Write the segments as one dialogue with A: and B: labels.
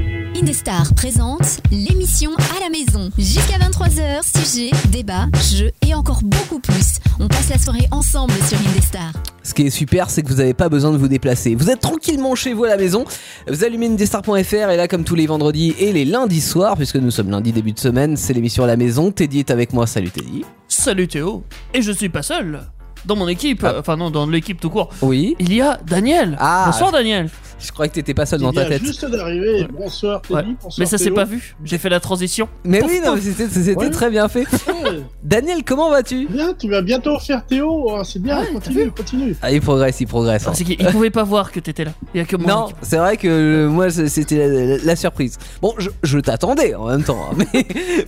A: Marine Desstars présente l'émission à la maison. Jusqu'à 23h, sujets, débats, jeux et encore beaucoup plus. On passe la soirée ensemble sur Indestar.
B: Ce qui est super, c'est que vous n'avez pas besoin de vous déplacer. Vous êtes tranquillement chez vous à la maison. Vous allumez indestar.fr et là, comme tous les vendredis et les lundis soirs, puisque nous sommes lundi début de semaine, c'est l'émission à la maison. Teddy est avec moi. Salut Teddy.
C: Salut Théo, et je suis pas seul. Dans mon équipe,
B: Ah.
C: euh, enfin non, dans l'équipe tout court,
B: Oui.
C: il y a Daniel.
B: Ah.
C: Bonsoir Daniel.
B: Je croyais que t'étais pas seul dans
D: Il vient
B: ta tête.
D: juste d'arriver.
C: Ouais.
D: Bonsoir, Teddy.
C: Ouais.
D: Bonsoir,
C: Mais ça s'est
D: Théo.
C: pas vu, j'ai fait la transition.
B: Mais oui, non, mais c'était c'était
D: Ouais.
B: très bien fait.
D: Ouais,
B: Daniel, comment vas-tu
D: bien, tu vas bientôt faire Théo. hein, C'est bien,
C: Ouais, t'as
D: continue, continue.
B: Ah, il progresse, il progresse. hein.
C: C'est qu'il il pouvait pas voir que t'étais là. Il y a que mon
B: Non,
C: équipe.
B: c'est vrai que euh, moi c'est- c'était la, la- la surprise. Bon, je, je t'attendais en même temps, hein, mais,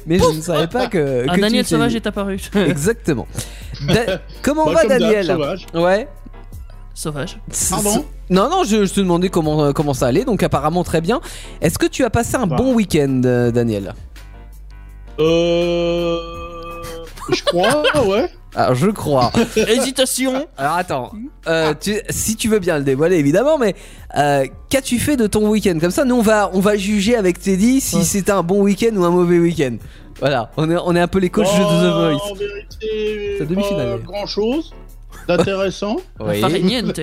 B: mais je ne savais pas que.
C: Un
B: que
C: Ah, Daniel
B: tu
C: sauvage est apparu.
B: Exactement. Da- comment
D: Bah,
B: va
D: comme d'hab,
B: Daniel
D: sauvage.
B: Ouais.
C: sauvage.
B: C-
D: Pardon
B: c- Non, non, je, je te demandais comment, euh, comment ça allait, donc apparemment très bien. Est-ce que tu as passé un
D: Bah.
B: bon week-end, euh, Daniel
D: Euh. Je crois, ouais.
B: Alors, Ah, je crois.
C: Hésitation.
B: Alors, attends. Euh, tu- si tu veux bien le dévoiler, évidemment, mais euh, qu'as-tu fait de ton week-end Comme ça, nous, on va, on va juger avec Teddy si
C: Ouais.
B: c'était un bon week-end ou un mauvais week-end. Voilà, on est, on est un peu les coachs
D: Oh,
B: de The Voice.
D: En vérité,
B: C'est la demi-finale,
D: pas
B: d'ailleurs.
D: grand-chose d'intéressant.
B: Oui.
C: Fariniente.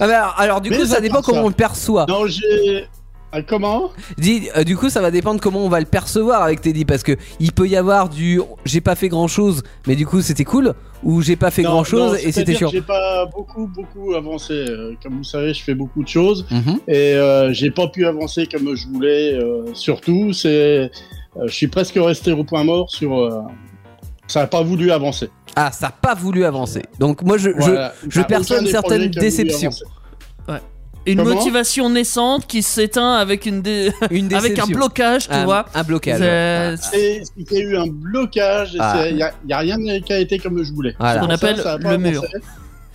B: Ah, mais alors, alors, du
D: Mais
B: coup, ça
D: j'attends
B: dépend comment
D: ça.
B: on le perçoit.
D: non, j'ai... Ah, comment
B: Dis, euh, du coup, ça va dépendre comment on va le percevoir avec Teddy, parce que il peut y avoir du j'ai pas fait grand chose, mais du coup c'était cool, ou j'ai pas fait
D: Non,
B: grand
D: non,
B: chose et c'était
D: c'est-à-dire
B: chiant.
D: que J'ai pas beaucoup, beaucoup avancé. Euh, Comme vous savez, je fais beaucoup de choses.
B: Mhm.
D: et euh, j'ai pas pu avancer comme je voulais. euh, surtout, c'est, euh, je suis presque resté au point mort sur. euh, ça n'a pas voulu avancer.
B: Ah, ça a pas voulu avancer. Donc moi je, je-
D: Voilà.
B: je
D: Bah,
B: perçois
D: aucun
B: une
D: des
B: certaine
D: projets qui a voulu
B: déception.
D: avancer.
C: Une
D: Comment
C: motivation naissante qui s'éteint avec une dé-
B: une
C: avec
B: déception.
C: un
B: Ah,
C: blocage, tu
B: un,
C: vois.
B: un blocage.
C: C'est-
B: ouais.
D: Et il y a eu un blocage. Il
B: Ah.
D: n'y a, y a rien qui a été comme je voulais.
B: Voilà.
C: On
D: Pour ça,
C: appelle
D: ça a
C: le
D: pas avancé.
C: mur.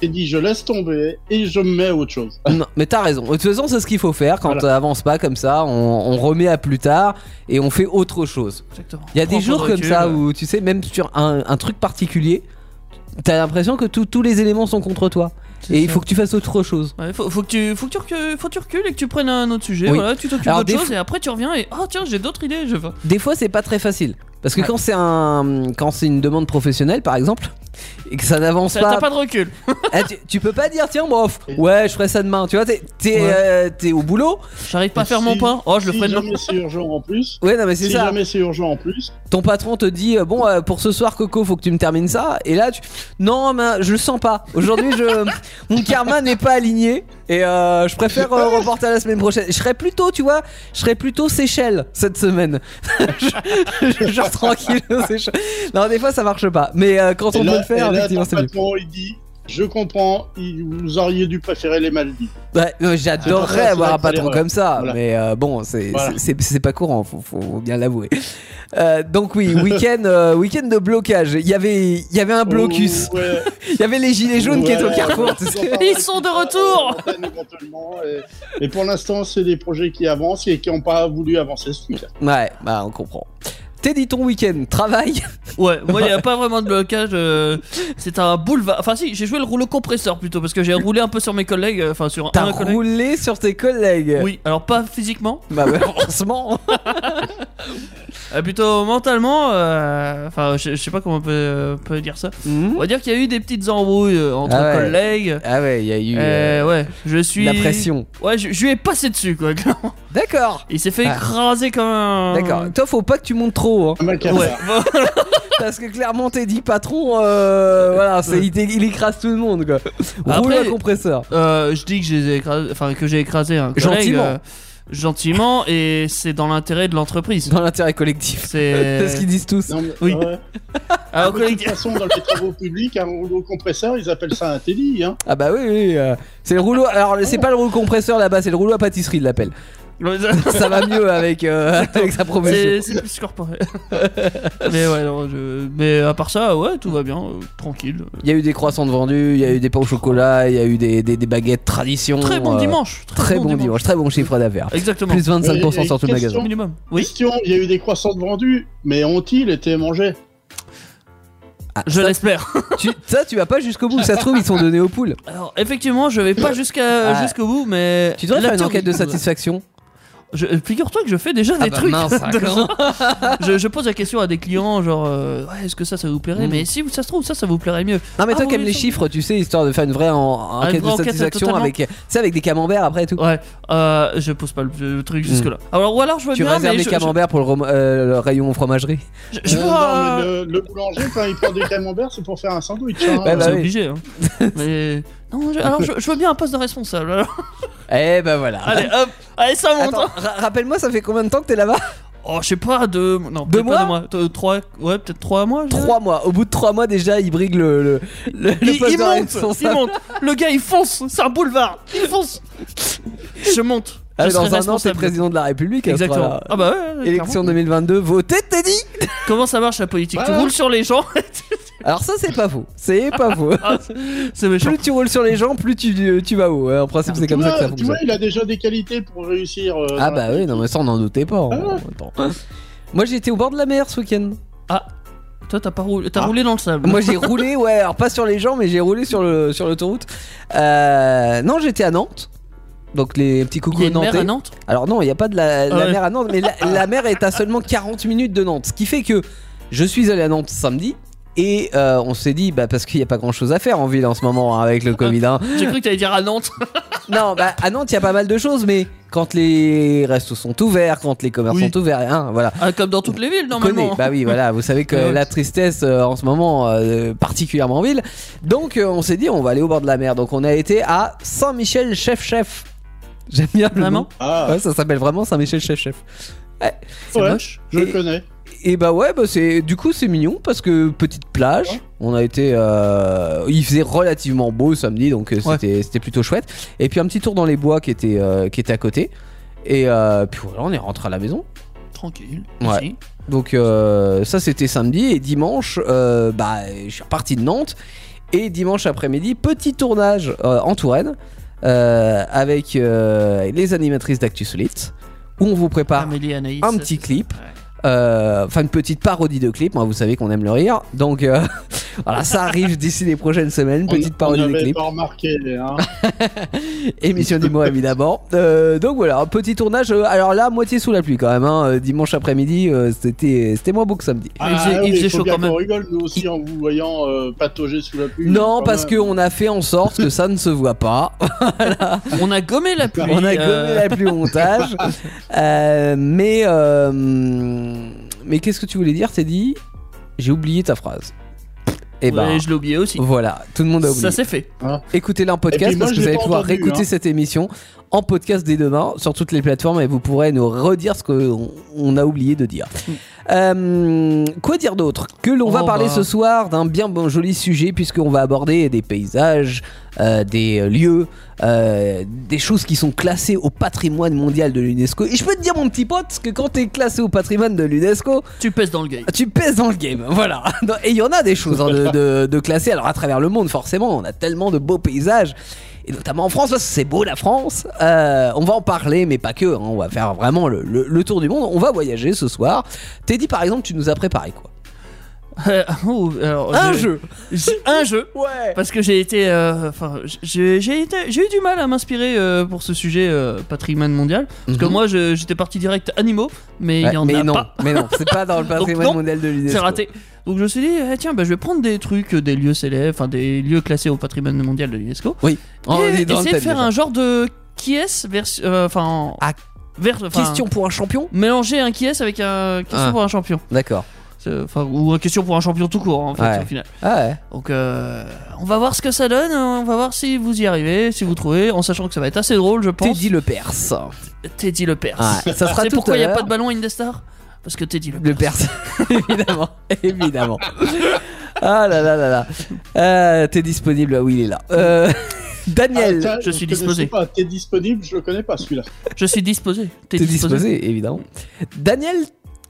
D: J'ai dit je laisse tomber et je me mets à autre chose.
B: Non, mais t'as raison. De toute façon, c'est ce qu'il faut faire quand
D: Voilà.
B: on avance pas comme ça. On, on remet à plus tard et on fait autre chose.
C: Exactement.
B: Ah. Il y a
C: Prends
B: des
C: un
B: jours
C: peu de
B: comme
C: recul.
B: ça où tu sais, même sur un, un truc particulier, t'as l'impression que tout- tous les éléments sont contre toi
C: C'est
B: et il
C: ça.
B: faut que tu fasses autre chose.
C: Ouais, faut, faut que tu, faut, que tu recules, faut que tu recules et que tu prennes un autre sujet,
B: Oui.
C: voilà, tu t'occupes
B: Alors,
C: d'autre
B: des
C: chose
B: fois-
C: et après tu reviens et oh tiens j'ai d'autres idées, je veux.
B: Des fois, c'est pas très facile. Parce que
C: Ouais.
B: quand c'est un, quand c'est une demande professionnelle, par exemple, et que ça n'avance
C: Ça- T'as
B: pas,
C: pas de recul.
B: ah, tu, tu peux pas dire tiens, bon, pff,
D: Et-
B: ouais, je ferai ça demain. Tu vois, t'es, t'es,
C: Ouais.
B: euh, t'es au boulot.
C: J'arrive pas à faire mon
D: Si-
C: pain. Oh, je le
D: si
C: ferai demain.
D: jamais c'est urgent en plus.
B: Ouais, non, mais c'est
D: si
B: ça.
D: jamais c'est urgent en plus.
B: Ton patron te dit euh, bon, euh, pour ce soir, Coco, faut que tu me termines ça. Et là, tu, non, mais euh, je le sens pas. Aujourd'hui, je, mon karma n'est pas aligné et euh, je préfère euh, reporter à la semaine prochaine. Je serais plutôt, tu vois, je serais plutôt Seychelles cette semaine. je, je- genre tranquille aux Seychelles. Non, des fois, ça marche pas. Mais euh, quand on peut
D: et là,
B: le faire,
D: et là,
B: effectivement,
D: ton
B: c'est mieux.
D: patron, il dit je comprends, il- vous auriez dû préférer les Maldives.
B: Ouais, non,
D: C'est pour
B: j'adorerais
D: ça,
B: avoir
D: c'est
B: un
D: vrai que
B: patron
D: c'est
B: comme ça,
D: Voilà.
B: mais euh, bon, c'est
D: Voilà.
B: c'est- c'est- c'est pas courant, faut, faut bien l'avouer. Euh, donc oui, week-end euh, week-end de blocage. Il y avait il y avait un blocus.
D: Oh, Ouais.
B: Il y avait les gilets jaunes qui étaient au
D: Ouais,
B: carrefour. tu
D: ils
B: sais.
D: parlent
C: Ils sont de retour.
D: euh, éventuellement, Et, et pour l'instant, c'est des projets qui avancent et qui n'ont pas voulu avancer ce week-end.
B: Ouais, bah on comprend. Teddy, ton week-end, travail.
C: Ouais, moi il
B: Bah.
C: y a pas vraiment de blocage. euh, c'est un boulevard. Enfin si, j'ai joué le rouleau compresseur plutôt parce que j'ai roulé un peu sur mes collègues, euh, enfin sur
B: T'as
C: un collègue.
B: roulé sur tes collègues.
C: Oui, alors pas physiquement,
B: Bah bah, heureusement.
C: euh, plutôt mentalement. euh, Enfin, je, je sais pas comment on peut, euh, peut dire ça.
B: Hmm.
C: On va dire qu'il y a eu des petites embrouilles euh, entre
B: Ah ouais.
C: collègues.
B: Ah ouais, il y a eu euh,
C: Euh, ouais, je suis.
B: la pression.
C: Ouais, je, je lui ai passé dessus quoi. clairement.
B: D'accord.
C: Il s'est fait
B: Ah.
C: écraser comme un.
B: D'accord. Toi, faut pas que tu montes trop, hein,
D: Un macabre.
C: Ouais.
B: parce que clairement, Teddy patron, euh, voilà, c'est- il, t'é- il écrase tout le monde, quoi. Roule
C: Après-
B: un compresseur.
C: Euh, je dis que je les ai écrasés- enfin que j'ai écrasé un collègue,
B: Gentiment.
C: euh, gentiment, et c'est dans l'intérêt de l'entreprise.
B: Dans l'intérêt collectif. C'est
C: C'est
B: ce qu'ils disent tous.
D: Non, mais-
C: Oui.
D: ouais.
C: Ah, au
D: De toute
C: collègue-
D: façon, dans les travaux publics, un rouleau compresseur, ils appellent ça un télé. Hein.
B: Ah bah oui, oui. euh, c'est le rouleau. Alors, c'est pas le rouleau compresseur là-bas, c'est le rouleau à pâtisserie, il l'appelle. Ça va mieux avec, euh, avec sa promotion.
C: C'est c'est plus corporel. mais ouais, non, je- mais à part ça, ouais, tout va bien, euh, tranquille.
B: Il y a eu des croissants de vendus, il y a eu des pains au chocolat, il y a eu des, des, des baguettes tradition.
C: Très bon
B: euh,
C: dimanche.
B: Très, bon, dimanche. très bon chiffre d'affaires.
C: Exactement.
B: Plus
D: Et-
B: 25% sur
D: et
B: tout le
D: question-
B: magasin.
C: minimum. Oui.
D: Question il y a eu des croissants de vendus, mais ont-ils été mangés
B: Ah,
C: Je
B: ça,
C: l'espère.
B: tu, ça, tu vas pas jusqu'au bout. Ça se trouve, ils sont donnés aux poules.
C: Alors effectivement, je vais pas jusqu'à
B: Ah.
C: jusqu'au bout, mais
B: Tu devrais
C: la
B: faire une
C: théorie-
B: enquête de satisfaction.
C: Je- Figure-toi que je fais déjà des
B: bah
C: trucs.
B: mince,
C: de
B: d'accord.
C: ça. je, je pose la question à des clients, genre, euh, ouais, est-ce que ça, ça vous plairait
B: Mm.
C: Mais si ça se trouve, ça, ça vous plairait mieux.
B: Non mais
C: Ah
B: toi
C: oui,
B: qui aimes les
C: ça-
B: chiffres, tu sais, histoire de faire une vraie en-
C: Ah, une
B: enquête
C: vraie
B: de
C: enquête,
B: satisfaction
C: totalement.
B: avec, tu sais, avec des camemberts après et tout.
C: Ouais, euh, je pose pas le, le truc jusque-là. Alors, ou alors je veux
B: Mm. Tu
C: bien,
B: réserves
C: mais
B: les
C: je,
B: camemberts pour le, rom- euh, le rayon fromagerie.
C: je, je- je
D: Euh,
C: veux,
D: non, mais
C: euh,
D: le, le boulanger, quand il prend des camemberts, c'est pour faire un sandwich. hein.
B: Ouais, bah
C: c'est
B: oui.
C: obligé. hein. mais non, je- alors je, je veux bien un poste de responsable. alors.
B: Eh ben voilà.
C: Allez, hop, allez, ça monte. hein.
B: Attends, ra- rappelle-moi, ça fait combien de temps que t'es là-bas
C: Oh, je sais pas, deux, non,
B: Deux
C: peut-être pas deux mois, t- trois, ouais, peut-être trois mois. je dirais.
B: Trois mois. Au bout de trois mois déjà, il brigue le le, le, le
C: Il,
B: poste
C: il
B: de
C: monte, il
B: responsable.
C: monte. Le gars, il fonce. C'est un boulevard. Il fonce. Je monte.
B: Ah,
C: Je
B: mais
C: serai
B: dans un an, t'es
C: responsable.
B: président de la République. à ce
C: Exactement.
B: moment-là.
C: Ah bah ouais, ouais.
B: Élection
C: clairement.
B: 2022, votez Teddy
C: Comment ça marche la politique Tu
B: Bah
D: Ouais.
C: roules sur les gens.
B: Alors ça c'est pas faux, c'est pas faux.
C: Ah, c'est- c'est méchant.
B: Plus tu roules sur les gens, plus tu, tu vas haut. En principe c'est
D: Tu
B: comme ça que ça
D: vois, tu vois,
B: fonctionne.
D: il a déjà des qualités pour réussir. euh,
B: Ah
D: dans
B: bah
D: la-
B: oui, non mais ça on n'en doutait pas. hein.
D: Ah ouais.
B: Attends. Moi j'étais au bord de la mer ce week-end.
C: Toi, t'as pas roulé, t'as
D: Ah.
C: roulé dans le sable.
B: Moi j'ai roulé, ouais, alors pas sur les gens, mais j'ai roulé sur le sur l'autoroute. Euh, non, j'étais à Nantes. Donc les petits
C: il y
B: coucous
C: a une
B: nantais.
C: mer à Nantes.
B: Alors non, il n'y a pas de la,
D: Ah
B: la
C: ouais.
B: mer à Nantes, mais la, la mer est à seulement 40 minutes de Nantes. Ce qui fait que je suis allé à Nantes samedi. Et euh, on s'est dit, bah, parce qu'il n'y a pas grand chose à faire en ville en ce moment hein, avec le Covid. hein.
C: J'ai cru que t'allais dire à Nantes.
B: Non, bah, à Nantes, il y a pas mal de choses, mais quand les restos sont ouverts, quand les commerces
C: Oui.
B: sont ouverts, hein, voilà.
C: Ah, comme dans toutes les villes
B: Connais.
C: normalement.
B: Bah oui, voilà, vous savez que
C: Ouais, ouais.
B: la tristesse euh, en ce moment, euh, particulièrement en ville. Donc, euh, on s'est dit, on va aller au bord de la mer. Donc, on a été à Saint-Michel Chef-Chef. J'aime bien le
C: Vraiment
B: nom.
D: Ah,
B: Ouais, ça s'appelle vraiment Saint-Michel Chef-Chef.
C: C'est
D: ouais,
C: moche.
D: je
B: Et-
D: le connais.
B: Et bah ouais, bah c'est du coup c'est mignon parce que petite plage. On a été, euh, il faisait relativement beau samedi, donc euh,
C: Ouais.
B: c'était c'était plutôt chouette. Et puis un petit tour dans les bois qui était euh, qui était à côté. Et euh, puis voilà, on est rentré à la maison.
C: Tranquille.
B: Ouais.
C: Si.
B: Donc euh, ça c'était samedi et dimanche, euh, bah je suis reparti de Nantes et dimanche après-midi petit tournage euh, en Touraine euh, avec euh, les animatrices d'Actu Solite où on vous prépare
C: Amélie Anaïs.
B: un petit clip.
C: Ouais.
B: Euh, Enfin, une petite parodie de clip. Moi, vous savez qu'on aime le rire. Donc, euh, voilà, ça arrive d'ici les prochaines semaines. Une
D: On-
B: petite
D: on
B: parodie de
D: n'avait
B: clip.
D: pas remarqué. hein.
B: Émission du mot, évidemment. Euh, donc, voilà, un petit tournage. euh, alors là, moitié sous la pluie quand même. hein. Euh, Dimanche après-midi, euh, c'était c'était moins beau que samedi.
C: Ah, il faisait- il
D: Ah oui,
C: faisait
D: faut
C: chaud
D: bien
C: quand même.
D: qu'on rigole, nous aussi, en vous voyant euh, patauger sous la pluie.
B: Non,
D: quand
B: parce
D: même.
B: qu'on a fait en sorte que ça ne se voit pas.
C: On a gommé la pluie.
B: On a
C: euh,
B: gommé la pluie au montage. Euh, mais euh, mais qu'est-ce que tu voulais dire, Teddy J'ai oublié ta phrase. Et
C: ouais,
B: ben
C: je l'ai oublié aussi.
B: voilà, tout le monde a oublié.
C: Ça c'est fait.
B: Écoutez-la en
D: Et
B: podcast
D: puis moi,
B: parce que
D: je
B: vous
D: l'ai
B: allez
D: pas
B: pouvoir
D: entendu,
B: réécouter
D: hein.
B: cette émission en podcast dès demain sur toutes les plateformes et vous pourrez nous redire ce qu'on on a oublié de dire.
D: Mm.
B: Euh, quoi dire d'autre Que l'on va
C: Oh,
B: parler
C: bah.
B: ce soir d'un bien bon joli sujet puisqu'on va aborder des paysages, euh, des euh, lieux, euh, des choses qui sont classées au patrimoine mondial de l'UNESCO. Et je peux te dire mon petit pote que quand t'es classé au patrimoine de l'UNESCO,
C: Tu pèses dans le game.
B: Bah, tu pèses dans le game, voilà. Non, Et il y en a des choses hein, de, de, de classées. Alors à travers le monde, forcément, on a tellement de beaux paysages. Et notamment en France, parce que c'est beau la France. Euh, on va en parler, mais pas que. hein. On va faire vraiment le, le- le tour du monde. On va voyager ce soir. Teddy, par exemple, tu nous as préparé quoi
C: Euh, oh, alors,
B: Un
C: je-
B: jeu
C: j'ai- Un jeu.
B: Ouais
C: Parce que j'ai été, euh, enfin, j'ai j'ai été- j'ai eu du mal à m'inspirer euh, pour ce sujet euh, patrimoine mondial. Parce que
B: Mhm.
C: moi, je- j'étais parti direct animaux, mais il y en
B: mais
C: a
B: non,
C: pas.
B: mais non, c'est pas dans le patrimoine
C: non,
B: mondial de l'UNESCO.
C: C'est raté. Donc je me suis dit, eh, tiens, bah, je vais prendre des trucs, euh, des lieux célèbres, enfin des lieux classés au patrimoine mondial de l'UNESCO,
B: Oh, on
C: et
B: est dans le
C: essayer de
B: thème
C: faire
B: déjà.
C: un genre de qui est version, euh, enfin,
B: Ah,
C: vers- enfin,
B: Question pour un champion
C: Mélanger un qui est avec un question
B: Ah.
C: pour un champion,
B: D'accord.
C: C'est- enfin ou un question pour un champion tout court hein, en fait
B: Ouais.
C: au final.
B: Ah ouais.
C: Donc euh, on va voir ce que ça donne, hein, on va voir si vous y arrivez, si vous trouvez, en sachant que ça va être assez drôle je pense.
B: Teddy le Perse. Ah
C: Teddy le Perse.
B: Ouais, ça sera
C: C'est
B: tout
C: pourquoi
B: à
C: il n'y a pas
B: l'heure.
C: de ballon à Indestar Parce que Teddy le Perse.
B: Le perse, évidemment, évidemment. Ah là là là là. Euh, T'es disponible, ah oui, il est là. Euh,
D: Ah,
B: Daniel,
D: tiens,
C: je suis
D: connaissais
C: disposé.
D: pas. T'es disponible, je le connais pas celui-là.
C: Je suis disposé. T'es
B: t'es
C: disposé.
B: disposé. évidemment. Daniel,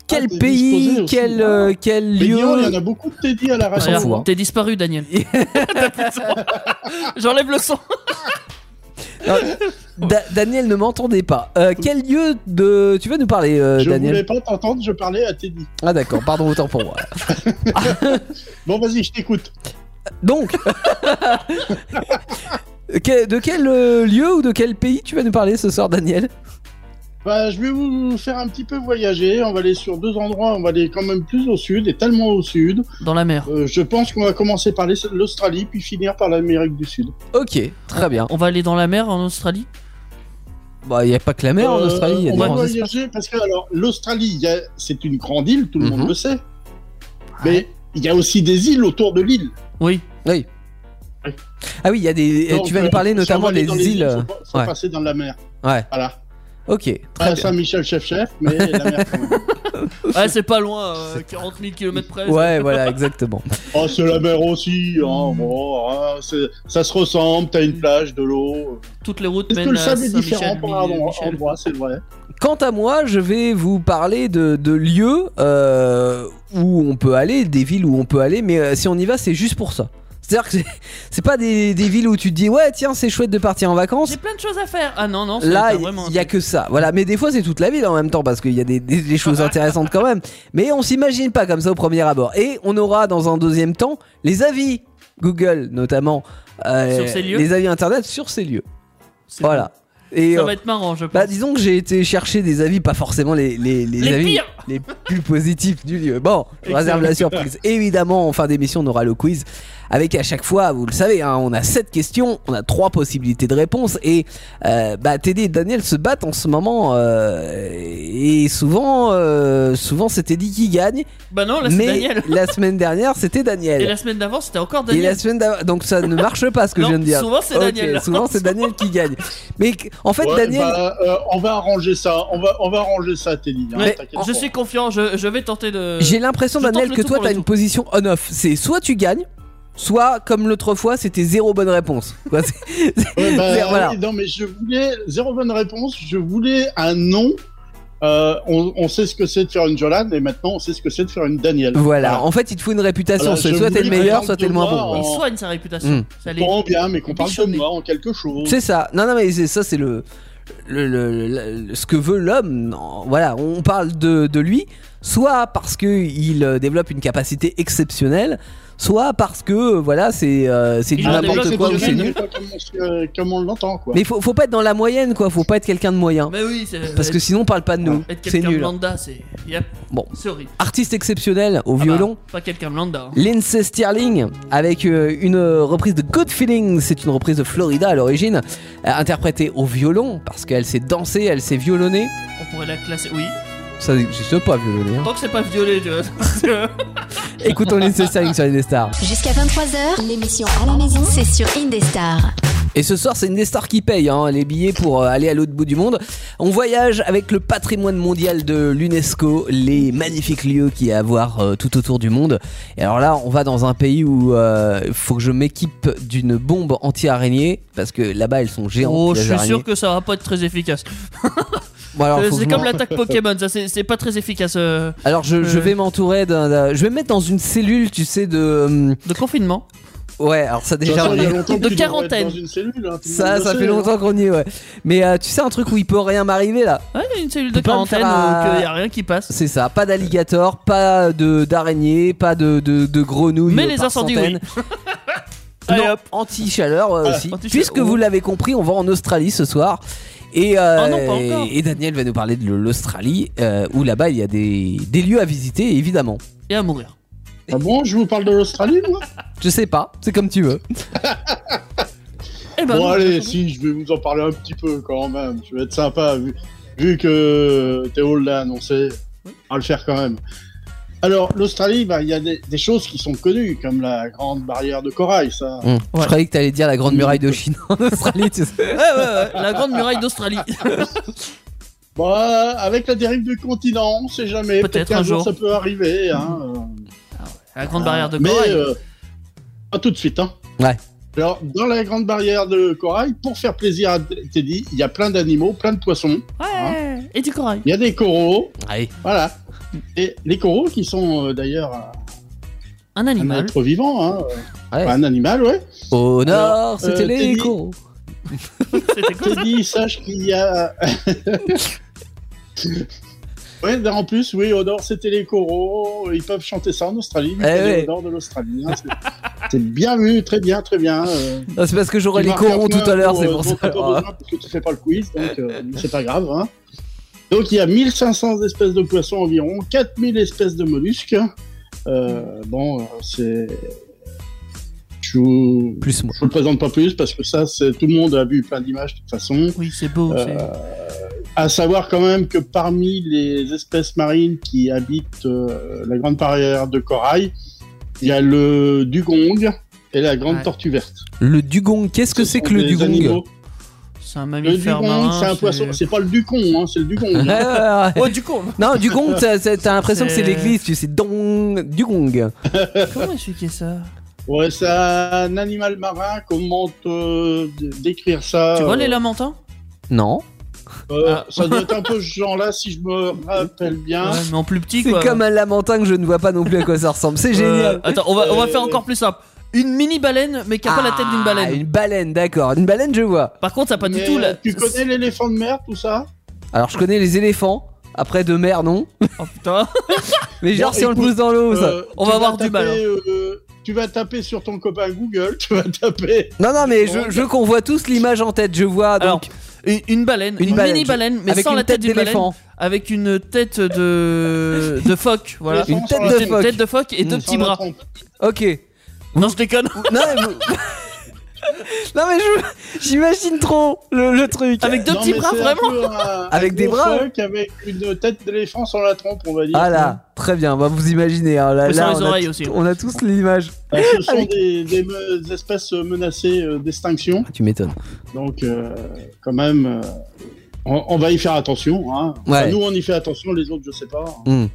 B: quel
D: Ah, t'es
B: pays,
D: disposé aussi. Ah,
B: quel, euh, quel
D: Mais
B: lieu
D: dis-donc, il y en a beaucoup de Teddy à la
B: s'en
D: radio.
B: fout.
C: Regarde,
B: hein.
C: T'es disparu, Daniel. T'as plus de son. J'enlève le son.
B: Non, Da- Daniel, ne m'entendez pas. Euh, quel lieu de. Tu vas nous parler, euh,
D: je
B: Daniel
D: voulais pas t'entendre, je parlais à Teddy.
B: Ah d'accord, pardon, autant pour moi.
D: Bon, vas-y, je t'écoute.
B: Donc. que- de quel euh, lieu ou de quel pays tu vas nous parler ce soir, Daniel
D: Bah, je vais vous faire un petit peu voyager. On va aller sur deux endroits. On va aller quand même plus au sud et tellement au sud.
C: Dans la mer.
D: Euh, je pense qu'on va commencer par les- l'Australie puis finir par l'Amérique du Sud.
B: Ok, très bien.
C: On va aller dans la mer en Australie
B: Bah, il n'y a pas que la mer en
D: Euh,
B: Australie, il y a
D: on va
B: différents espaces.
D: voyager parce que alors l'Australie, il y a- c'est une grande île, tout le
B: Mhm.
D: monde le sait. Mais il y a aussi des îles autour de l'île.
C: Oui.
B: Oui.
D: Ouais.
B: Ah oui, il y a des.
D: Donc,
B: tu vas
D: euh,
B: nous parler
D: si on
B: notamment
D: va aller
B: des
D: dans les
B: îles. euh,
D: faut pas- faut
B: ouais.
D: passer dans la mer.
B: Ouais,
D: Voilà.
B: ok, très
D: Pas
B: bien.
D: Saint-Michel chef-chef, mais la mer quand même.
C: Ah, c'est pas loin, euh, 40 000 km près.
B: Ouais, voilà, exactement.
D: Oh, c'est la mer aussi.
B: Mm.
D: hein, bon, hein, c'est- ça se ressemble. T'as une plage, de l'eau.
C: Toutes les routes
D: Parce
C: mènent
D: que le
C: à
D: sable est
C: euh, Saint-Michel,
D: différent par un endroit,
C: Michel.
D: endroit, c'est vrai.
B: Quant à moi, je vais vous parler de, de lieux euh, où on peut aller, des villes où on peut aller, mais euh, si on y va, c'est juste pour ça. C'est-à-dire que c'est- c'est pas des, des villes où tu te dis ouais tiens c'est chouette de partir en vacances.
C: J'ai plein de choses à faire. Ah non, non, c'est
B: Là
C: pas
B: il
C: vraiment. un
B: y a
C: truc.
B: que ça. Voilà, mais des fois c'est toute la ville en même temps parce qu'il y a des, des- des choses intéressantes quand même. Mais on s'imagine pas comme ça au premier abord. Et on aura dans un deuxième temps les avis Google notamment euh,
C: Sur ces lieux
B: les avis internet sur ces lieux.
C: C'est-
B: Voilà. Et
C: Ça
B: euh,
C: va être marrant, je pense.
B: bah disons que j'ai été chercher des avis, pas forcément les, les, les
C: Les
B: avis
C: pires
B: les plus positifs du lieu. Bon, je réserve la surprise. Évidemment, en fin d'émission, on aura le quiz avec à chaque fois, vous le savez, hein, on a sept questions, on a trois possibilités de réponse et euh, bah, Teddy et Daniel se battent en ce moment euh, et souvent, euh, souvent c'est Teddy qui gagne,
C: Bah non, là c'est
B: mais
C: Daniel.
B: la semaine dernière c'était Daniel.
C: Et la semaine d'avant, c'était encore
B: Et la
C: Daniel.
B: semaine d'avant- donc ça ne marche pas ce que
C: Non,
B: je viens de dire.
C: souvent, c'est
B: Ok,
C: Daniel, là.
B: Souvent c'est Daniel qui gagne. Mais qu- en fait
D: Ouais,
B: Daniel,
D: bah, euh, on va arranger ça. On va, on va arranger ça, Teddy. hein,
C: Mais
D: t'inquiète
C: Je
D: pas.
C: suis confiant, je, je vais tenter de.
D: euh,
B: J'ai l'impression,
C: Je tente
B: Daniel,
C: le
B: que
C: tout
B: toi,
C: pour
B: t'as
C: le
B: une
C: tout.
B: position on-off. C'est soit tu gagnes, soit, comme l'autre fois, c'était zéro bonne réponse. Quoi, c'est-
D: Ouais, bah,
B: C'est- voilà.
D: oui, Non, mais je voulais zéro bonne réponse. Je voulais un nom. Euh, on, on sait ce que c'est de faire une Jolane et maintenant on sait ce que c'est de faire une Daniel.
B: voilà. En fait, il te faut une réputation.
D: Voilà,
B: c'est
D: je
B: soit t'es le
D: voulais
B: meilleur,
D: qu'on
B: soit t'es le
D: parle
B: moins
D: de
B: bon.
D: moi
C: Il
B: Ouais.
D: en-
C: soigne sa réputation.
B: Mm.
C: Ça l'est.
D: Bon, bien, mais qu'on parle de
C: Bichonné.
D: moi en quelque chose.
B: C'est ça. Non, non, mais c'est ça, c'est le, le, le- le- le- ce que veut l'homme. Non, Voilà, on parle de, de lui, soit parce que il euh, développe une capacité exceptionnelle, soit parce que euh, voilà, c'est euh, c'est du
C: Il en
D: Après,
B: n'importe
C: développe
D: Ah, c'est
B: quoi ou
D: Jolane,
B: c'est nul.
D: mais pas Comme on, se- euh, comme on l'entend, quoi.
B: Mais faut, faut pas être dans la moyenne, quoi. Faut pas être quelqu'un de moyen.
C: Mais oui, c'est.
B: Parce que
C: être-
B: sinon, on parle pas de nous.
C: Être
B: C'est
C: quelqu'un de
B: nul. hein.
C: lambda, c'est. Yep.
B: Bon.
C: C'est horrible.
B: Artiste exceptionnel au
C: Ah
B: violon.
C: bah, Pas quelqu'un de lambda. hein.
B: Lindsay Sterling avec euh, une euh, reprise de Good Feeling, c'est une reprise de Florida à l'origine, euh, interprétée au violon parce qu'elle s'est dansée, elle s'est violonnée.
C: On pourrait la classer. Oui.
B: Ça n'existe pas violonner.
C: Tant que c'est pas violé, tu vois. parce que-
B: Écoutons Lindsay Sterling sur Indestar.
A: Jusqu'à 23h, l'émission à la maison, c'est sur Indestar.
B: Et ce soir, c'est Indestar qui paye hein, les billets pour euh, aller à l'autre bout du monde. On voyage avec le patrimoine mondial de l'UNESCO, les magnifiques lieux qu'il y a à voir euh, tout autour du monde. Et alors là, on va dans un pays où il faut que je m'équipe d'une bombe anti-araignée parce que là-bas, elles sont géantes.
C: Oh, je
B: les
C: suis
B: araignées.
C: sûr que ça va pas être très efficace.
B: Bon, alors,
C: Euh,
B: faut que
C: c'est
B: je
C: comme
B: m'en-
C: l'attaque Pokémon, ça c'est c'est pas très efficace. euh,
B: Alors je, je
C: Euh.
B: vais m'entourer d'un, d'un- Je vais me mettre dans une cellule, tu sais, de... hum,
C: De confinement.
B: Ouais, alors ça
D: De toute
B: déjà...
D: façon, il y a longtemps que
C: De
D: tu devrais être
C: quarantaine.
D: Dans une cellule, hein, tout le
B: Ça,
D: monde
B: ça
D: le
B: fait
D: sait, hein.
B: longtemps qu'on y est, ouais. Mais euh, tu sais, un truc où il peut rien m'arriver là.
C: Ouais, il y a une cellule
B: Peut
C: de
B: pas me
C: quarantaine
B: faire
C: où
B: un-
C: il y a rien qui passe.
B: C'est ça, pas d'alligator, pas de, d'araignée, pas de, de, de grenouille.
C: Mais
B: euh,
C: les
B: par
C: incendies,
B: centaines.
C: Allez,
B: Non,
C: hop.
B: anti-chaleur euh,
D: Ah,
B: aussi.
C: anti-chaleur.
B: Puisque
C: Oh.
B: vous l'avez compris, on va en Australie ce soir. Et, euh,
C: Ah non, pas encore.
B: et Daniel va nous parler de l'Australie, euh, où là-bas il y a des, des lieux à visiter, évidemment.
C: Et à mourir.
D: Ah bon, je vous parle de l'Australie, moi
B: Je sais pas, c'est comme tu veux.
C: Eh ben,
D: Bon,
C: non,
D: allez,
C: je-
D: si, je vais vous en parler un petit peu quand même. Je vais être sympa, vu, vu que Théo l'a annoncé. On va le faire quand même. Alors, l'Australie, bah, il y a des, des choses qui sont connues, comme la grande barrière de corail, ça.
B: Hum, Je
C: Ouais.
B: croyais que t'allais dire la grande muraille de Chine en Australie, tu sais.
C: Ouais, ouais, ouais, euh, la grande muraille d'Australie.
D: Bah, avec la dérive du continent, on sait jamais.
C: Peut-être
D: qu'un
C: un jour.
D: ça peut arriver. Hein, euh,
C: La
B: Ah.
C: grande barrière de
D: mais,
C: corail.
D: euh, pas tout de suite, hein.
B: Ouais.
D: Alors, dans la grande barrière de corail, pour faire plaisir à Teddy, il y a plein d'animaux, plein de poissons.
C: ouais.
D: hein
C: Et du corail.
D: Il y a des coraux,
B: Allez.
D: Voilà. Et les coraux qui sont euh, d'ailleurs
C: Un
D: un
C: animal.
D: être vivant, hein, euh,
B: Ouais.
D: un animal, ouais.
B: Au
D: Alors,
B: nord, c'était
D: euh,
B: les
D: Teddy.
B: coraux.
C: C'était quoi
D: Teddy, sache qu'il y a. ouais, ben, en plus, oui, au nord, c'était les coraux. Ils peuvent chanter ça en Australie, vu
B: Eh
D: qu'elle est
B: ouais.
D: au nord de l'l'Australie. hein, c'est- C'est bien vu, très bien, très bien. euh,
B: Ah, c'est parce que j'aurais
D: tu
B: les
D: marques un
B: coraux tout
D: point
B: à l'heure,
D: pour,
B: c'est Ah, Oh. pour ça.
D: euh, dont t'as pas besoin parce que tu fais pas le quiz, donc euh, c'est pas grave. hein. Donc il y a 1500 espèces de poissons environ, 4000 espèces de mollusques. Euh, bon, euh, c'est. Je vous...
B: Plus moi.
D: je vous le présente pas plus parce que ça, c'est tout le monde a vu plein d'images de toute façon.
C: Oui, c'est beau. c'est-
D: Euh, À savoir quand même que parmi les espèces marines qui habitent euh, la grande barrière de corail, il y a le dugong et la grande
C: Ouais.
D: tortue verte.
B: Le dugong, qu'est-ce que c'est
D: sont
B: que le
D: des
B: dugong
D: animaux.
C: C'est un
D: Le
C: mammifère
D: dugong,
C: marin.
D: c'est un poisson. C'est pas le ducon, hein, c'est le dugong.
B: Ouais,
D: hein.
B: ouais, ouais.
C: Oh, du con
B: Non, dugong, t'as t'as- t'as l'impression que c'est
C: C'est-
B: l'église, tu sais, dong, dugong.
C: Comment expliquer ça
D: Ouais, c'est un animal marin. Comment te d- décrire ça
C: Tu vois
D: euh,
C: les lamentins
B: Non.
D: euh,
C: Ah.
D: Ça doit être un peu ce genre-là, si je me rappelle bien.
C: Ouais, mais en plus petit
B: C'est
C: quoi.
B: comme un lamentin que je ne vois pas non plus à quoi ça ressemble. C'est
C: Euh,
B: génial.
C: Attends, on va, on va
D: Euh,
C: faire encore plus simple. Une mini baleine, mais qui a pas la tête d'une
B: Ah,
C: baleine.
B: Une baleine, d'accord. Une baleine, je vois.
C: Par contre, ça a pas du
D: Mais euh,
C: tout la.
D: Tu connais l'éléphant de mer, tout ça
B: Alors, je connais les éléphants. Après, de mer, non.
C: Oh putain.
B: Mais genre,
D: Bon,
B: si on le
D: écoute,
B: pousse dans l'eau, ça.
D: Euh,
C: On
D: tu
C: va
D: vas
C: avoir du mal, hein.
D: taper, euh, tu vas taper sur ton copain Google, tu vas taper.
B: Non, non, mais
D: bon,
B: je,
D: regarde.
B: je convois tous l'image en tête. Je vois donc
C: Alors, une, une baleine,
B: Une
C: une,
B: baleine,
C: mini
B: je-
C: baleine, mais
B: avec
C: sans
B: une
C: la tête d'une baleine,
B: d'éléphant,
C: avec une tête de de phoque, voilà.
B: une
D: Sans
B: tête de
D: la tête,
B: phoque. Mmh.
C: Tête de phoque et deux
D: Sans
C: petits
D: la
C: bras.
D: trompe.
B: Ok.
C: Non, je déconne.
B: Non, mais, vous- Non, mais je- j'imagine trop le, le truc.
C: Avec deux
D: Non,
C: petits
D: mais
C: bras,
D: c'est un
C: vraiment.
D: peu un-
B: Avec
D: un
B: des
D: gros
B: bras.
C: hein.
D: phoque Avec une tête d'éléphant sans la trompe, on va dire.
B: Ah là, très bien. Bah, vous imaginez. hein, là,
C: Mais
B: là,
C: sans les
B: on, a
C: oreilles
B: tout-
C: aussi.
B: on a tous l'image.
D: Parce que Bah, ce sont
B: Avec-
D: des, des me- des espèces menacées euh, d'extinction.
B: Ah, tu m'étonnes.
D: Donc, euh, quand même, euh, on, on va y faire attention. Hein. Enfin,
B: Ouais.
D: nous, on y fait attention, les autres, je sais pas.
B: Hmm.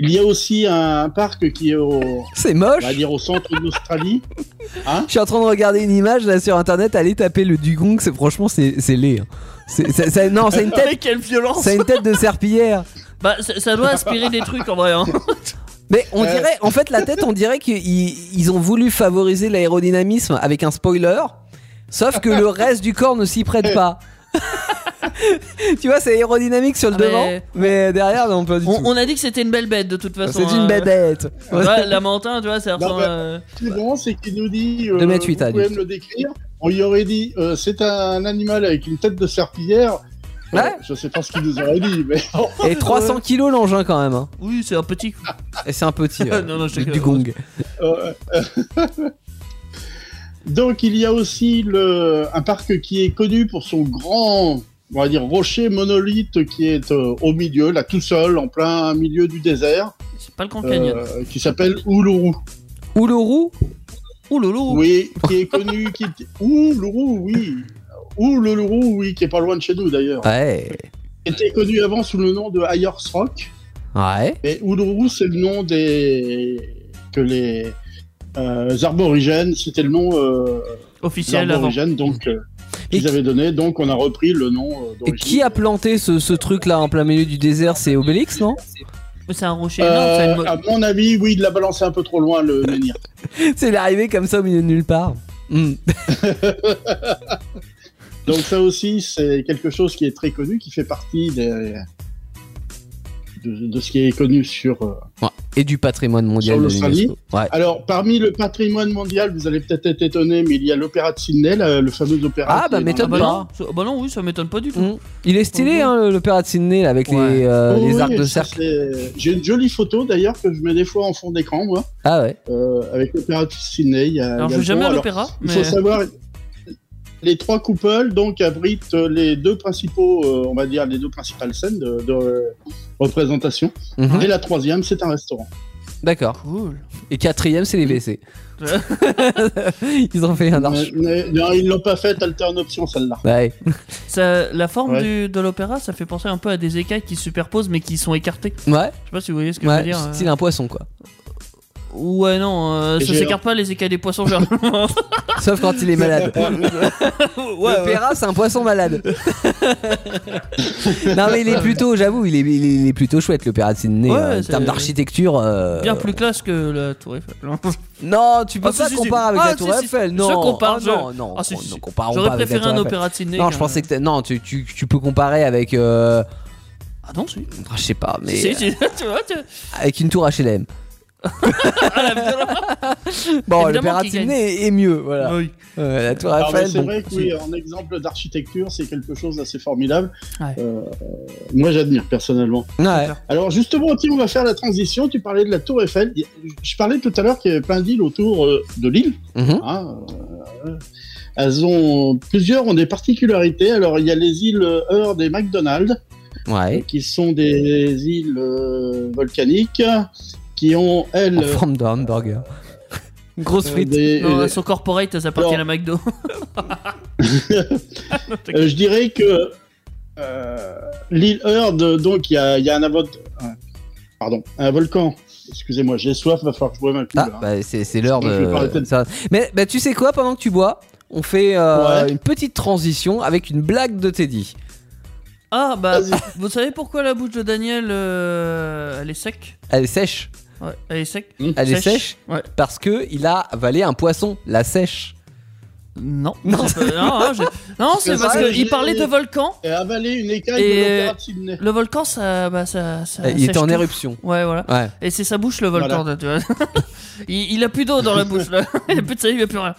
D: Il y a aussi un, un parc qui est au,
B: C'est
D: on
B: moche.
D: va dire, au centre de l'Australie.
B: Je suis en train de regarder une image là sur internet. Allez taper le dugong. C'est franchement, c'est c'est laid. hein. C'est- c'est- c'est- non, c'est une tête.
C: Mais quelle violence
B: C'est une tête de serpillière.
C: Bah, ça, ça doit aspirer des trucs en vrai. Hein.
B: Mais on
D: Euh.
B: dirait, en fait, la tête, on dirait qu'ils ils ont voulu favoriser l'aérodynamisme avec un spoiler, sauf que le reste du corps ne s'y prête pas. tu vois, c'est aérodynamique sur le
C: Ah, mais-
B: devant, mais derrière, non, pas du
C: On,
B: tout.
C: on a dit que c'était une belle bête de toute façon.
B: C'est une
C: hein.
B: bébête.
C: Tu vois, Lamentin, tu vois, ça ressemble
D: mais-
C: à-
D: Ce qui est bon, c'est qu'il nous dit. Euh,
B: Deux mètres huit,
D: vous pouvez
B: adulte.
D: me le décrire. On y aurait dit, euh, c'est un animal avec une tête de serpillière. Euh,
B: Ouais.
D: je sais pas ce qu'il nous aurait dit, mais
B: Et 300 kilos l'engin quand même. hein.
C: Oui, c'est un petit.
B: Et c'est un petit. euh,
C: Non, non, je
B: du,
C: sais que-
B: du gong.
D: Euh, euh, Donc il y a aussi le, un parc qui est connu pour son grand, on va dire, rocher monolithe qui est euh, au milieu, là tout seul, en plein milieu du désert,
C: C'est pas le Grand
D: euh,
C: Canyon.
D: qui s'appelle Uluru.
B: Uluru
C: Ouh loulou.
D: Oui, qui est connu, qui Uluru, oui. Uluru, oui, qui est pas loin de chez nous d'ailleurs.
B: Ouais.
D: Qui était connu avant sous le nom de Ayers Rock,
B: Ouais.
D: mais Uluru c'est le nom des que les euh, arborigènes, c'était le nom. euh,
C: Officiel avant.
D: d'origine donc euh,
B: Et
D: qu'ils avaient donné donc on a repris le nom euh,
B: Et
D: d'origine.
B: qui a planté ce, ce truc là en plein milieu du désert C'est Obélix, non
C: Mais c'est un rocher énorme. ça a une
D: Euh,
C: mo-
D: à mon avis oui il l'a balancé un peu trop loin le menhir
B: C'est l'arrivée comme ça au milieu de nulle part. Hmm.
D: donc ça aussi c'est quelque chose qui est très connu qui fait partie des de, de ce qui est connu sur euh.
B: Ouais. Et du patrimoine mondial
D: Sur
B: de
D: l'Australie.
B: l'UNESCO. Ouais.
D: alors parmi le patrimoine mondial vous allez peut-être être étonné mais il y a l'opéra de Sydney le, le fameux opéra
B: Ah,
D: qui
B: bah,
D: est dans
B: m'étonne
C: Ah bah
D: la-
C: non, ça- bah non, oui, ça m'étonne pas du tout.
D: Mmh.
B: Mm. Il est stylé,
C: Mhm.
B: hein, l'opéra de Sydney, là, avec les,
C: Ouais.
B: euh,
D: Oh
B: les
D: Ah oui,
B: arcs de
D: ça,
B: cercle.
D: c'est- J'ai une jolie photo d'ailleurs que je mets des fois en fond d'écran, moi,
B: Ah ouais.
D: euh, avec l'opéra de Sydney. il y a-
C: Alors
D: il
C: je
D: y a le
C: vais jamais
D: pont.
C: à
D: Alors,
C: l'opéra,
D: Il
C: mais
D: faut savoir, les trois coupoles donc abritent les deux principaux, euh, on va dire les deux principales scènes de, de, euh, représentation.
B: Mhm.
D: Et la troisième, c'est un restaurant.
B: D'accord.
C: cool.
B: Et quatrième, c'est les WC.
C: Ouais.
B: Ils ont fait un
D: Mais-
B: arche.
D: mais- non, ils l'ont pas fait alterne option celle-là.
B: Ouais.
C: Ça, la forme
D: Ouais.
C: du- de l'opéra, ça fait penser un peu à des écailles qui se superposent mais qui sont écartées.
B: Ouais.
C: Je sais pas si vous voyez ce que je
B: Ouais.
C: veux dire. euh.
B: Style un poisson, quoi.
C: Ouais, non, euh,
D: Et
C: ça
D: j'ai-
C: s'écarte pas les écailles des poissons, genre.
B: Sauf quand il est malade. L'opéra, c'est un poisson malade. non, mais il est plutôt, j'avoue, il est, il est- il est plutôt chouette, l'opéra de Sydney.
C: Ouais,
B: euh, en
C: c'est-
B: termes d'architecture. euh,
C: Bien plus classe que la Tour Eiffel.
B: Non, tu peux
C: Ah, si,
B: pas
C: si, si.
B: comparer avec
C: Ah,
B: la Tour
C: si, si, si.
B: Eiffel.
C: Je
B: Non,
C: compare,
B: Ah,
C: je-
B: non, non,
C: Ah, si,
B: on-
C: si.
B: non, comparons pas
C: J'aurais
B: avec la
C: préféré
B: Tour
C: un
B: Eiffel.
C: opéra de Sydney.
B: Non,
C: qu'un-
B: je pensais que t'as- non, tu, tu, tu peux comparer avec, euh,
C: Ah non, si.
B: ah, je sais pas, mais
C: Si, si, tu vois, tu-
B: avec une tour HLM.
C: Ah, la-
B: Bon,
C: Évidemment
B: le
C: qu'il gagne.
B: Pératine est, est mieux, voilà.
C: Oui.
B: Ouais, la Tour
D: Alors, Ah, mais
B: Eiffel,
D: c'est
B: bon,
D: vrai que oui, en exemple d'architecture, c'est quelque chose d'assez formidable.
C: Ouais.
D: Euh, moi, j'admire personnellement.
B: Ouais.
D: Alors justement, Tim, on va faire la transition. Tu parlais de la Tour Eiffel. Je parlais tout à l'heure qu'il y avait plein d'îles autour euh, de l'île.
B: Mhm.
D: hein. Euh, Elles ont plusieurs ont des particularités. Alors il y a les îles Heard et McDonald's
B: Ouais.
D: qui sont des îles euh, volcaniques qui ont elles
B: En forme de hamburger. Une grosse
D: euh,
B: frite.
D: des-
C: Non,
D: euh,
C: son corporate, ça appartient à McDo.
D: Euh, je dirais que euh, l'île Heard, euh, donc il y a, il y a un, avo- un- pardon, un volcan. Excusez-moi, j'ai soif, va falloir que je boive un coup.
B: Ah,
D: là, hein.
B: bah, c'est c'est l'heure
D: Je vais parler
B: de.
D: de-
B: ça. Mais bah, tu sais quoi, pendant que tu bois, on fait euh,
D: Ouais.
B: une petite transition avec une blague de Teddy.
C: Ah, bah,
D: Vas-y.
C: vous savez pourquoi la bouche de Daniel, euh, elle est sec
B: Elle est sèche.
C: Ouais, elle est sec
B: Elle est sèche
C: Ouais.
B: parce que il a avalé un poisson, la sèche.
C: Non.
B: Non.
C: C'est pas- non, hein, j'ai- non, c'est
D: C'est
C: parce
D: vrai,
C: qu'il
D: j'ai-
C: parlait de volcan.
D: Et avaler une écaille
C: Et-
D: de l'opéra de Sydney.
C: Le volcan, ça. Bah, ça, ça
B: Eh, il était
C: sèche
B: en
C: tout.
B: éruption.
C: Ouais, voilà.
B: Ouais.
C: Et c'est sa bouche, le volcan, là, tu vois. il, il a plus d'eau dans la bouche, là. Il a plus de salive, il a plus rien.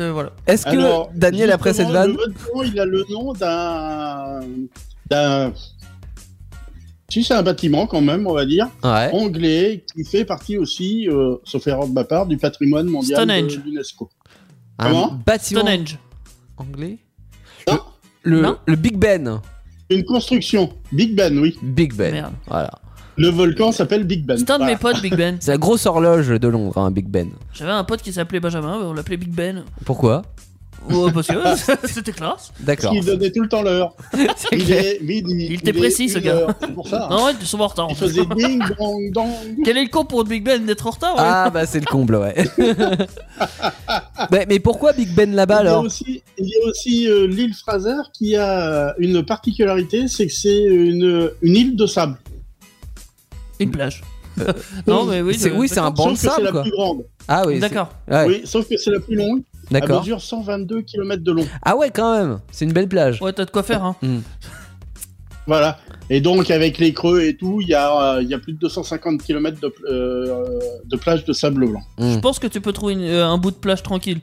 C: Euh, voilà.
B: Est-ce que
D: Alors,
B: Daniel après cette
D: justement,
B: vanne
D: le volcan, il a le nom d'un. d'un. Si c'est un bâtiment, quand même, on va dire,
B: Ouais.
D: anglais, qui fait partie aussi, euh, sauf erreur de ma part, du patrimoine mondial
C: Stonehenge.
D: de l'UNESCO.
B: Un
D: Comment
B: bâtiment
C: Stonehenge.
B: anglais.
D: Non.
B: Le,
C: Non.
B: le Big Ben.
D: Une construction, Big Ben, oui.
B: Big Ben.
C: Merde.
B: Voilà.
D: Le volcan s'appelle Big Ben.
C: C'est un de
D: Voilà.
C: mes potes, Big Ben.
B: C'est la grosse horloge de Londres, hein, Big Ben.
C: J'avais un pote qui s'appelait Benjamin, on l'appelait Big Ben.
B: Pourquoi
C: Ouais, parce que c'était classe.
B: D'accord.
D: Il donnait tout le temps l'heure.
B: C'est
D: Il,
B: clair.
D: est midi,
C: Ben. Il était
D: est
C: précis, ce
D: une
C: gars.
D: heure, C'est pour ça. hein.
C: Non, ouais, ils sont en retard. en
D: Il
C: fait.
D: faisait ding dong dong.
C: Quel est le con pour Big Ben d'être en retard ouais
B: Ah bah c'est le comble, ouais. mais, mais pourquoi Big Ben là-bas
D: il y a
B: alors
D: aussi, il y a aussi euh, l'île Fraser qui a euh, une particularité, c'est que c'est une, une île de sable.
C: Une plage. non, mais oui.
B: Euh, C'est-
C: je-
B: oui, c'est un
C: d'accord.
B: banc de
D: sauf que c'est
B: sable
D: la
B: quoi.
D: plus grande.
B: Ah oui, c'est-
C: D'accord.
B: ouais,
D: Oui, sauf que c'est la plus longue. Elle
B: d'accord.
D: mesure 122 km de long.
B: Ah ouais, quand même. C'est une belle plage.
C: Ouais, t'as de quoi faire, hein.
D: Voilà. Et donc avec les creux et tout, il y a, euh, il y a plus de 250 km de, pl- euh, de plage de sable blanc.
B: Mm.
C: Je pense que tu peux trouver une- euh, un bout de plage tranquille.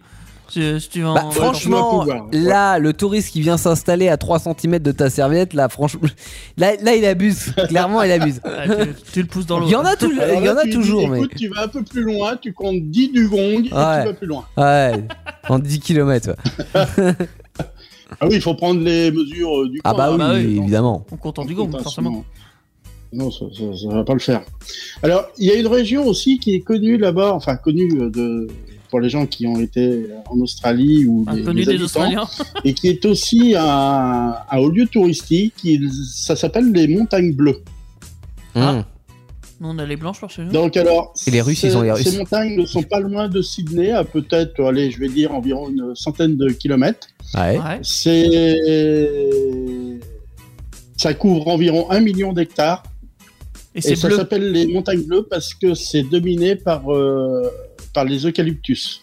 C: Si, si tu vas
B: Bah,
C: en-
B: franchement,
D: on doit pouvoir, ouais.
B: là, le touriste qui vient s'installer à 3 cm de ta serviette, là, franchement, là, là, il abuse. Clairement, il abuse.
C: Ouais, tu, tu le pousses dans l'eau.
B: Il y en a, tou-
D: Alors
B: il y
D: là,
B: en a
D: tu dis,
B: toujours, mais.
D: écoute, tu vas un peu plus loin, tu comptes 10 du gong et tu vas plus loin.
B: Ouais, en 10 km.
D: Ah oui, il faut prendre les mesures euh, du
B: Ah
D: coin,
B: bah
D: hein,
B: oui,
C: bah oui,
D: donc,
B: évidemment.
C: On compte en du gong,
D: Putain,
C: forcément.
D: sinon- Non, ça, ça, ça va pas le faire. Alors, il y a une région aussi qui est connue là-bas, enfin connue euh, de pour les gens qui ont été euh, en Australie ou des,
C: Inconnu des
D: des habitants,
C: Australiens.
D: et qui est aussi un, un haut lieu touristique. il- ça s'appelle les Montagnes Bleues.
C: Ah.
B: Mm.
C: Nous, on a les blanches par chez nous.
D: Donc alors,
B: Et les Russes,
D: ces-
B: ils ont les Russes.
D: Ces montagnes ne sont pas loin de Sydney, à peut-être, allez, je vais dire environ une centaine de kilomètres.
B: Ouais.
C: Ouais.
D: C'est. Ça couvre environ un million d'hectares.
C: Et
D: Et
C: c'est
D: ça
C: bleu.
D: s'appelle les montagnes bleues parce que c'est dominé par, euh, par les eucalyptus.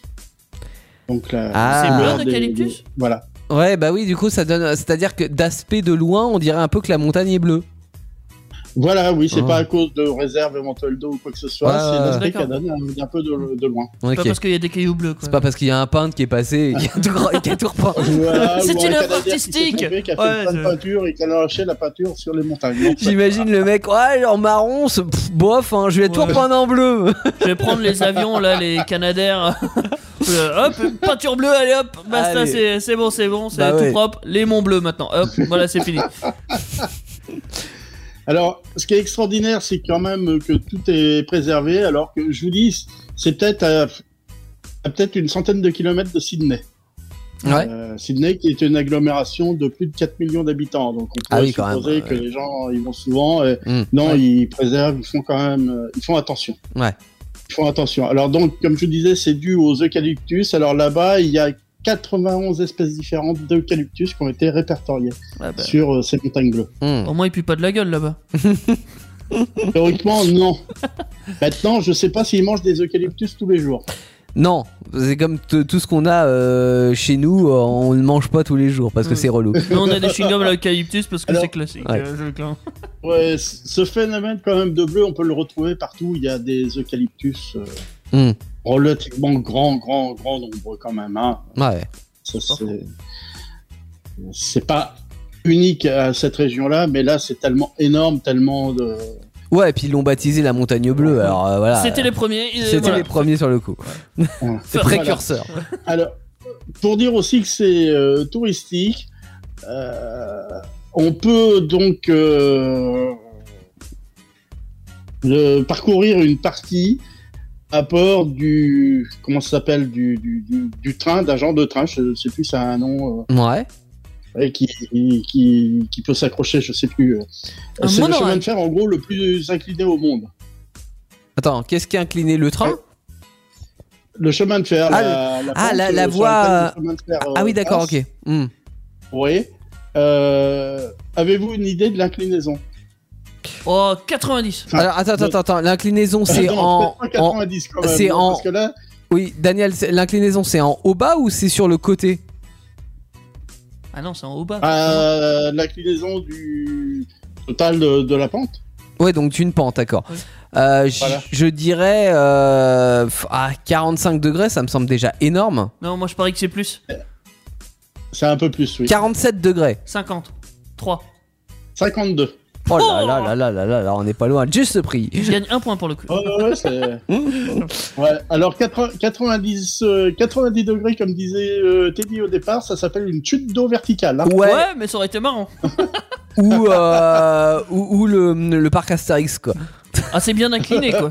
D: Donc là.
B: Ah. C'est bleu
C: d'eucalyptus
D: Voilà.
B: Ouais, bah oui, du coup, ça donne. C'est-à-dire que d'aspect de loin, on dirait un peu que la montagne est bleue.
D: Voilà, oui, c'est
B: Ah.
D: pas à cause de réserve éventuelle d'eau ou quoi que ce soit.
B: Ouais,
D: c'est
B: ouais,
D: l'aspect
C: ouais.
D: qu'elle donne un, un peu de, de loin.
B: Ok.
C: Pas parce qu'il y a des cailloux bleus, quoi.
B: C'est pas parce qu'il y a un peintre qui est passé et qui a tout, gra- qui a tout repeint.
D: Voilà,
C: Ah, C'est
D: ou un
C: une œuvre
D: Canadien qui s'est
C: artistique.
D: trompé, Qui a fait
C: Ouais,
D: plein de
C: je-
D: peinture et qui a lâché la peinture sur les montagnes. Donc,
B: J'imagine le mec, ouais, en marron, ce- pff, bof, hein, je vais tout
C: Ouais.
B: repeindre en bleu.
C: Je vais prendre les avions, là, les Canadair. Euh, hop, peinture bleue, allez hop, basta,
B: Allez.
C: c'est c'est bon, c'est bon, c'est
B: Bah
C: tout
B: ouais.
C: propre. Les monts bleus maintenant, hop, voilà, c'est fini.
D: Alors, ce qui est extraordinaire, c'est quand même que tout est préservé, alors que je vous dis, c'est peut-être à, à peut-être une centaine de kilomètres de Sydney.
B: Ouais.
D: Euh, Sydney qui est une agglomération de plus de 4 millions d'habitants, donc on peut
B: Ah oui, quand
D: supposer
B: même,
D: que
B: ouais.
D: les gens ils vont souvent. et-
B: Mm.
D: Non, ils préservent, ils font quand même, euh, ils font attention.
B: Ouais.
D: Ils font attention. Alors donc, comme je vous disais, c'est dû aux eucalyptus. Alors là-bas, il y a 91 espèces différentes d'eucalyptus qui ont été répertoriées
C: Ouais, bah,
D: sur euh, ces montagnes bleues.
B: Mm.
C: au moins, il pue pas de la gueule là-bas.
D: Théoriquement, non. Maintenant, je sais pas s'ils mangent des eucalyptus tous les jours.
B: Non, c'est comme t- tout ce qu'on a euh, chez nous, euh, on ne mange pas tous les jours parce que
C: Mm.
B: c'est relou.
C: Nous, on a des chewing-gums à l'eucalyptus parce que
D: Alors-
C: c'est classique.
B: Ouais.
C: euh, je le crains.
D: Ouais, c- ce phénomène quand même de bleu, on peut le retrouver partout. Il y a des eucalyptus euh,
B: Hmm.
D: relativement grand, grand, grand nombre quand même. Hein.
B: Ouais.
D: Ça, c'est- c'est pas unique à cette région-là, mais là c'est tellement énorme, tellement de.
B: Ouais, et puis ils l'ont baptisé la montagne bleue, alors euh, voilà.
C: C'était les premiers. et
B: C'était
C: voilà.
B: les premiers sur le coup.
D: Voilà.
B: C'est
C: Voilà.
B: précurseur.
D: Alors, pour dire aussi que c'est euh, touristique, euh, on peut donc euh, le- parcourir une partie à bord du comment ça s'appelle du, du, du- du train d'un genre de train je sais plus ça a un nom
B: Ouais.
D: euh, et qui, qui, qui peut s'accrocher je sais plus euh.
C: Un
D: c'est le
C: monorail.
D: chemin de fer en gros le plus incliné au monde
B: Attends, qu'est-ce qui a incliné le train
D: le chemin de fer
B: Ah,
D: la,
B: ah,
D: pente
B: la- la
D: sur
B: voie,
D: laquelle le chemin de fer,
B: Ah
D: euh,
B: oui, d'accord,
D: passe.
B: ok. Hmm.
D: Oui. Euh, Avez-vous une idée de l'inclinaison
C: Oh, 90.
D: Ah,
B: Alors, attends, attends, attends, attends, l'inclinaison c'est
D: Non,
B: en.
D: peut-être pas
B: en-
D: 90 quand même.
B: c'est
D: non,
B: en-
D: Parce que là,
B: Oui, Daniel, c'est- l'inclinaison c'est en haut bas ou c'est sur le côté
C: Ah non, c'est en haut bas.
D: euh, l'inclinaison du total de, de la pente.
B: Ouais, donc d'une pente, d'accord.
C: Oui.
B: Euh, j-
D: Voilà.
B: Je dirais euh, f- à 45 degrés, ça me semble déjà énorme.
C: Non, moi je parie que c'est plus.
D: C'est un peu plus, oui.
B: 47 degrés.
C: 50. 3.
D: 52.
B: Oh là
C: Oh
B: là là là là là là, on n'est pas loin, juste ce prix.
C: Je gagne un point pour le coup.
D: Ouais, ouais, ouais, c'est- ouais, alors 80 90, euh, 90 degrés, comme disait euh, Teddy au départ, ça s'appelle une chute d'eau verticale.
C: Ah.
D: hein.
B: Ouais,
C: mais ça aurait été marrant.
B: ou, euh, ou, ou le, le parc Astérix quoi.
C: Ah, c'est bien incliné quoi.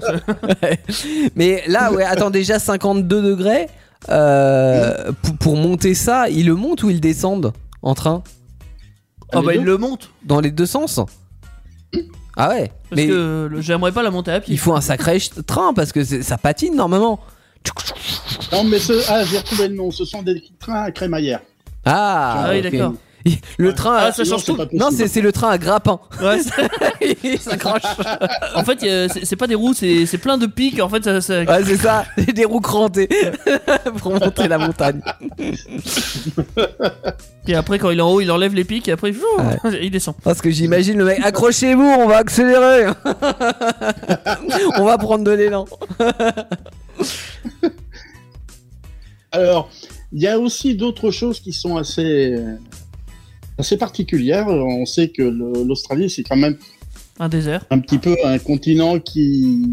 B: Mais là, ouais, attends, déjà 52 degrés, euh, pour, pour monter ça, ils le montent ou ils descendent en train
C: Ah,
D: Les
C: bah
D: deux.
C: il le monte.
B: Dans les deux sens Ah ouais
C: Parce
B: Mais
C: que le- j'aimerais pas la monter à
B: il
C: pied.
B: faut un sacré ch- train parce que c'est- ça patine normalement.
D: Non, mais ce... Ah, j'ai retrouvé le nom. Ce sont des trains à crémaillère.
B: Ah,
C: Ah oui,
B: ok.
C: d'accord.
B: Le train. à-
C: Ah, ça
D: Sinon,
C: change
D: c'est
C: tout.
D: pas possible.
B: Non, c'est c'est le train à grappin.
C: Ouais, c'est-
B: Il s'accroche.
C: en fait, euh, c'est c'est pas des roues, c'est c'est plein de pics. En fait, ça, ça-
B: Ouais, c'est ça, des roues crantées pour monter la montagne.
C: Et après, quand il est en haut, il enlève les pics et après, pfiou, il descend.
B: Parce que j'imagine le mec, accrochez-vous, on va accélérer. on va prendre de l'élan.
D: Alors, il y a aussi d'autres choses qui sont assez, assez particulières. On sait que le- l'Australie, c'est quand même
C: Un désert.
D: un petit peu un continent qui,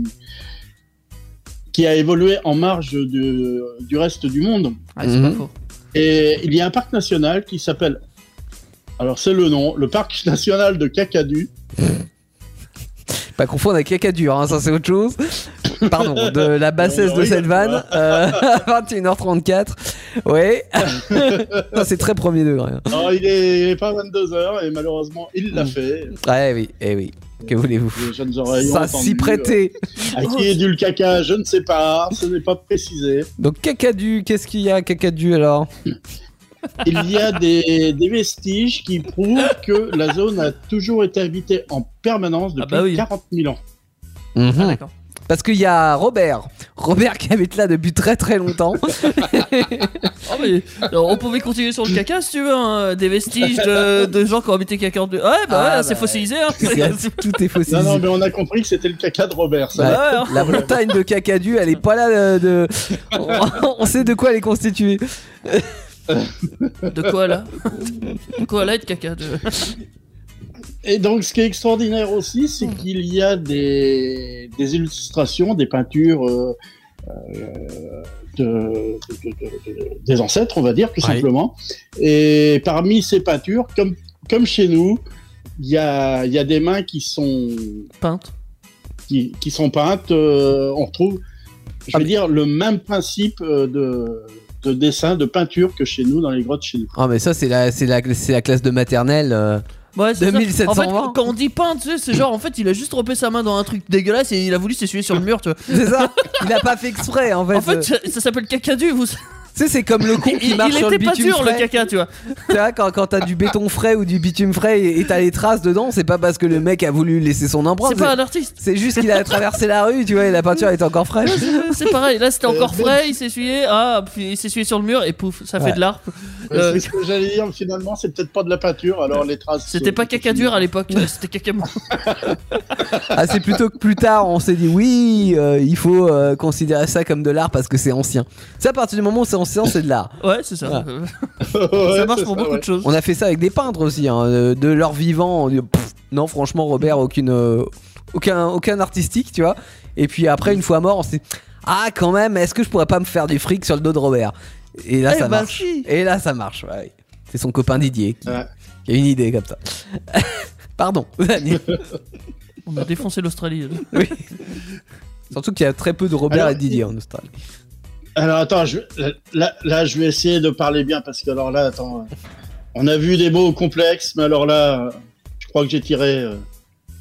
D: qui a évolué en marge de- du reste du monde.
C: Ah, c'est
B: Mhm.
C: pas faux.
D: Et il y a un parc national qui s'appelle, alors c'est le nom, le parc national de Kakadu.
B: Pas confondre avec cacadur, hein, ça c'est autre chose. Pardon, de la bassesse
D: On
B: de
D: rigole,
B: cette vanne euh, à 21h34. Ouais. Non, c'est très premier degré. hein.
D: Alors, il est pas 22h et malheureusement, il l'a
B: Mm.
D: fait.
B: Ouais, oui, eh oui. Que voulez-vous
D: Les jeunes oreilles ont
B: Ça
D: entendu,
B: s'y prêtait.
D: euh, À qui est dû le caca Je ne sais pas, ce n'est pas précisé.
B: Donc cacadu, qu'est-ce qu'il y a cacadu alors
D: il y a des, des vestiges qui prouvent que la zone a toujours été habitée en permanence depuis
C: Ah bah oui.
D: 40 000 ans.
B: Mhm.
C: Ah, d'accord.
B: Parce qu'il y a Robert. Robert qui habite là depuis très très longtemps.
C: Ah, mais, alors, on pouvait continuer sur le caca si tu veux. hein. Des vestiges de, de gens qui ont habité caca. en deux- Ouais, bah,
B: Ah,
C: ouais, c'est
B: bah,
C: fossilisé. Hein.
B: C'est- Tout est fossilisé.
D: Non, non, mais on a compris que c'était le caca de Robert. Ça.
B: Ouais.
C: Ouais, hein.
B: La montagne de Cacadu, elle est pas là euh, de. On on sait de quoi elle est constituée.
C: De quoi là De quoi là et de caca de-
D: Et donc, ce qui est extraordinaire aussi, c'est qu'il y a des, des illustrations, des peintures euh, euh, de, de- de- de- des ancêtres, on va dire, tout
B: Ouais.
D: simplement. Et parmi ces peintures, comme, comme chez nous, il y a, il y a des mains qui sont
C: Peinte.
D: qui, qui sont peintes, euh, on retrouve, je
B: Ah,
D: veux
B: mais-
D: dire, le même principe euh, de, de dessin, de peinture que chez nous, dans les grottes chez nous.
B: Ah, mais ça, c'est la, c'est la, c'est la classe de maternelle. euh.
C: Ouais, c'est ça.
B: 2720.
C: En fait, quand- quand on dit peinte, tu sais, c'est genre en fait, il a juste repé sa main dans un truc dégueulasse et il a voulu s'essuyer sur le mur, tu vois.
B: C'est ça Il a pas fait exprès en fait.
C: En fait, ça, ça s'appelle cacadu, vous.
B: sais, c'est comme le con qui
C: Il,
B: marche
C: il
B: sur le
C: était pas
B: bitume
C: dur
B: frais.
C: le caca, tu vois.
B: Tu vois, quand, quand t'as du béton frais ou du bitume frais et et t'as les traces dedans, c'est pas parce que le mec a voulu laisser son empreinte.
C: C'est pas un artiste.
B: c'est juste qu'il a traversé la rue, tu vois, et la peinture était encore fraîche.
C: C'est pareil, là c'était
D: Euh,
C: encore
D: ben-
C: frais, il s'est essuyé, ah, puis il s'est essuyé sur le mur et pouf, ça
B: Ouais.
C: fait de l'art. Euh,
D: C'est ce que j'allais dire, finalement, c'est peut-être pas de la peinture, alors les traces. euh,
C: C'était pas caca dur à l'époque, c'était caca mou.
B: Ah, c'est plutôt que plus tard, on s'est dit oui, euh, il faut euh, considérer ça comme de l'art parce que c'est ancien. Ça, à partir du moment où c'est ancien, c'est de l'art.
C: Ouais, c'est ça.
B: Ouais.
C: Euh,
D: Ouais,
C: ça marche
D: c'est
C: pour
D: ça,
C: beaucoup
D: ouais.
C: de choses.
B: On a fait ça avec des peintres aussi, hein, euh, de leur vivant. on dit, pff, non, franchement, Robert, aucune, euh, aucun, aucun artistique, tu vois. Et puis après, une fois mort, on s'est dit, ah, quand même, est-ce que je pourrais pas me faire du fric sur le dos de Robert Et là,
C: Eh
B: ça
C: bah
B: marche.
C: si.
B: Et là, ça marche. ouais, ouais. C'est son copain Didier qui,
D: Ouais.
B: qui a une idée comme ça. Pardon, Dani.
C: On a défoncé l'Australie. euh,
B: Oui. Surtout qu'il y a très peu de Robert
D: Alors,
B: et Didier en Australie.
D: Alors attends, je, là, là je vais essayer de parler bien parce que alors là, attends, euh, on a vu des mots complexes, mais alors là, euh, je crois que j'ai tiré euh,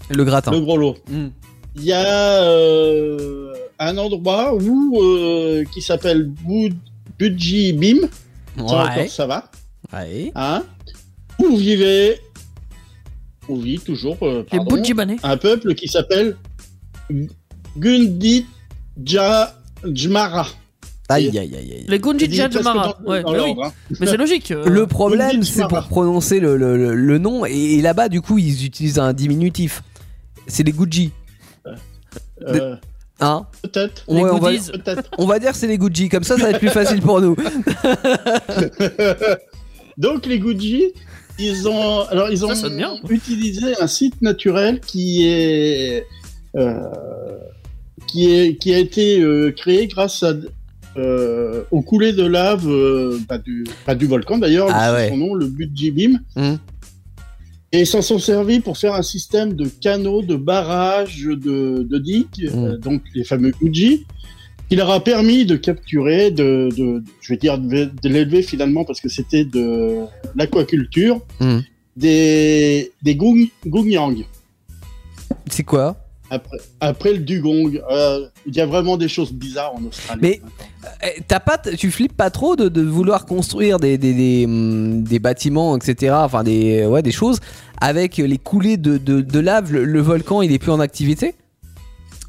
B: Le gratin.
D: le gros lot.
B: Mm.
D: Il y a euh, un endroit où euh, qui s'appelle Bud- Budgie Bim, ça,
B: Ouais.
D: encore, ça va,
B: Ouais.
D: hein Où vivait, où vit toujours, euh,
C: Les
D: pardon,
C: bouts de Jibané.
D: un peuple qui s'appelle Gundit Ja- Jmara.
B: Aïe, aïe, aïe, aïe.
C: Les
D: Je dis
C: Gunji
D: presque
C: Jadmara.
D: dans-
C: Ouais,
D: dans
C: bah oui.
D: l'ordre, hein.
C: Mais c'est logique. euh,
B: Le problème,
D: Bundit
B: c'est pour
D: Mara.
B: prononcer le, le- le- le nom. Et, et là-bas, du coup, ils utilisent un diminutif. C'est les Gucci.
D: Euh,
B: Hein
D: Peut-être.
C: Les
B: Ouais, on, va,
C: goodies.
D: Peut-être.
B: on va dire c'est les Gucci. Comme ça, ça va être plus facile pour nous.
D: Donc les Gucci, ils ont, alors ils ont
C: Ça sonne bien.
D: utilisé un site naturel qui est, euh, qui est, qui a été euh, créé grâce à euh, au coulé de lave euh, bah, du, pas du volcan d'ailleurs,
B: Ah
D: c'est
B: ouais.
D: son nom, le Budji Bim.
B: Hmm.
D: Et ils s'en sont servis pour faire un système de canaux, de barrages, de, de digues,
B: Mm.
D: euh, donc les fameux Uji, qui leur a permis de capturer, de, de- je vais dire de, de l'élever finalement parce que c'était de l'aquaculture,
B: Mm.
D: des, des gung, gungyang,
B: C'est quoi
D: après, après le dugong. Euh, Il y a vraiment des choses bizarres en Australie.
B: Mais- Eh, T'as pas, t- tu flippes pas trop de, de vouloir construire des, des, des, hum, des bâtiments, etc. Enfin, des, ouais, des choses avec les coulées de, de, de lave. Le, le volcan, il est plus en activité.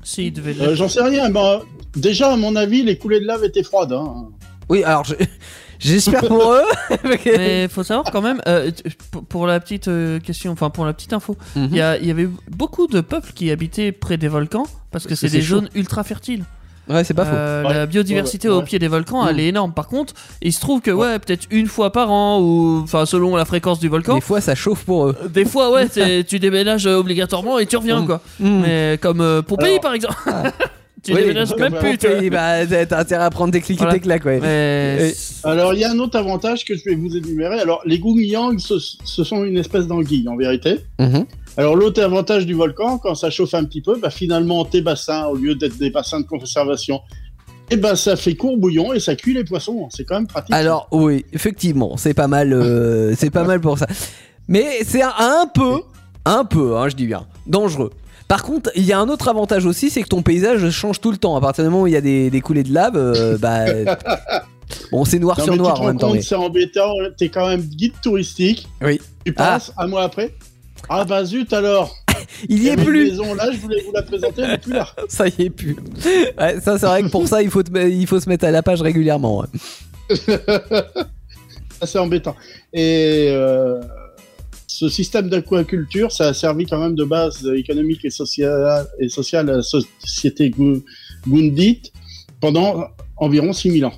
C: Si, il devait
D: Euh,
C: l'être.
D: J'en sais rien, mais, euh, déjà à mon avis, les coulées de lave étaient froides. hein.
B: Oui, alors je- j'espère pour eux.
C: Mais faut savoir quand même, euh, t- pour- pour la petite euh, question, enfin pour la petite info,
B: Mhm.
C: il y, a- il y avait beaucoup de peuples qui habitaient près des volcans parce que
B: Parce
C: c'est
B: que
C: des
B: c'est chaud.
C: zones ultra fertiles.
B: Ouais, c'est pas faux.
C: Euh,
D: Ouais,
C: La biodiversité
D: ouais,
C: au
D: ouais.
C: pied des volcans, elle
B: Mhm.
C: est énorme. Par contre, il se trouve que ouais, peut-être une fois par an ou enfin selon la fréquence du volcan.
B: Des fois, ça chauffe pour eux.
C: euh, Des fois, ouais, t'es- tu déménages euh, obligatoirement et tu reviens,
B: Mhm.
C: quoi.
B: Hum.
C: Mais comme euh, Pompéi,
D: Alors-
C: par exemple.
B: Ah.
C: tu
B: Oui,
C: déménages
D: comme
C: même plus, tu vois.
B: Oui, bah, t'as t'as intérêt à prendre des clics
C: Voilà.
B: et des claques, ouais.
C: Mais...
D: Alors, il y a un autre avantage que je vais vous énumérer. Alors, les gungyang, ce, ce sont une espèce d'anguille, en vérité.
B: Mhm.
D: Alors, l'autre avantage du volcan, quand ça chauffe un petit peu, bah, finalement, tes bassins, au lieu d'être des bassins de conservation, eh ben, ça fait court bouillon et ça cuit les poissons. C'est quand même pratique.
B: Alors oui, effectivement, c'est pas mal, euh, c'est pas mal pour ça. Mais c'est un, un peu, un peu, hein, je dis bien, dangereux. Par contre, il y a un autre avantage aussi, c'est que ton paysage change tout le temps. À partir du moment où il y a des, des coulées de lave, euh, bah bon, c'est noir
D: Non,
B: sur
D: mais tu
B: noir
D: te
B: en
D: rends
B: même temps.
D: compte,
B: mais-
D: c'est embêtant. T'es quand même guide touristique.
B: Oui.
D: Tu passes un mois après. Ah bah zut alors
B: Il y est
D: avait une
B: plus,
D: maison là, je voulais vous la présenter, mais plus là.
B: ça y est plus. Ouais, ça c'est vrai que pour ça, il faut, te- il faut se mettre à la page régulièrement. ouais.
D: assez embêtant. Et euh, ce système d'aquaculture, ça a servi quand même de base économique et sociale, et sociale à la société Gu- Gundit pendant environ 6000 ans.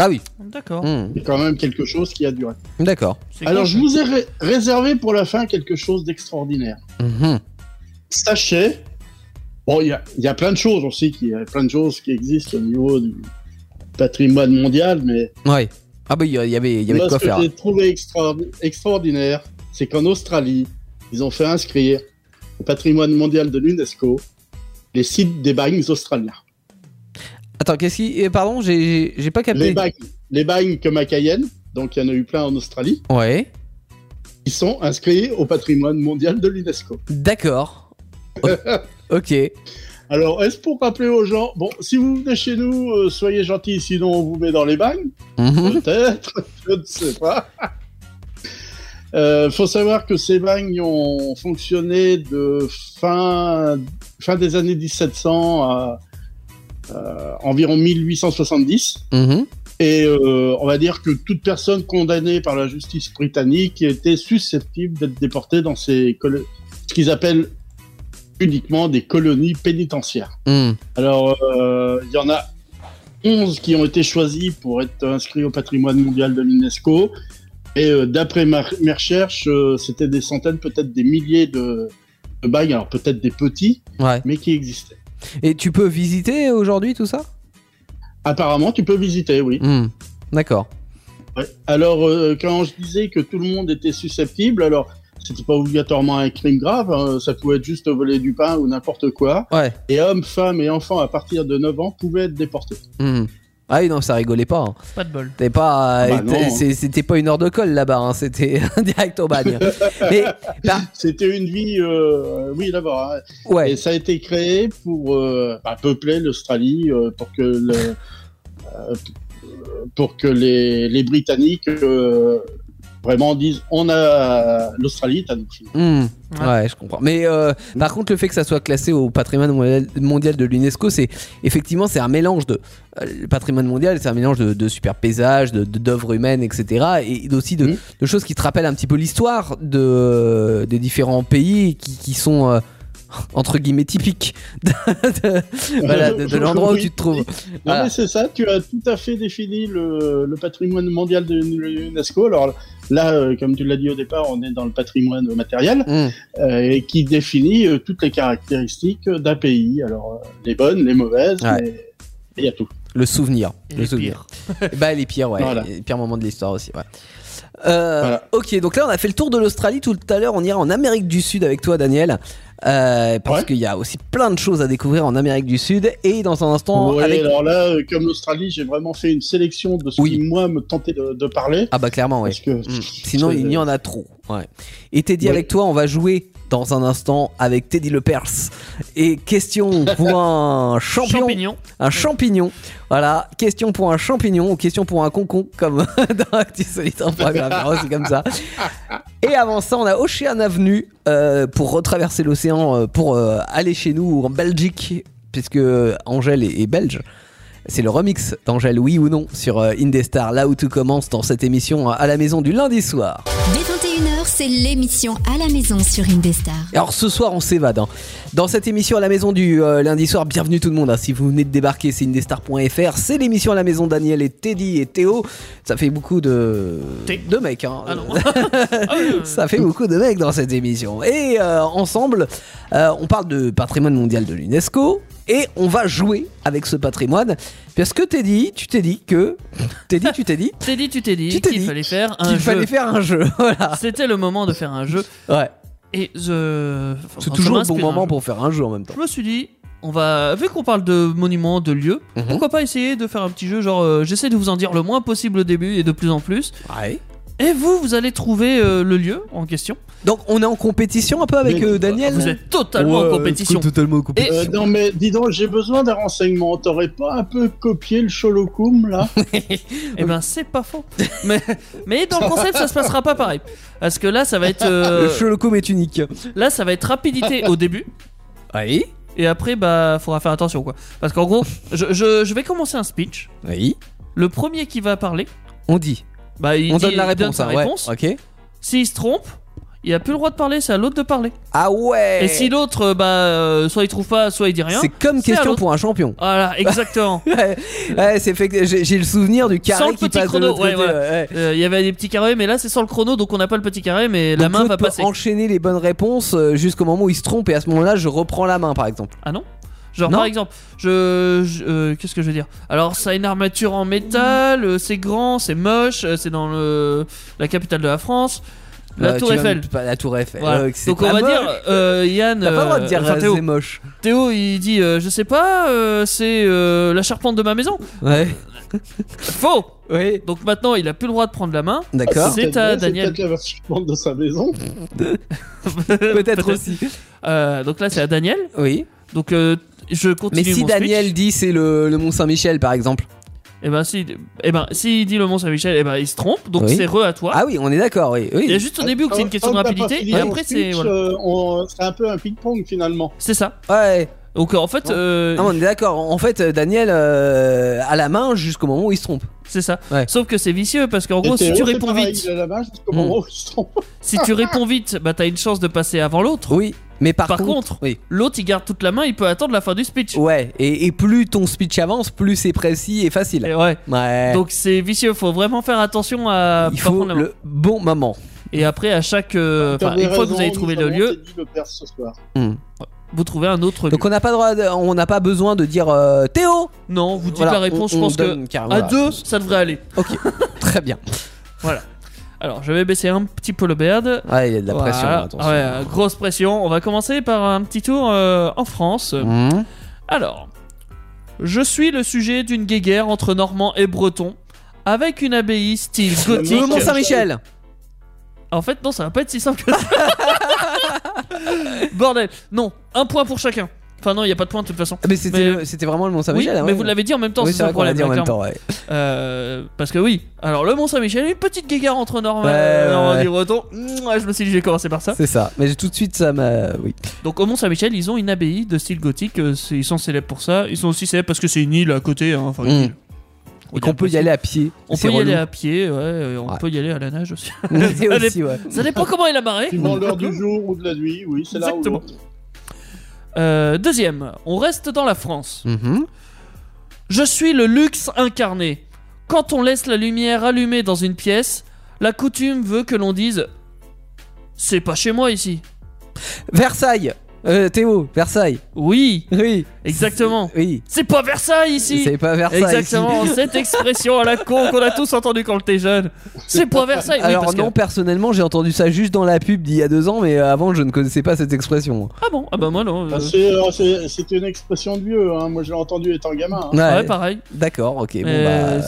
B: Ah oui,
C: D'accord.
B: hmm,
D: C'est quand même quelque chose qui a duré.
B: d'accord.
C: C'est
D: Alors,
C: cool.
D: je vous ai ré- réservé pour la fin quelque chose d'extraordinaire.
B: Mhm.
D: Sachez, bon, il y a, il y a plein de choses aussi, qui- il y a plein de choses qui existent au niveau du patrimoine mondial, mais
B: Ouais. Ah bah il y a- il y avait, il y avait de
D: Moi,
B: quoi
D: ce que
B: faire.
D: j'ai trouvé extra- extraordinaire, c'est qu'en Australie, ils ont fait inscrire au patrimoine mondial de l'UNESCO les sites des bagnes australiens.
B: Attends, qu'est-ce qui, eh, pardon, j'ai j'ai pas capté.
D: Les bagnes, les bagnes comme à Cayenne, donc il y en a eu plein en Australie,
B: Ouais.
D: ils sont inscrits au patrimoine mondial de l'UNESCO.
B: D'accord. O- ok.
D: Alors, est-ce pour rappeler aux gens, bon, si vous venez chez nous, euh, soyez gentils, sinon on vous met dans les bagnes,
B: Mhm.
D: peut-être, je ne sais pas. Euh, faut savoir que ces bagnes ont fonctionné de fin, fin des années 1700 à euh, environ 1870.
B: Mhm.
D: Et euh, on va dire que toute personne condamnée par la justice britannique était susceptible d'être déportée dans ces colo- ce qu'ils appellent uniquement des colonies pénitentiaires.
B: Mhm.
D: Alors, euh, il y en a 11 qui ont été choisis pour être inscrits au patrimoine mondial de l'UNESCO. Et euh, d'après ma- mes recherches, euh, c'était des centaines, peut-être des milliers de, de bagues, alors peut-être des petits,
B: Ouais.
D: mais qui existaient.
B: Et tu peux visiter aujourd'hui tout ça
D: Apparemment, tu peux visiter, oui.
B: Mhm. D'accord.
D: Ouais. Alors, euh, quand je disais que tout le monde était susceptible, alors c'était pas obligatoirement un crime grave, hein, ça pouvait être juste voler du pain ou n'importe quoi.
B: Ouais.
D: Et hommes, femmes et enfants à partir de 9 ans pouvaient être déportés.
B: Mhm. Ah oui, non, ça rigolait pas. hein.
C: Pas de bol.
B: T'es pas,
D: Ah bah
B: t'es-
D: non.
B: c'est- c'était pas une heure de colle là-bas, hein, c'était direct au bagne. Mais
D: C'était une vie, euh, oui, d'abord. hein.
B: ouais,
D: Et ça a été créé pour euh, bah, peupler l'Australie, euh, pour que le, euh, pour que les, les Britanniques euh, vraiment disent on a l'Australie, t'as nous.
B: Hmm,
C: Ouais.
B: Ouais. je comprends. Mais euh, par contre, le fait que ça soit classé au patrimoine mondial- mondial de l'UNESCO, c'est effectivement c'est un mélange de euh, le patrimoine mondial, c'est un mélange de, de super paysages, de de- d'œuvres humaines, etc. Et aussi de,
D: Mhm.
B: de choses qui te rappellent un petit peu l'histoire de des différents pays qui, qui sont euh, entre guillemets typiques de, de- voilà, de- de l'endroit où tu te trouves.
D: Non,
B: Voilà.
D: mais c'est ça, tu as tout à fait défini le, le patrimoine mondial de l'UNESCO. Alors là, euh, comme tu l'as dit au départ, on est dans le patrimoine matériel
B: Hmm.
D: euh, et qui définit euh, toutes les caractéristiques d'un pays. Alors euh, les bonnes, les mauvaises,
B: Ouais.
D: mais il y a tout.
B: Le souvenir.
C: Et
B: le
C: les
B: souvenir.
C: pires.
B: Bah les pires, ouais.
D: Voilà.
B: Les pires moments de l'histoire aussi, ouais. Euh,
D: Voilà.
B: Ok, donc là on a fait le tour de l'Australie tout à l'heure, on ira en Amérique du Sud avec toi Daniel. Euh, parce
D: Ouais.
B: qu'il y a aussi plein de choses à découvrir en Amérique du Sud et dans un instant
D: Ouais,
B: avec...
D: Alors là, euh, comme l'Australie, j'ai vraiment fait une sélection de ce
B: Oui.
D: qui moi me tentait de, de parler.
B: Ah bah clairement ouais.
D: Parce que euh,
B: Mm. Sinon il y en a trop. Ouais. Et Teddy
D: Ouais.
B: avec toi on va jouer dans un instant avec Teddy Le Perse. Et question pour un champion.
C: Champignon.
B: Un champignon. Voilà, question pour un champignon ou question pour un concon, comme dans Actu Solitaire en programme. En gros, c'est comme ça. Et avant ça, on a Ocean Avenue euh, pour retraverser l'océan, euh, pour euh, aller chez nous en Belgique, puisque Angèle est, est belge. C'est le remix d'Angèle, oui ou non, sur euh, Indestar, là où tout commence dans cette émission euh, à la maison du lundi soir.
A: Dès 21h, c'est l'émission à la maison sur Indestar.
B: Et Alors ce soir on s'évade. hein. Dans cette émission à la maison du euh, lundi soir, bienvenue tout le monde. hein. Si vous venez de débarquer, c'est indestar.fr. C'est l'émission à la maison Daniel et Teddy et Théo. Ça fait beaucoup de,
C: Thé.
B: de mecs. hein.
C: Ah non. Ah oui, euh,
B: Ça fait beaucoup de mecs dans cette émission. Et euh, ensemble, euh, on parle de patrimoine mondial de l'UNESCO. Et on va jouer avec ce patrimoine. Parce que Teddy, tu t'es dit que... Teddy, tu t'es dit
C: t'es dit, tu t'es dit
B: Tu t'es
C: qu'il
B: dit
C: fallait faire un
B: qu'il
C: jeu.
B: fallait faire un jeu. Voilà.
C: C'était le moment de faire un jeu.
B: Ouais.
C: Et the... enfin,
B: C'est
C: ça
B: toujours le
C: m'inspire
B: bon
C: un
B: moment
C: jeu.
B: pour faire un jeu en même temps.
C: Je me suis dit, on va, vu qu'on parle de monuments, de lieux,
B: Mhm.
C: pourquoi pas essayer de faire un petit jeu genre, euh, j'essaie de vous en dire le moins possible au début et de plus en plus.
B: Ouais.
C: Et vous, vous allez trouver euh, le lieu en question.
B: Donc on est en compétition un peu avec
D: Mais-
B: euh, Daniel
C: Vous êtes totalement en compétition.
B: euh, Totalement en
C: compétition.
D: Euh, non mais dis donc, j'ai besoin d'un renseignement. T'aurais pas un peu copié le Cholokoum là
C: Eh ben, c'est pas faux. mais, mais dans le concept, ça se passera pas pareil. Parce que là, ça va être, euh,
B: Le Sherlockom est unique.
C: là, ça va être rapidité au début.
B: Oui.
C: Et après, bah, faudra faire attention quoi. Parce qu'en gros, je, je- je vais commencer un speech.
B: Oui.
C: Le premier qui va parler,
B: On dit.
C: bah, il
B: On
C: dit-
B: donne la
C: il donne
B: réponse.
C: sa
B: hein, ouais.
C: réponse.
B: Ok.
C: S'il se trompe, il a plus le droit de parler, c'est à l'autre de parler.
B: Ah ouais.
C: Et si l'autre, euh, bah, euh, soit il trouve pas, soit il dit rien.
B: C'est comme
C: c'est à
B: question
C: l'autre.
B: pour un champion.
C: Voilà, exactement. Euh,
B: ouais, ouais, c'est fait. que J'ai j'ai le souvenir du carré
C: Sans le
B: qui
C: petit
B: passe de
C: chrono,
B: l'autre
C: ouais,
B: côté.
C: voilà.
B: ouais.
C: Euh, Il y avait des petits carrés, mais là c'est sans le chrono, donc on n'a pas le petit carré, mais la
B: Donc,
C: main
B: l'autre
C: va
B: peut
C: passer.
B: enchaîner les bonnes réponses euh, jusqu'au moment où il se trompe et à ce moment-là, je reprends la main, par exemple.
C: Ah non Genre
B: Non.
C: par exemple, je, je- euh, qu'est-ce que je veux dire Alors ça a une armature en métal, euh, c'est grand, c'est moche, euh, c'est dans le la capitale de la France, la
B: Euh,
C: Tour
B: tu viens
C: Eiffel.
B: de- pas- La Tour Eiffel.
C: Voilà.
B: euh, que c'est
C: Donc on
B: pas
C: va
B: moche.
C: dire euh, Yann,
B: T'as pas le droit de
C: euh,
B: dire
C: enfin,
B: euh,
C: Théo,
B: c'est moche.
C: Théo, il dit euh, je sais pas, euh, c'est euh, la charpente de ma maison.
B: Ouais.
C: Faux.
B: Oui.
C: Donc maintenant il a plus le droit de prendre la main.
B: D'accord.
C: C'est à
D: peut-être
C: Daniel.
D: la version allemande de sa maison.
B: Peut-être aussi.
C: Euh, donc là c'est à Daniel.
B: Oui.
C: Donc euh, je continue
B: Mais si
C: mon
B: Daniel
C: speech.
B: dit c'est le, le Mont Saint-Michel par exemple.
C: Eh ben, si, eh ben, s'il dit le Mont Saint-Michel, eh ben, il se trompe, donc
B: Oui.
C: c'est re à toi.
B: Ah oui, on est d'accord, oui. oui.
C: Il y a juste au début que c'est une question de
D: Tant que t'as Ah, pas
C: rapidité,
D: fini
C: et
D: ton
C: après, c'est.
D: speech,
C: voilà.
D: euh, on- C'est un peu un ping-pong finalement.
C: C'est ça.
B: Ouais.
C: Donc, en fait,
B: Non.
C: euh,
B: Ah, on est d'accord. En fait, euh, Daniel euh, a la main jusqu'au moment où il se trompe.
C: c'est ça.
B: Ouais.
C: Sauf que c'est vicieux parce qu'en
D: Et
C: gros, si
D: Théo,
C: tu
D: c'est
C: réponds
D: pareil,
C: vite,
D: il a la main jusqu'au
B: Mm.
D: moment où il se trompe.
C: si tu réponds vite, bah, t'as une chance de passer avant l'autre.
B: Oui. Mais par,
C: Par contre-
B: oui.
C: L'autre, il garde toute la main, il peut attendre la fin du speech.
B: Ouais. Et, et plus ton speech avance, plus c'est précis et facile.
C: Et ouais.
B: Ouais.
C: Donc c'est vicieux, faut vraiment faire attention à
B: Eh. il
C: pas
B: faut
C: prendre la main.
B: le bon moment.
C: Et après à chaque euh,
D: T'avais
C: enfin, une fois que
D: raison,
C: vous avez trouvé
D: nous
C: le
D: avons
C: lieu,
D: dit le père ce soir.
C: vous trouvez un autre
B: Donc
C: lieu.
B: on n'a pas droit, de- on n'a pas besoin de dire euh, Théo.
C: Non, vous dites
B: Voilà,
C: la réponse,
B: on-
C: je
B: on
C: pense que
B: donne car-
C: à
B: voilà.
C: deux, ça devrait aller.
B: Très bien.
C: Alors, je vais baisser un petit peu le BAD.
B: Ouais, il y a de la pression.
C: Voilà.
B: attention.
C: Ouais, grosse pression. On va commencer par un petit tour euh, en France.
B: Mmh.
C: Alors, je suis le sujet d'une guéguerre entre Normands et Bretons avec une abbaye style gothique.
B: Le Mont Saint-Michel.
C: En fait, non, ça va pas être si simple que ça. Bordel. Non, un point pour chacun. Enfin, non, il n'y a pas de point de toute façon.
B: Ah, Mais c'était,
C: Mais-
B: le- c'était vraiment le Mont
C: Oui,
B: Saint-Michel. hein,
C: mais
B: ouais.
C: vous l'avez dit en même temps,
B: Oui,
C: c'est
B: c'est
C: ça
B: vrai
C: le
B: qu'on l'a
C: problème.
B: dit en même
C: clairement.
B: temps. ouais.
C: Euh, parce que oui, alors le Mont-Saint-Michel, une petite guéguerre entre Normands
B: Ouais, ouais,
C: Normandie
B: ouais.
C: et Breton. Mouah, Je me suis dit, j'ai commencé par ça.
B: C'est ça. Mais j'ai tout de suite ça m'a. Oui.
C: Donc au Mont-Saint-Michel, ils ont une abbaye de style gothique. euh, c'est- Ils sont célèbres pour ça. Ils sont aussi célèbres parce que c'est une île à côté. hein, enfin, une
B: Mm.
C: île.
B: Et qu'on peut y aller à pied.
C: On
B: c'est
C: peut y
B: relou.
C: aller à pied, ouais, euh, on
B: Ouais.
C: peut y aller à la nage aussi.
B: Et
C: Allez.
B: aussi, ouais.
C: ça dépend comment il a marré.
D: Suivant l'heure du jour ou de la nuit, oui, c'est là où
C: Exactement. Euh, deuxième, on reste dans la France.
B: Mhm.
C: Je suis le luxe incarné. Quand on laisse la lumière allumée dans une pièce, la coutume veut que l'on dise C'est pas chez moi ici.
B: Versailles. Euh, Théo, Versailles.
C: Oui,
B: Oui.
C: exactement.
B: Oui.
C: C'est pas Versailles ici.
B: C'est pas Versailles.
C: Exactement, cette expression à la con qu'on a tous entendue quand on était jeune. C'est pas Versailles. Oui,
B: Alors
C: parce que-
B: non, personnellement, j'ai entendu ça juste dans la pub d'il y a deux ans, mais euh, avant, je ne connaissais pas cette expression.
C: Ah bon, ah bah moi non. euh,
D: Ah, c'est, euh, c'est- c'est une expression de vieux, hein. moi je l'ai entendu étant gamin. hein.
B: Ouais,
C: ouais, pareil.
B: D'accord, ok. Bon,
C: Euh,
B: bah,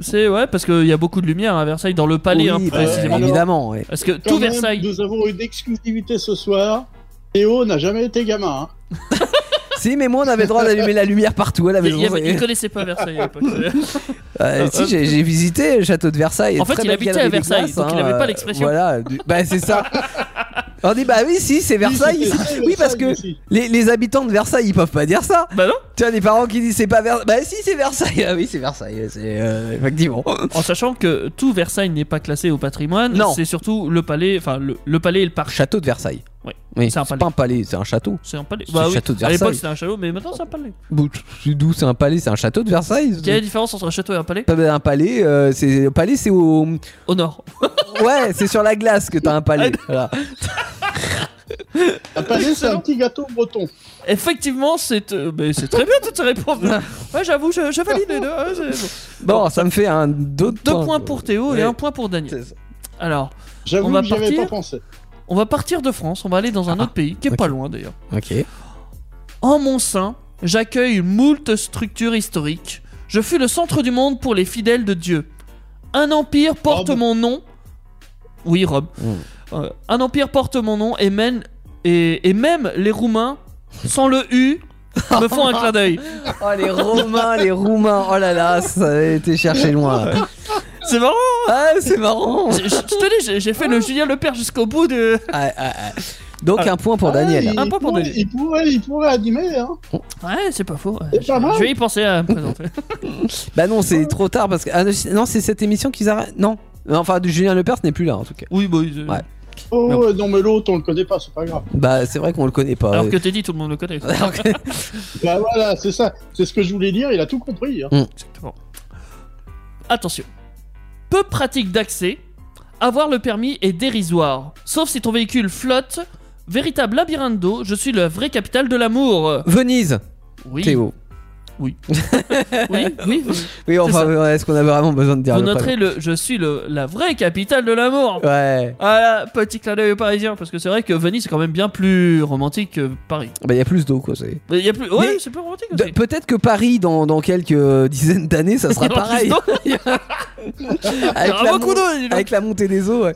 C: C'est ouais, parce qu'il y a beaucoup de lumière à Versailles, dans le
B: oui,
C: palais, hein,
B: bah,
C: précisément.
D: alors-
B: évidemment. ouais.
C: Parce que
D: Quand
C: tout
D: même,
C: Versailles.
D: Nous avons une exclusivité ce soir. Théo n'a jamais été gamin. hein.
B: si, mais moi, on avait le droit d'allumer la lumière partout à la
C: Il,
B: maison.
C: y avait-
B: c'est-
C: il connaissait pas Versailles à l'époque.
B: Euh,
C: Ah,
B: si,
C: hop.
B: j'ai j'ai visité le château de Versailles.
C: En fait,
B: Très
C: il
B: belle
C: habitait
B: galerie
C: à
B: des
C: Versailles,
B: glaces,
C: donc il
B: hein,
C: avait pas
B: euh,
C: l'expression.
B: Voilà, du- bah c'est ça. On dit bah oui, si, c'est Versailles.
D: Oui, c'était
B: Oui, parce
D: Versailles
B: que
D: aussi.
B: les, les habitants de Versailles, ils peuvent pas dire ça.
C: Bah non.
B: Tu as des parents qui disent c'est pas Versailles. Bah si, c'est Versailles. Ah oui, c'est Versailles. C'est euh, effectivement.
C: En sachant que tout Versailles n'est pas classé au patrimoine,
B: Non.
C: c'est surtout le palais, enfin le, le palais et le parc.
B: Château de Versailles.
C: Oui,
B: Oui,
C: c'est un
B: c'est
C: palais.
B: pas un palais, c'est un château.
C: C'est un palais.
B: C'est
C: Bah
B: le
C: oui.
B: château de
C: À l'époque
B: Versailles.
C: c'était un château, mais maintenant c'est un palais.
B: Bon, C'est d'où c'est un palais, c'est un château de Versailles.
C: Quelle est la différence entre un château et un palais
B: Un palais, euh, c'est le palais, c'est au
C: Au nord.
B: ouais, c'est sur la glace que t'as un palais.
C: Ah,
B: Voilà.
D: Un palais, c'est un petit gâteau breton.
C: Effectivement, c'est euh, mais c'est très bien toutes ces réponses. ouais, j'avoue, je, je valide les deux. Ouais, c'est bon.
B: Bon, ça me fait un d'autres
C: Deux points pour Théo et
B: Ouais.
C: un point pour Daniel.
B: C'est ça.
C: Alors, On
D: J'avoue
C: va
D: que j'y avais
C: partir
D: pas pensé.
C: on va partir de France, on va aller dans un
B: Ah,
C: autre pays qui est
B: ok.
C: pas loin d'ailleurs.
B: Ok.
C: En mon sein, j'accueille moult structures historiques. Je fus le centre du monde pour les fidèles de Dieu. Un empire porte
D: Rome.
C: mon nom. Oui, Rome.
B: Mm.
C: Euh, un empire porte mon nom et mène et, et même les Roumains sans le U me font un clin d'œil.
B: Oh les Romains, les Roumains, oh là là, ça a été cherché loin. là.
C: C'est marrant.
B: Ah, c'est marrant.
C: Je, je- je te dis, j'ai- j'ai fait le Julien Le Père jusqu'au bout de.
B: Ah, ah, ah. Donc
C: Ah.
B: un point pour
D: Ah,
B: Daniel.
D: il,
C: Un point pour
D: pourrait-
C: Daniel.
D: il pourrait, il pourrait animer. Hein.
C: Ouais, c'est pas faux. ouais.
D: C'est pas mal.
C: Je vais y penser à me présenter.
B: Bah non, c'est trop tard parce que ah, non, c'est cette émission qu'ils arrêtent. Non, enfin Julien Lepers n'est plus là en tout cas.
C: Oui, bah. euh,
B: Ouais.
D: Oh,
B: Non.
D: ouais, non, mais l'autre, on le connaît pas, c'est pas grave.
B: Bah c'est vrai qu'on le connaît pas.
C: Alors
B: ouais.
C: que t'es dit, tout le monde le connaît.
B: Alors que-
D: Bah voilà, c'est ça. C'est ce que je voulais dire, il a tout compris. hein.
C: Exactement. Attention. Peu pratique d'accès, avoir le permis est dérisoire. Sauf si ton véhicule flotte. Véritable labyrinthe d'eau, je suis la vraie capitale de l'amour.
B: Venise,
C: Oui,
B: Théo.
C: oui, oui. vous-
B: Oui, enfin, ouais, est-ce qu'on a vraiment besoin de dire
C: Vous
B: le
C: noterez le, je suis le, la vraie capitale de l'amour.
B: prénom Ouais.
C: Voilà, petit clin d'œil aux Parisiens, parce que c'est vrai que Venise c'est quand même bien plus romantique que Paris.
B: Bah il y a plus d'eau quoi. c'est-
C: Mais il y a plus, ouais,
B: Mais-
C: c'est plus romantique
B: De-
C: aussi.
B: Peut-être que Paris dans, dans quelques euh, dizaines d'années, ça sera
C: Il y aura plus
B: pareil.
C: d'eau. Il y
B: avec,
C: aura
B: la
C: beaucoup
B: mon-
C: d'eau, dis donc.
B: avec la montée des eaux. Ouais.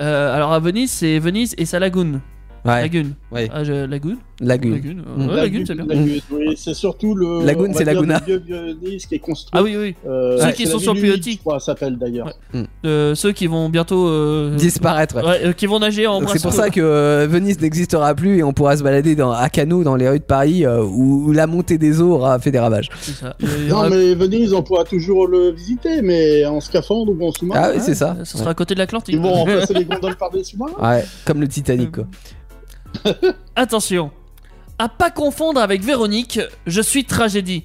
C: Euh, alors à Venise, c'est Venise et sa lagune.
B: Ouais.
C: Lagune.
B: Ouais.
C: Ah, je- lagune.
B: Lagune.
C: Lagune, euh,
B: Mm.
C: ouais, Lagune, c'est bien.
D: Lagune, oui, c'est surtout le.
B: Lagune,
D: on va
B: c'est
D: dire,
B: Laguna.
D: le vieux Bionis qui est construit.
C: Ah oui, oui.
D: Euh,
C: Ceux
D: c'est
C: qui
D: la
C: sont sur
D: ville
C: Piotti.
D: unique, Je crois, ça s'appelle d'ailleurs.
C: Euh, ceux qui vont bientôt. euh,
B: Disparaître.
C: ouais, euh, qui vont nager en
B: Donc C'est
C: brassant.
B: pour ça que euh, Venise n'existera plus et on pourra se balader dans, à canot dans les rues de Paris euh, où, où la montée des eaux aura fait des ravages.
C: C'est ça. Il y aura-
D: Non, mais Venise, on pourra toujours le visiter, mais en scaphandre ou en sous-marin.
B: Ah oui, c'est ça.
C: Ça sera à côté de l'Atlantique.
D: Ils vont remplacer les gondoles par des sous-marins.
B: Ouais, comme le Titanic
C: Euh,
B: quoi.
C: Attention, à pas confondre avec Véronique, je suis tragédie.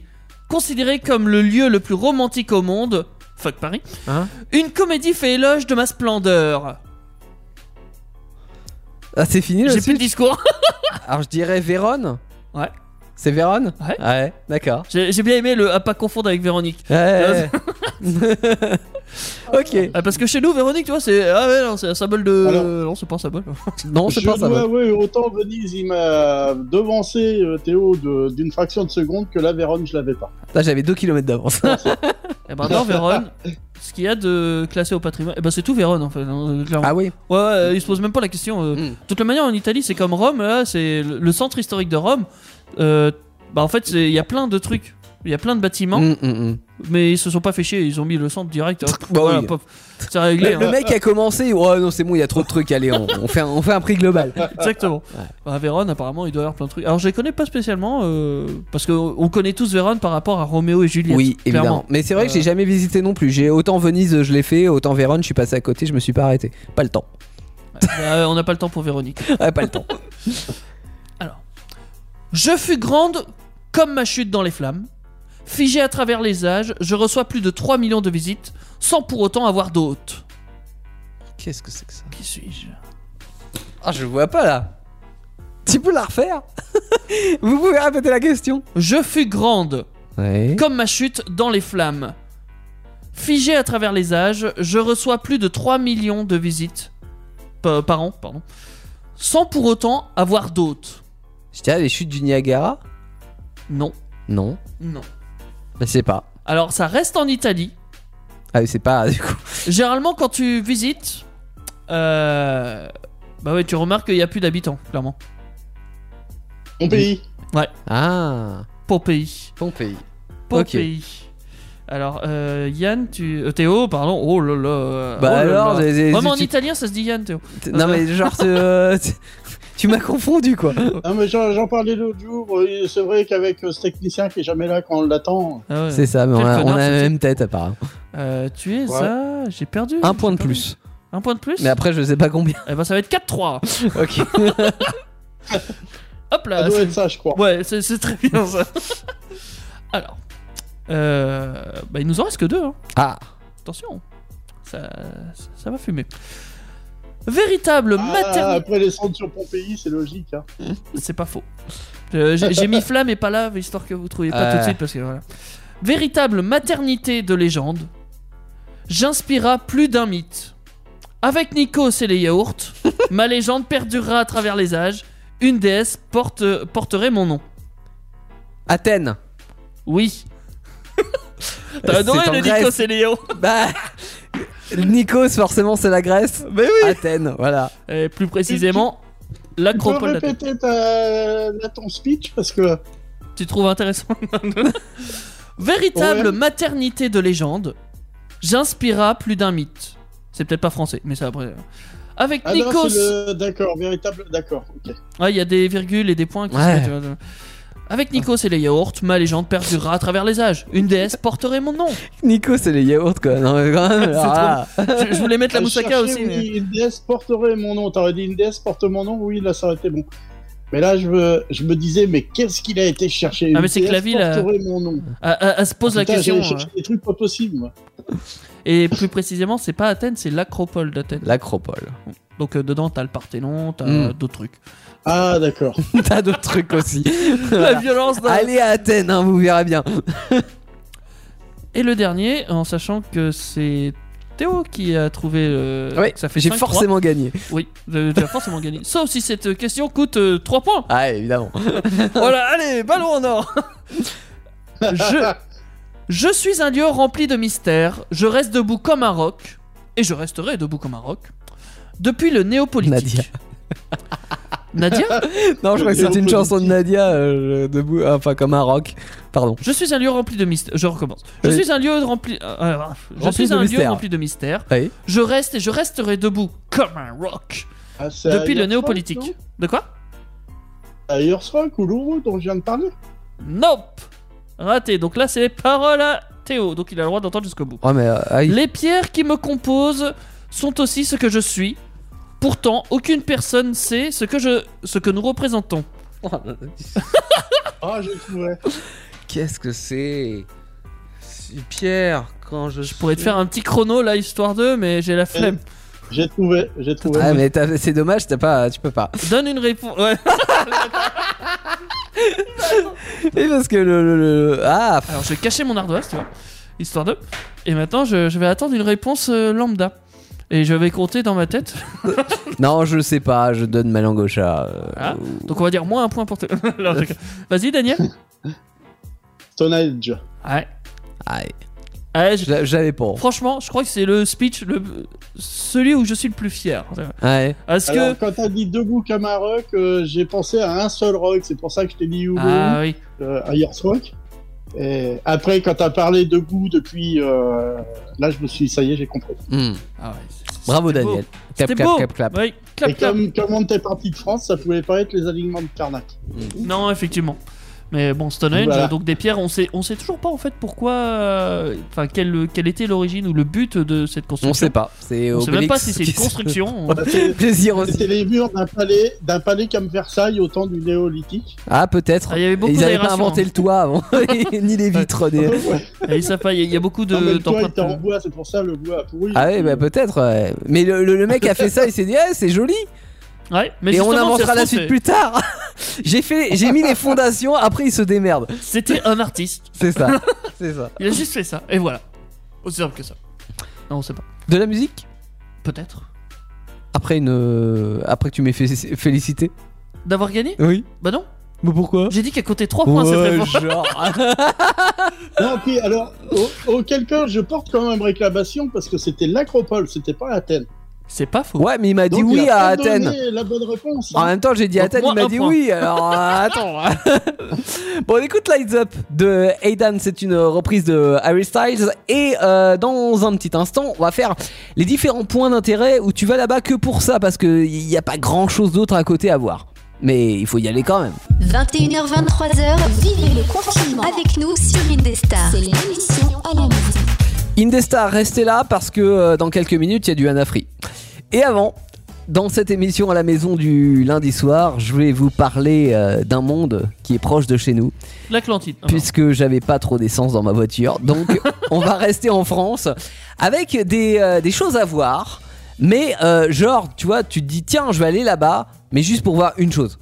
C: Considérée comme le lieu le plus romantique au monde, fuck Paris,
B: Hein
C: une comédie fait éloge de ma splendeur.
B: Ah, c'est fini le
C: J'ai plus de
B: suite
C: discours.
B: Alors je dirais Vérone.
C: Ouais.
B: C'est Vérone Ah
C: Ouais.
B: Ouais, d'accord.
C: J'ai j'ai bien aimé le à pas confondre avec Véronique.
B: Ouais. ok.
C: Ah, parce que chez nous, Véronique, tu vois, c'est ah ouais, non, c'est un symbole de.
D: Alors-
C: Non, c'est pas un symbole.
B: Non, c'est
D: Je
B: pas ça.
D: dois
B: va.
D: avouer, autant Venise, il m'a devancé euh, Théo de- d'une fraction de seconde que la Vérone, je l'avais pas.
B: Là, j'avais 2 km d'avance.
C: Eh ben non, Vérone, ce qu'il y a de classé au patrimoine, eh ben c'est tout Vérone en fait. hein, clairement.
B: ah oui.
C: Ouais, ouais, euh, ils se posent même pas la question. euh.
B: Mm.
C: De toute manière, en Italie, c'est comme Rome, là, c'est le le centre historique de Rome. Euh, bah, en fait, c'est- il y a plein de trucs. Il y a plein de bâtiments,
B: Mm, mm, mm.
C: mais ils se sont pas fait chier, ils ont mis le centre direct. hop,
B: Bah
C: voilà,
B: oui.
C: pop. c'est réglé,
B: Le, le
C: hein.
B: mec a commencé. Oh non, c'est bon, il y a trop de trucs. Allez, on, on fait, un, on fait un prix global.
C: exactement. Bah, à Vérone, apparemment, il doit y avoir plein de trucs. Alors, je les connais pas spécialement, euh, parce qu'on connaît tous Vérone par rapport à Roméo et Juliette.
B: Oui, évidemment.
C: clairement.
B: Mais c'est vrai que j'ai
C: Euh.
B: jamais visité non plus. J'ai autant Venise, je l'ai fait, autant Vérone, je suis passé à côté, je me suis pas arrêté. Pas le temps.
C: Bah, on n'a pas le temps pour Véronique.
B: Ouais, pas le temps.
C: Je fus grande comme ma chute dans les flammes. Figée à travers les âges, je reçois plus de 3 millions de visites, sans pour autant avoir d'hôtes.
B: Qu'est-ce que c'est que ça
C: Qui suis-je
B: Ah, je vois pas là. Tu peux la refaire Vous pouvez répéter la question
C: Je fus grande,
B: Ouais.
C: comme ma chute dans les flammes. Figée à travers les âges, je reçois plus de 3 millions de visites pa- par an, pardon, sans pour autant avoir d'hôtes.
B: Je dirais les chutes du Niagara
C: Non,
B: Non.
C: non.
B: Je sais pas.
C: Alors ça reste en Italie.
B: Ah, oui, c'est pas du coup.
C: Généralement quand tu visites, euh, bah ouais, tu remarques qu'il n'y a plus d'habitants, clairement.
D: Mon pays.
B: Ah,
C: Pompéi.
B: Pompéi.
C: Pompéi. Alors euh, Yann, tu, euh, Théo, pardon. Oh là là. euh,
B: Bah
C: oh là
B: alors,
C: là.
B: j'ai- j'ai-
C: Vraiment en
B: j'ai-
C: italien ça se dit Yann, Théo.
B: Non, mais genre, tu, euh, tu- tu m'as confondu quoi.
D: Ah, mais j'en j'en parlais l'autre jour. euh, C'est vrai qu'avec euh, ce technicien qui est jamais là quand on l'attend.
C: Ah ouais.
B: C'est ça, mais on
C: Quel
B: a, on
C: connard,
B: a la
C: ce
B: même tête apparemment.
C: Euh, tu es
D: Ouais.
C: ça J'ai perdu.
B: Un point de
C: J'ai perdu.
B: plus.
C: Un point de plus
B: Mais après, je sais pas combien.
C: Eh ben ça va être 4-3.
B: ok.
C: Hop là.
B: Ah,
D: Ça Ah, doit
C: c'est-
D: être ça, je crois.
C: Ouais, c'est c'est très bien ça. Alors. Euh, bah, il nous en reste que deux. hein.
B: Ah,
C: Attention. Ça, ça, ça va fumer. Véritable
D: Ah,
C: maternité.
D: après les centres sur Pompéi, c'est logique. Hein.
C: C'est pas faux. Euh, J'ai j'ai mis flamme et pas lave, histoire que vous trouviez pas
B: Ouais.
C: tout de suite parce que voilà. Véritable maternité de légende. J'inspira plus d'un mythe. Avec Nikos et les yaourts, ma légende perdurera à travers les âges. Une déesse porte, porterait mon nom.
B: Athènes.
C: Oui. T'as adoré
B: C'est en
C: le
B: Grèce.
C: Nikos et les yaourts.
B: Bah, Nikos, forcément, c'est la Grèce.
C: Mais oui.
B: Athènes, voilà.
C: Et plus précisément,
D: Tu peux
C: l'acropole d'Athènes.
D: répéter ta- là, ton speech parce que
C: Tu trouves intéressant Véritable
D: Ouais.
C: maternité de légende, j'inspira plus d'un mythe. C'est peut-être pas français, mais c'est après. Avec
D: ah non,
C: Nikos.
D: c'est le- d'accord, véritable, d'accord. ok.
C: Ouais, il y a des virgules et des points qui se
B: Ouais.
C: mettent, tu vois. Avec Nikos et les yaourts, ma légende perdurera à travers les âges. Une déesse porterait mon nom.
B: Nikos, c'est les yaourts quoi. Non, mais quand même. alors ah.
C: trop-
B: là.
C: Je, je voulais mettre la
D: Je
C: moussaka
D: cherchais,
C: aussi.
D: oui,
C: mais-
D: Une déesse porterait mon nom. T'aurais dit une déesse porte mon nom, oui, là ça aurait été bon. Mais là, je me, je me disais, mais qu'est-ce qu'il a été chercher
C: Ah,
D: Une
C: mais c'est que la
D: déesse
C: ville a-
D: porterait mon nom.
C: Ah, ah, Elle se pose la
D: Putain,
C: question.
D: j'allais chercher
C: euh.
D: des trucs pas possibles. moi.
C: Et plus précisément, c'est pas Athènes, c'est l'acropole d'Athènes.
B: L'acropole.
C: Donc euh, dedans, t'as le Parthénon, t'as
B: Mm.
C: euh, d'autres trucs.
D: Ah, d'accord.
B: T'as d'autres trucs aussi.
C: La violence d'un-
B: Allez à Athènes, hein, vous verrez bien.
C: Et le dernier, en sachant que c'est Théo qui a trouvé. euh,
B: Oui,
C: que ça fait
B: J'ai
C: 5-3.
B: forcément gagné.
C: Oui, euh, tu as forcément gagné. Sauf si cette euh, question coûte 3 points.
B: Ah, évidemment.
C: voilà, allez, ballon en or. je, je suis un lieu rempli de mystères. Je reste debout comme un roc. Et je resterai debout comme un roc. Depuis le néopolitique.
B: Nadia.
C: Nadia
B: Non, je crois que
D: Et on
B: c'était une
D: peut
B: chanson de
D: dire-
B: Nadia, euh, debout, enfin comme un rock. Pardon.
C: Je suis un lieu rempli de mystère. Je recommence. Je
B: Oui.
C: suis un lieu rempli. euh, euh, je
B: Rempli
C: suis
B: de
C: un lieu
B: mystère.
C: rempli de mystère.
B: Oui.
C: Je reste et je resterai debout comme un rock
D: Ah, c'est à
C: depuis le
D: Ayers Rock,
C: néopolitique.
D: non
C: De quoi
D: À Ayers Rock ou l'Ouro dont je viens de parler
C: Nope. Raté. Donc là, c'est les paroles à Théo. Donc il a le droit d'entendre jusqu'au bout.
B: Oh, mais euh, aïe.
C: Les pierres qui me composent sont aussi ce que je suis. Pourtant, aucune personne sait ce que je, ce que nous représentons. Oh,
D: Ah, j'ai trouvé.
B: Qu'est-ce que c'est Pierre, quand je.
C: Je pourrais te faire un petit chrono là, histoire d'eux, mais j'ai la flemme.
D: J'ai trouvé, j'ai trouvé.
B: Ah, mais t'as- c'est dommage, t'as pas, tu peux pas.
C: Donne une réponse. Ouais.
B: Et parce que le. le- le- le- Ah, pff,
C: Alors je vais cacher mon ardoise, tu vois, histoire de. Et maintenant, je, je vais attendre une réponse euh, lambda. Et je vais compter dans ma tête.
B: non, je sais pas, je donne ma langue au chat. euh,
C: Ah. Donc on va dire moins un point pour toi. Non, je rigole. Vas-y, Daniel.
D: Stone Age.
C: Ouais.
B: aïe.
C: Ouais, je-
B: Je- J'avais pas.
C: Franchement, je crois que c'est le speech, le... celui où je suis le plus fier.
B: Ouais.
C: Est-ce que.
D: Alors, quand t'as dit debout comme un rock, euh, j'ai pensé à un seul rock. C'est pour ça que je t'ai dit Hugo,
C: Ah oui.
D: euh, Ayers Rock. Et après, quand t'as parlé debout depuis. euh, Là, je me suis dit, ça y est, j'ai compris.
B: Hmm.
C: Ah ouais, c'est- c'est-
B: Bravo,
C: c'était beau.
B: Daniel. Clap,
C: C'était
B: clap,
C: beau.
B: clap, clap.
C: Oui, clap,
D: Et
C: clap.
D: comme, comme on était parti de France, ça pouvait pas être les alignements de Carnac.
C: Non, effectivement. Mais bon, Stonehenge,
D: Voilà.
C: donc des pierres, on sait, on sait toujours pas en fait pourquoi. euh, Enfin, quelle, quelle était l'origine ou le but de cette construction.
B: On sait pas. C'est
C: On sait même
B: Obélix
C: pas si c'est
B: qui
C: une
B: se-
C: construction.
B: Ouais. Plaisir aussi.
D: C'était les murs d'un palais, d'un palais comme Versailles au temps du néolithique.
B: Ah, peut-être.
C: Ah, il y avait beaucoup
B: Ils avaient pas
C: d'aération,
B: inventé
C: hein.
B: le toit avant, ni les vitres. Des...
D: Ouais.
C: Et ils savent pas, il y a- il y, a beaucoup de.
D: non, Ah, mais le toit
C: d'empreintes.
D: était en bois, c'est pour ça le bois a pourri.
B: Ah ouais, bah peut-être. ouais. Mais le, le- le mec a fait ça, il s'est dit, ah, c'est joli.
C: Ouais, mais
B: et on
C: justement, ça
B: inventera
C: se
B: la
C: trouve,
B: suite plus tard. j'ai fait, j'ai mis les fondations. Après, ils se démerdent.
C: c'est- C'était un artiste.
B: C'est ça. c'est ça.
C: Il a juste fait ça. Et voilà. Aussi simple que ça. Non, on sait pas.
B: De la musique.
C: Peut-être.
B: Après une, euh, après que tu m'aies fé- félicité.
C: D'avoir gagné
B: Oui.
C: Bah non.
B: Mais pourquoi
C: J'ai dit qu'à côté 3 points, c'est
B: Ouais,
C: très bon.
B: genre.
D: Non, puis alors, au, au quelqu'un, je porte quand même réclamation parce que c'était l'acropole, c'était pas Athènes.
C: C'est pas faux.
B: ouais, mais il m'a dit
D: Donc, il
B: oui
D: a
B: à
D: pas donné
B: Athènes.
D: la bonne réponse.
B: En même temps, j'ai dit
C: Donc,
B: Athènes,
C: moi,
B: il m'a
C: un
B: dit
C: point.
B: oui. Alors, euh, attends. bon, on écoute Lights Up de Aidan. C'est une reprise de Harry Styles. Et euh, dans un petit instant, on va faire les différents points d'intérêt où tu vas là-bas que pour ça. Parce qu'il n'y a pas grand chose d'autre à côté à voir. Mais il faut y aller quand même.
A: 21h, 23h, vivez le confinement avec nous sur Indestar. C'est l'émission à la maison.
B: Indestar, restez là parce que euh, dans quelques minutes, il y a du Anafri. Et avant, dans cette émission à la maison du lundi soir, je vais vous parler euh, d'un monde qui est proche de chez nous.
C: L'Atlantide. Ah,
B: puisque j'avais pas trop d'essence dans ma voiture. Donc on va rester en France avec des, euh, des choses à voir. Mais euh, genre, tu vois, tu te dis tiens, je vais aller là-bas, mais juste pour voir une chose.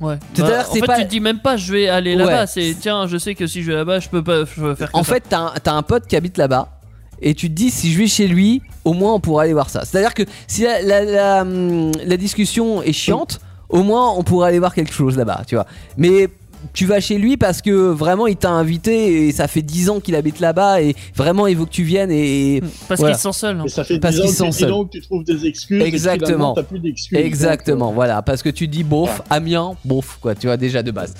C: non. Ouais.
B: Tout à l'heure,
C: en
B: c'est
C: fait,
B: pas-
C: tu te dis même pas je vais aller
B: Ouais.
C: là-bas. C'est tiens, je sais que si je vais là-bas, je peux pas je peux faire que
B: En
C: ça.
B: fait, t'as un- t'as un pote qui habite là-bas. Et tu te dis, si je vais chez lui, au moins on pourra aller voir ça. C'est-à-dire que si la, la- la, hum, la discussion est chiante, au moins on pourra aller voir quelque chose là-bas, tu vois. Mais tu vas chez lui parce que vraiment il t'a invité et ça fait 10 ans qu'il habite là-bas et vraiment il veut que tu viennes et, et-
C: Parce
B: voilà.
C: qu'ils sont seuls. hein.
D: Et ça fait
B: Parce
D: 10 ans
B: qu'ils
D: que
B: sont
D: tu dis
B: seuls.
D: donc, tu trouves des excuses. et
B: Exactement.
D: finalement, T'as plus d'excuses.
B: Exactement, voilà, parce que tu dis bof,
D: Ouais.
B: Amiens, bof, quoi, tu vois déjà de base.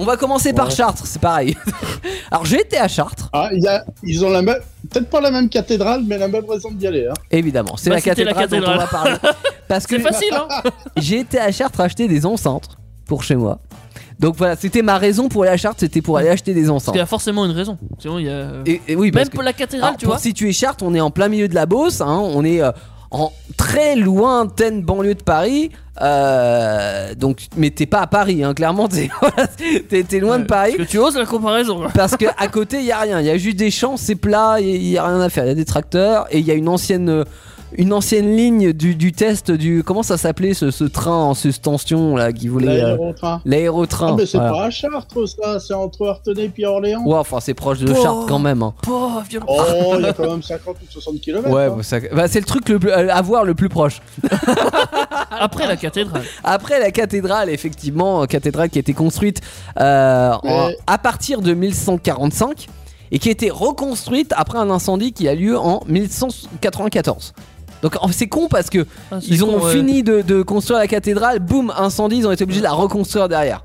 B: On va commencer par
D: Ouais.
B: Chartres, c'est pareil. Alors j'ai été à Chartres,
D: Ah, il y a, ils ont la même, peut-être pas la même cathédrale, mais la même raison d'y aller. Hein.
B: évidemment, c'est
C: Bah,
B: la,
C: c'était la
B: cathédrale dont on va parler. Parce que
C: C'est facile, hein
B: j'ai été à Chartres acheter des enceintes pour chez moi. Donc voilà, c'était ma raison pour aller à Chartres, c'était pour aller acheter des
C: Parce
B: enceintes.
C: qu'il y a forcément une raison. Sinon, il y a. euh,
B: Et, et oui, parce
C: Même
B: que-
C: pour la cathédrale,
B: Alors,
C: tu
B: pour
C: vois.
B: situer Chartres, on est en plein milieu de la Beauce, hein, on est euh, en très lointaine banlieue de Paris. euh, donc, mais t'es pas à Paris, hein, clairement, t'es t'es- t'es loin de Paris.
C: Parce que tu oses la comparaison. là.
B: Parce que à côté, il y a rien. Il y a juste des champs, c'est plat, il y a rien à faire. Il y a des tracteurs et il y a une ancienne euh, une ancienne ligne du, du test du comment ça s'appelait ce, ce train en suspension là qui voulait euh,
D: L'aérotrain.
B: l'aérotrain.
D: Ah, mais c'est
B: voilà.
D: pas à Chartres, ça. C'est entre Artenay puis Orléans.
B: Ouais, enfin c'est proche de
C: Oh.
B: Chartres quand même. hein.
C: Oh, violent.
D: Oh, il y a quand même 50 ou hein. 60 km.
B: Ouais, bah, ça- bah, c'est le truc le plus- euh, à voir le plus proche.
C: Après la cathédrale.
B: Après la cathédrale, effectivement, euh, cathédrale qui a été construite euh, en-
D: Ouais.
B: à partir de 1145 et qui a été reconstruite après un incendie qui a lieu en 1194. Donc en- c'est con parce que
C: Ah, c'est
B: ils
C: con,
B: ont
C: ouais.
B: fini de, de construire la cathédrale, boum, incendie, ils ont été obligés de la reconstruire derrière.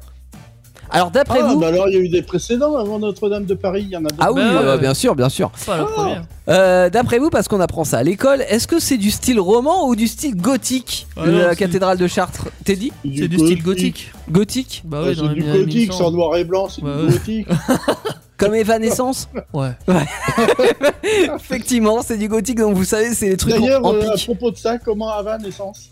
B: Alors d'après
D: Ah,
B: vous
D: bah alors il y a eu des précédents avant Notre-Dame de Paris, il y en a d'autres.
B: Ah oui,
C: Bah ouais.
B: euh, bien sûr, bien sûr.
C: C'est Pas la première.
B: Euh, D'après vous, parce qu'on apprend ça à l'école, est-ce que c'est du style roman ou du style gothique
C: Ah non,
B: La
C: c'est-
B: cathédrale de Chartres, t'es dit
C: C'est du style gothique.
B: Gothique
C: Bah
D: Ah,
C: ouais,
D: c'est
C: dans les
D: du
C: années
D: gothique,
C: 1100.
D: c'est en noir et blanc, c'est
C: Ouais, ouais.
D: du gothique.
B: Comme Evanescence
C: Ouais.
B: Effectivement, c'est du gothique, donc vous savez, c'est les trucs
D: D'ailleurs,
B: en, en
D: euh, à
B: pique.
D: propos de ça, comment Ava naissance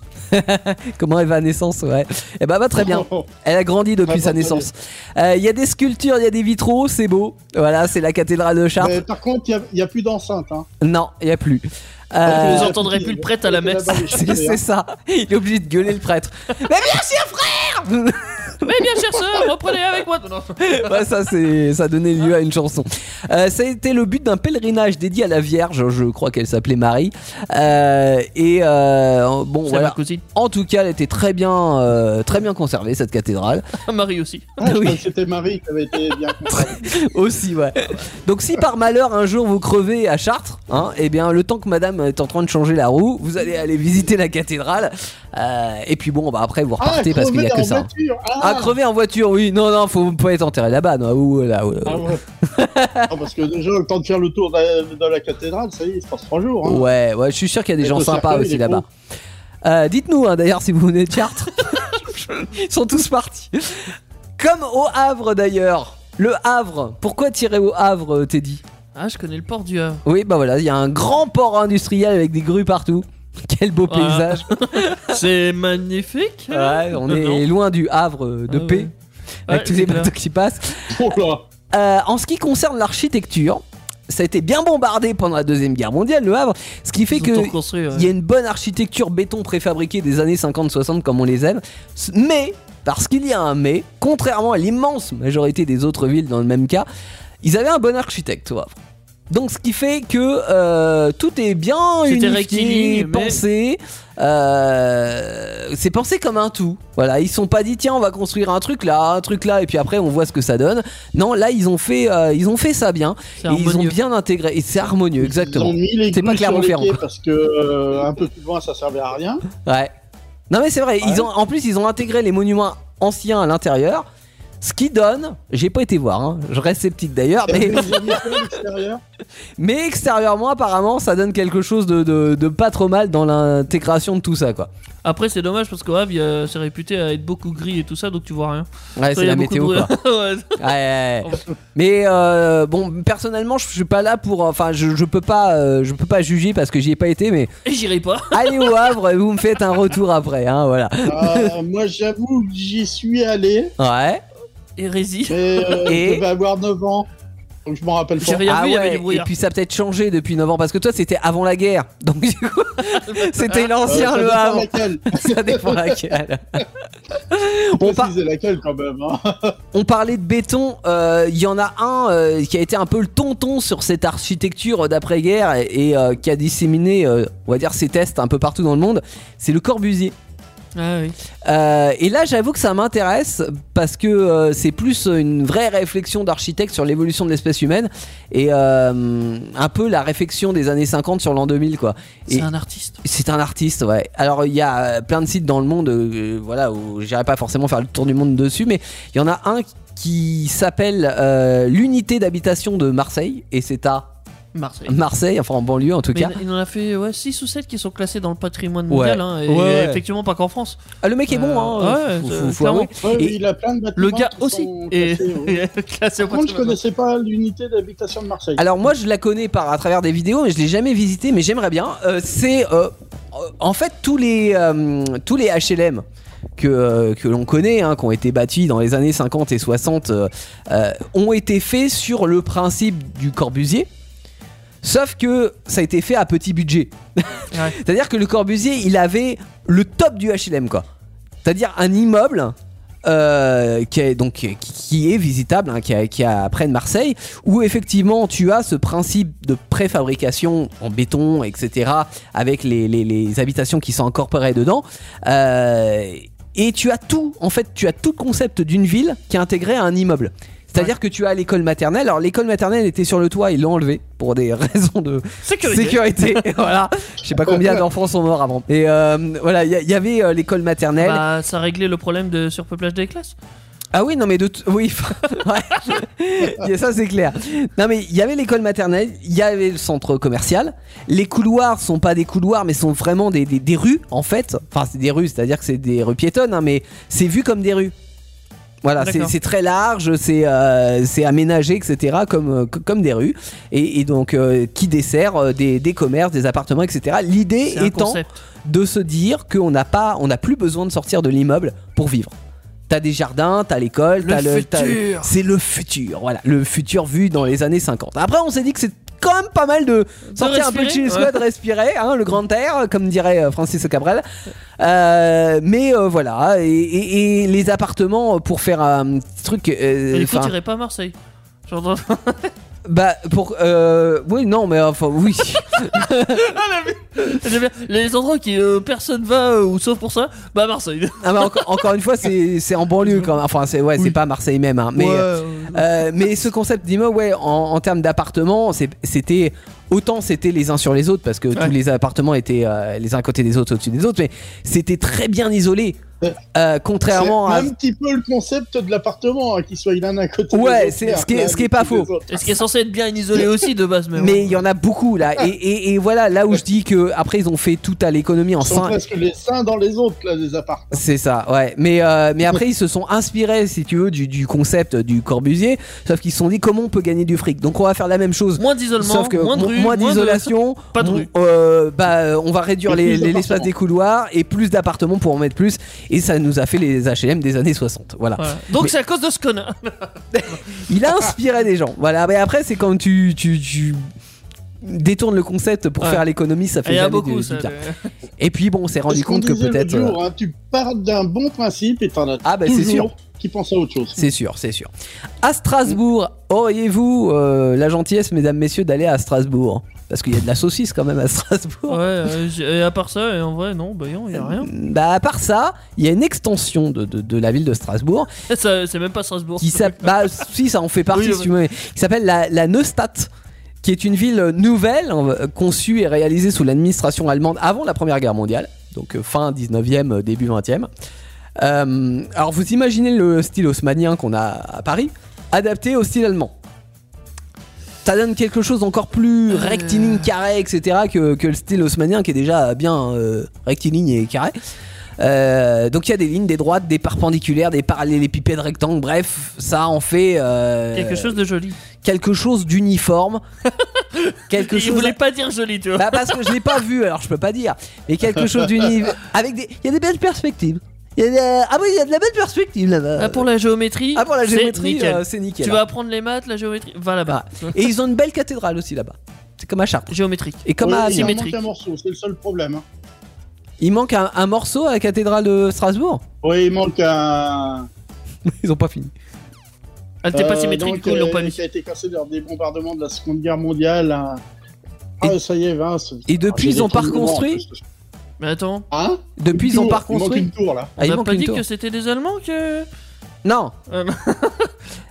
B: Comment Evanescence, ouais. Et bah, va très
D: Oh,
B: bien. Elle a grandi depuis
D: Ouais,
B: sa
D: bah,
B: naissance. Euh, Il y a des sculptures, il y a des vitraux, c'est beau. Voilà, c'est la cathédrale de Chartres.
D: Mais par contre, il n'y a, plus d'enceinte. Hein.
B: Non, il n'y a plus.
C: Vous
B: Euh,
C: les entendrez plus le prêtre à la messe.
D: Là-bas, les
B: c'est
D: chiens,
B: c'est ça. Il est obligé de gueuler le prêtre. Mais bien sûr, frère
C: Mais bien, chère sœur, reprenez avec moi. Non.
B: Ouais, ça, c'est, ça donnait lieu à une chanson. Euh, ça a été le but d'un pèlerinage dédié à la Vierge. Je crois qu'elle s'appelait Marie. Euh, et euh, bon,
C: C'est
B: voilà.
C: ma cousine.
B: En tout cas, elle était très bien, euh, très bien conservée cette cathédrale.
C: Marie aussi.
D: Ah, je
B: Oui.
D: crois que c'était Marie qui avait été bien conservée.
B: Aussi, ouais. Donc, si par malheur un jour vous crevez à Chartres, hein, eh bien, le temps que Madame est en train de changer la roue, vous allez aller visiter la cathédrale. Euh, et puis bon, bah après vous
D: Ah,
B: repartez parce qu'il y a
D: crevée
B: que
D: en
B: ça.
D: voiture.
B: Ah,
D: Ah,
B: crever en voiture, oui. Non, non, faut pas être enterré là-bas. Non, Ouh, là, ouh, là.
D: Ah, ouais. Ah, parce que déjà, le temps de faire le tour de la, de la cathédrale, ça y est, il se passe trois jours. Hein.
B: Ouais, ouais, je suis sûr qu'il y a des
D: Et
B: gens
D: Costa
B: sympas
D: Rica, il
B: aussi
D: est
B: là-bas. Euh, Dites-nous hein, d'ailleurs si vous venez de Chartres. Ils sont tous partis. Comme au Havre d'ailleurs. Le Havre. Pourquoi tirer au Havre, euh, Teddy
C: Ah, je connais le port du Havre.
B: Oui, bah voilà, il y a un grand port industriel avec des grues partout. Quel beau
C: Ouais.
B: paysage.
C: C'est magnifique.
B: Ouais, on est
C: Non.
B: loin du Havre euh, de
C: Ah ouais.
B: paix avec
C: Ouais,
B: tous
C: c'est
B: les
C: clair.
B: bateaux qui passent.
D: Oh là.
B: Euh, en ce qui concerne l'architecture, ça a été bien bombardé pendant la Deuxième Guerre mondiale, le Havre, ce qui fait
C: Ils ont tout
B: que
C: reconstruit, ouais.
B: Il y a une bonne architecture béton préfabriqué des années 50-60 comme on les aime. S- Mais, parce qu'il y a un mais, contrairement à l'immense majorité des autres villes dans le même cas, ils avaient un bon architecte au Havre. Donc ce qui fait que euh, tout est bien
C: C'était
B: unifié,
C: rectiligne, mais-
B: pensé. euh, c'est pensé comme un tout. Voilà, ils se sont pas dit tiens on va construire un truc là, un truc là et puis après on voit ce que ça donne. Non, là ils ont fait, euh, ils ont fait ça bien.
C: C'est
B: Et ils ont
C: harmonieux.
B: bien intégré et c'est harmonieux exactement.
D: Ils ont mis les
B: C'est pas
D: grues sur les
B: Clermont-Ferrand.
D: quais parce que euh, un peu plus loin, ça servait à rien.
B: Ouais. Non mais c'est vrai,
D: Ouais.
B: ils ont en plus ils ont intégré les monuments anciens à l'intérieur, ce qui donne, j'ai pas été voir, hein, je reste sceptique d'ailleurs,
D: Et
B: mais,
D: ils ont mis quoi à l'extérieur
B: mais extérieurement apparemment ça donne quelque chose de, de- de pas trop mal dans l'intégration de tout ça quoi.
C: Après, c'est dommage parce qu'au Havre, il y a- c'est réputé à être beaucoup gris et tout ça, donc tu vois rien.
B: Ouais
C: Ça,
B: c'est
C: il y
B: la
C: a beaucoup
B: météo
C: de
B: quoi.
C: bruit. Ouais.
B: Ouais, ouais, ouais. Mais euh, bon personnellement je suis pas là pour, enfin je, je peux pas euh, je peux pas juger parce que j'y ai pas été mais
C: Et j'irai pas.
B: allez au Havre et vous me faites un retour après hein voilà.
D: Euh, Moi, j'avoue que j'y suis allé.
B: Ouais.
C: Hérésie.
D: Mais euh,
B: Et-
D: je devais avoir 9 ans. Donc je m'en rappelle pas.
C: J'ai rien
B: ah
C: vu, il y avait
B: ouais,
C: du
B: et
C: brouillard.
B: puis ça a peut-être changé depuis 9 ans parce que toi c'était avant la guerre. Donc du coup,
C: Ah,
B: c'était
D: Euh,
B: l'ancien
D: ça
B: le
D: dépend
B: Havre.
D: laquelle.
B: ça dépend laquelle.
D: On
B: on, par-
D: laquelle quand même. hein.
B: on parlait de béton, euh, il y en a un euh, qui a été un peu le tonton sur cette architecture d'après-guerre et, et, euh, qui a disséminé, euh, on va dire, ses tests un peu partout dans le monde, c'est le Corbusier.
C: Ah oui.
B: Euh, et là, j'avoue que ça m'intéresse parce que euh, c'est plus une vraie réflexion d'architecte sur l'évolution de l'espèce humaine et euh, un peu la réflexion des années 50 sur l'an 2000, quoi. Et-
C: C'est un artiste.
B: c'est un artiste, ouais. Alors il y a euh, plein de sites dans le monde, euh, voilà, où j'irai pas forcément faire le tour du monde dessus, mais il y en a un qui s'appelle euh, l'unité d'habitation de Marseille, et c'est à
C: Marseille.
B: Marseille, enfin en banlieue en tout
C: Mais
B: cas.
C: il il en a fait 6 ou 7 qui sont classés dans le patrimoine
B: Ouais.
C: mondial. hein, et
B: Ouais, ouais.
C: effectivement, pas qu'en France.
B: Ah, le mec est bon, hein.
C: Euh,
B: faut-
C: ouais,
B: faut-
C: euh,
B: faut
C: clairement.
B: avouer.
D: Ouais,
B: Et-
D: oui, il a plein de bâtiments
C: Le gars
D: qui
C: aussi
D: sont
C: est
D: classés, oui.
C: est classé au
D: Par contre, je
C: patrimoine.
D: connaissais pas l'unité d'habitation de Marseille.
B: Alors moi je la connais par à travers des vidéos, mais je l'ai jamais visité, mais j'aimerais bien. Euh, c'est euh, euh, en fait tous les euh, tous les HLM que, euh, que l'on connaît, hein, qui ont été bâtis dans les années 50 et 60, euh, euh, ont été faits sur le principe du Corbusier. Sauf que ça a été fait à petit budget.
C: Ouais.
B: C'est-à-dire que le Corbusier, il avait le top du HLM, quoi. C'est-à-dire un immeuble euh, qui, est, donc, qui- qui est visitable, hein, qui, est- qui est à- près de Marseille, où effectivement tu as ce principe de préfabrication en béton, etc., avec les, les- les habitations qui sont incorporées dedans. Euh, et tu as tout, en fait, tu as tout le concept d'une ville qui est intégré à un immeuble. C'est-à-dire que tu as l'école maternelle. Alors l'école maternelle était sur le toit, ils l'ont enlevée pour des raisons de
C: Sécurité.
B: sécurité. voilà. Je sais pas combien d'enfants sont morts avant. Et euh, voilà, il y, a- il y avait euh, l'école maternelle.
C: Bah, ça réglait le problème de surpeuplage des classes.
B: Ah oui, non mais de t- oui, ouais. Il y a- ça c'est clair. Non mais il y avait l'école maternelle, il y avait le centre commercial. Les couloirs sont pas des couloirs, mais sont vraiment des, des- des rues en fait. Enfin, c'est des rues, c'est-à-dire que c'est des rues piétonnes, hein, mais c'est vu comme des rues. Voilà, c'est
C: D'accord.
B: c'est très large, c'est euh, c'est aménagé, etc. Comme euh, co- comme des rues et, et donc euh, qui dessert euh, des, des commerces, des appartements, etc. L'idée
C: C'est un
B: étant
C: concept.
B: de se dire qu'on n'a pas, on n'a plus besoin de sortir de l'immeuble pour vivre. T'as des jardins, t'as l'école,
C: Le
B: t'as le, t'as-
C: futur.
B: c'est le futur, voilà, le futur vu dans les années 50. Après, on s'est dit que c'est quand même pas mal de sortir un peu de chez
C: respirer,
B: soi, de respirer, hein, le grand air, comme dirait euh, Francis Cabrel. Euh, mais euh, voilà, et, et- et les appartements pour faire un petit truc. euh,
C: Mais du coup,
B: enfin,
C: t'irais pas à Marseille. Genre,
B: bah pour, euh, oui, non, mais enfin oui.
C: J'aime bien. Les endroits qui euh, personne va euh, ou sauf pour ça, bah Marseille.
B: Ah, mais enco- encore une fois, c'est c'est en banlieue quand même. Enfin, c'est ouais, c'est pas Marseille même, hein, mais.
C: Ouais,
B: euh,
C: euh,
B: Euh, mais ce concept d'immeuble, ouais, en, en termes d'appartements, c'est- c'était autant c'était les uns sur les autres parce que
C: Ouais.
B: tous les appartements étaient euh, les uns à côté des autres, au-dessus des autres, mais c'était très bien isolé.
D: Ouais.
B: Euh,
D: C'est
B: contrairement à.
D: un petit peu le concept de l'appartement, hein, qu'il soit l'un à côté.
B: Ouais,
D: des autres,
B: c'est- ce qui est-
D: l'un
B: ce qui est pas
D: à côté des
B: faux.
D: autres.
C: est-ce qu'il est censé être bien isolé aussi de base, mais, bon.
B: Mais il y en a beaucoup là. Et, et- et voilà, là où je dis que après ils ont fait tout à l'économie en
D: Ils sont hein.
B: cinq.
D: presque les uns dans les autres, là, des appartements.
B: C'est ça, ouais. Mais, euh, mais après, ils se sont inspirés, si tu veux, du, du concept du Corbusier. Sauf qu'ils se sont dit comment on peut gagner du fric. Donc on va faire la même chose.
C: moins d'isolement,
B: Sauf que
C: moins de
B: mo-
C: rue,
B: moins
C: de-
B: d'isolation,
C: Pas de
B: mo-
C: rue.
B: euh, bah, euh, on va réduire
D: Et
B: les-
D: plus
B: les- l'espace
D: d'appartements.
B: des couloirs et plus d'appartements pour en mettre plus. Et ça nous a fait les HM des années 60. Voilà.
C: Voilà. Donc
B: Mais-
C: c'est à cause de ce connard.
B: Il a inspiré des gens. Voilà. Mais après, c'est quand tu, tu, tu détournes le concept pour
C: Ouais.
B: faire l'économie, ça fait
C: Il y a
B: jamais de-
C: beaucoup
B: du
C: ça.
B: bien.
C: le-
B: Et puis bon, on s'est
D: Parce
B: rendu
D: qu'on
B: compte que
D: disait l'autre
B: peut-être. euh,
D: jour, hein, tu pars d'un bon principe et t'en as
B: Ah, bah, c'est
D: toujours qui pensent à autre chose.
B: C'est sûr, c'est sûr. À Strasbourg, auriez-vous euh, la gentillesse, mesdames, messieurs, d'aller à Strasbourg Parce qu'il y a de la saucisse quand même à Strasbourg.
C: Ouais, euh, j'ai- et à part ça, et en vrai, non, bah non, y a rien.
B: Bah, à part ça, il y a une extension de, de- de la ville de Strasbourg
C: Ça, c'est même pas Strasbourg.
B: qui s'appelle. bah, si, ça en fait partie,
C: Oui,
B: si tu veux, mais qui s'appelle la, la Neustadt, qui est une ville nouvelle euh, conçue et réalisée sous l'administration allemande avant la Première Guerre mondiale, donc euh, fin 19e, euh, début 20e. Euh, alors, vous imaginez le style haussmannien qu'on a à Paris, adapté au style allemand. Ça donne quelque chose d'encore
C: Euh.
B: plus rectiligne, carré, etc. que, que le style haussmannien qui est déjà bien euh, rectiligne et carré. Euh, donc il y a des lignes, des droites, des perpendiculaires, des parallélépipèdes rectangles, bref, ça en fait euh,
C: Quelque chose de joli.
B: quelque chose d'uniforme, quelque
C: Il
B: chose
C: voulait pas dire joli, tu vois.
B: bah parce que je l'ai pas vu, alors je peux pas dire. Mais quelque chose d'uni avec des, il y a des belles perspectives. Il y a des- Ah oui, il y a de la belle perspective là-bas.
C: Ah, pour la géométrie.
B: Bah, Ah, pour la
C: c'est
B: géométrie,
C: nickel.
B: euh, c'est nickel. Ah.
C: tu vas apprendre les maths, la géométrie. Va là-bas.
B: Et ils ont une belle cathédrale aussi là-bas. C'est comme à Chartres.
C: Géométrique.
B: Et comme
D: Ouais,
B: à
D: il en
B: Amiens.
C: symétrique.
D: manque un morceau, c'est le seul problème. hein.
B: Il manque un, un morceau à la cathédrale de Strasbourg.
D: Oui, il manque un.
B: Ils ont pas fini.
C: Elle était Ah, pas
D: euh,
C: symétrique,
D: donc,
C: du coup, ils l'ont
D: euh,
C: pas mis.
D: Qui a été cassé lors des bombardements de la Seconde Guerre mondiale. hein. Ah, ça y est, Vince.
B: Et depuis,
D: Ah, j'ai
B: ils ont
D: des
B: pas
D: tremblements,
B: reconstruit
D: en plus.
C: Mais attends,
D: Hein
B: Depuis
D: Une
B: ils ont
D: tour,
B: pas
D: Il manque
B: reconstruit.
D: une tour là.
B: Ah, il
C: on a
B: manque
C: pas
B: une
C: dit
B: tour.
C: que c'était des Allemands que.
B: Non.
C: Ah non.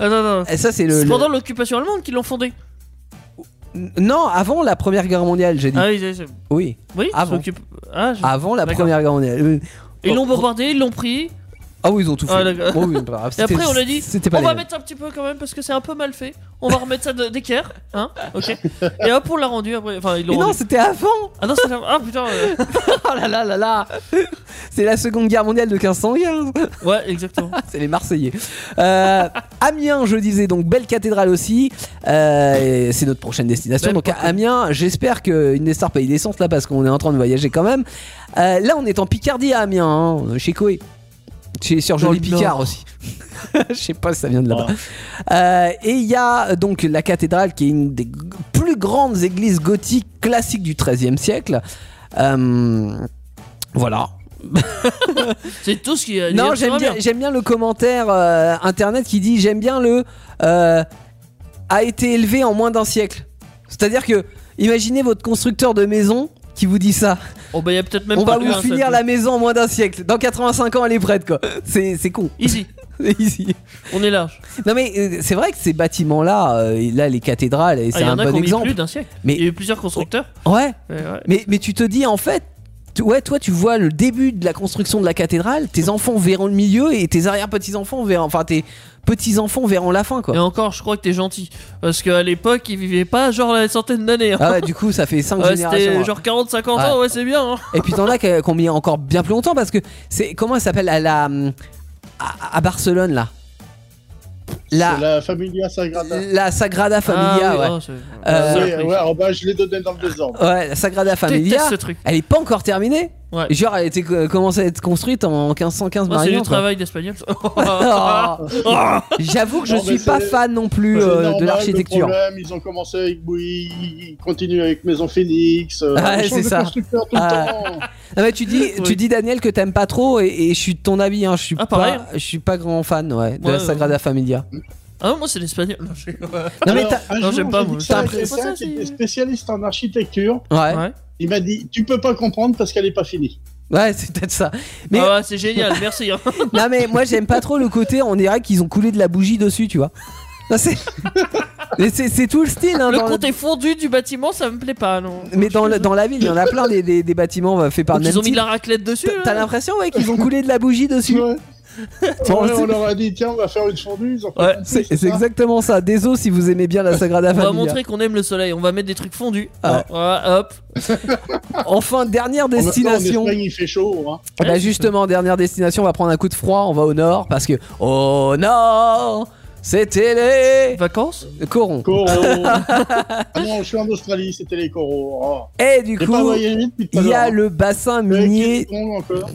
C: Ah, non, non.
B: Eh, Ça c'est le,
C: C'est
B: le-
C: pendant l'occupation allemande qu'ils l'ont fondé.
B: Non, avant la Première Guerre mondiale, j'ai dit.
C: Ah oui, c'est- c'est-
B: Oui,
C: oui. ils
B: Avant.
C: s'occupent- Ah, je-
B: avant la
C: D'accord.
B: Première Guerre mondiale. Euh,
C: Ils l'ont bombardé, ils l'ont pris.
B: Ah oui, ils ont tout fait.
C: Ah, d'accord.
B: Bon, oui, bah, grave,
C: Et
B: c'était-
C: après, on a dit
B: C'était pas
C: on
B: les
C: va
B: mêmes.
C: mettre un petit peu quand même parce que c'est un peu mal fait. On va remettre ça de- d'équerre. Hein Ok. Et hop, on l'a rendu après. Enfin, ils
B: Mais
C: l'ont
B: non,
C: rendu.
B: c'était avant.
C: Ah non, ça fait- Ah putain. euh,
B: Oh là là là là C'est la seconde guerre mondiale de 1515
C: Ouais, exactement.
B: C'est les Marseillais Euh, Amiens, je disais, donc belle cathédrale aussi. Euh, et c'est notre prochaine destination.
C: Belle
B: donc à Amiens, j'espère qu'une des stars paye l'essence là parce qu'on est en train de voyager quand même. Euh, là, on est en Picardie à Amiens, hein, chez Coé. Chez sur
C: Dans
B: Joli
C: le
B: Picard
C: Nord.
B: aussi. Je sais pas si ça vient de là-bas. Euh, et il y a euh, donc la cathédrale qui est une des g- plus grandes églises gothiques classiques du XIIIe siècle. Euh, voilà.
C: C'est tout ce qu'il y a. à
B: Non,
C: dire sur
B: j'aime bien,
C: Amiens.
B: j'aime bien le commentaire euh, internet qui dit j'aime bien le euh, a été élevé en moins d'un siècle. C'est-à-dire que imaginez votre constructeur de maison qui vous dit ça.
C: Oh bah, il y a peut-être même
B: On
C: pas
B: va
C: eu
B: vous
C: un seul
B: finir
C: truc.
B: la maison en moins d'un siècle. Dans 85 ans, elle est prête quoi. C'est c'est con.
C: Easy.
B: Ici.
C: On est large.
B: Non mais euh, c'est vrai que ces bâtiments-là, euh, et là les cathédrales, et
C: Ah,
B: c'est
C: il y
B: un
C: en a qui
B: bon
C: ont mis
B: exemple.
C: plus d'un siècle.
B: Mais-
C: Il y a eu plusieurs constructeurs.
B: Ouais,
C: Ouais, ouais.
B: mais, mais tu te dis en fait, tu- ouais, toi tu vois le début de la construction de la cathédrale, tes enfants verront le milieu et tes arrière-petits-enfants verront, enfin tes petits-enfants verront la fin
C: Et
B: quoi.
C: encore, je crois que t'es gentil. Parce qu'à l'époque, ils vivaient pas genre la centaine d'années. hein.
B: Ah ouais, du coup ça fait 5
C: Ouais,
B: générations.
C: c'était
B: hein.
C: genre 40-50 ans, ouais, c'est bien. hein.
B: Et puis t'en as qui qui ont mis encore bien plus longtemps parce que c'est comment elle s'appelle à la à, à Barcelone là. La,
D: C'est la Familia Sagrada.
B: la Sagrada Familia,
C: Ah, oui,
B: ouais.
C: oh, c'est-
B: Euh,
C: c'est
D: oui,
C: un truc.
D: ouais, alors, bah, je l'ai donné dans le désordre.
B: Ouais, la Sagrada Familia,
C: Déteste ce truc.
B: elle est pas encore terminée.
C: Ouais.
B: Genre, elle était euh, commencée à être construite en 1515
C: Moi, c'est
B: Marignan,
C: du
B: quoi.
C: travail d'espagnol. Ah ça.
B: Oh. J'avoue que je
D: Non, mais
B: suis pas
D: c'est-
B: fan non plus
D: C'est
B: euh,
D: normal,
B: de
D: le
B: l'architecture.
D: problème, Ils ont commencé avec Bouygues, ils continuent avec Maison Phoenix. euh,
B: Ah,
D: on change
B: c'est
D: de
B: ça.
D: constructeur tout le
B: Ah.
D: temps.
B: Non, mais tu dis,
C: Oui.
B: tu dis Daniel que t'aimes pas trop et, et je suis de ton avis. Hein, je suis
C: Ah, pareil.
B: pas, je suis pas grand fan ouais, de
C: Ouais,
B: la Sagrada Familia.
C: Ah, moi, c'est l'espagnol. Non, je- ouais.
B: Non mais
D: Alors,
B: t'as,
D: un
C: Non,
D: jour,
C: j'aime pas,
D: j'ai dit
C: moi.
D: que ça à
C: T'as-
D: quelqu'un qui
C: c'est-
D: était spécialiste en architecture.
B: ouais, ouais,
D: Il m'a dit Tu peux pas comprendre parce qu'elle est pas finie.
B: c'est peut-être ça. Mais-
C: Ah ouais, c'est génial, merci. hein.
B: Non mais moi j'aime pas trop le côté on dirait qu'ils ont coulé de la bougie dessus tu vois. Non, c'est... Mais c'est, c'est tout le style. Hein,
C: Le
B: dans-
C: côté fondu du bâtiment, ça me plaît pas, non.
B: Mais dans, le- dans la ville il y en a plein des, des, des bâtiments euh, faits par
C: Donc,
B: le
C: ils
B: même
C: ont mis
B: type.
C: de la raclette dessus. hein.
B: T'as- T'as
C: là.
B: l'impression ouais qu'ils ont coulé de la bougie dessus.
D: Ouais.
B: Bon,
D: Ouais,
B: c'est-
D: on leur a dit Tiens, on va faire une fondue. Ils ont fait
C: Ouais,
D: une fondue,
B: C'est, c'est
D: ça
B: exactement ça. Désolé si vous aimez bien la Sagrada
C: On va
B: Familia.
C: montrer qu'on aime le soleil. On va mettre des trucs fondus.
B: Ah
C: Ouais, hop.
B: Enfin, dernière
D: En même temps, en
B: destination.
D: Espagne, il fait chaud. hein.
B: Ah bah justement, dernière destination, on va prendre un coup de froid, on va au nord parce que au nord, c'était
C: Vacances
B: les corons.
D: Coraux. ah non, je suis en Australie, c'était les coraux. Oh.
B: Et du
D: J'ai pas euh,
B: coup,
D: voyagé depuis tout à
B: il y a
D: l'heure.
B: le bassin
D: Avec
B: minier,
D: les coraux encore.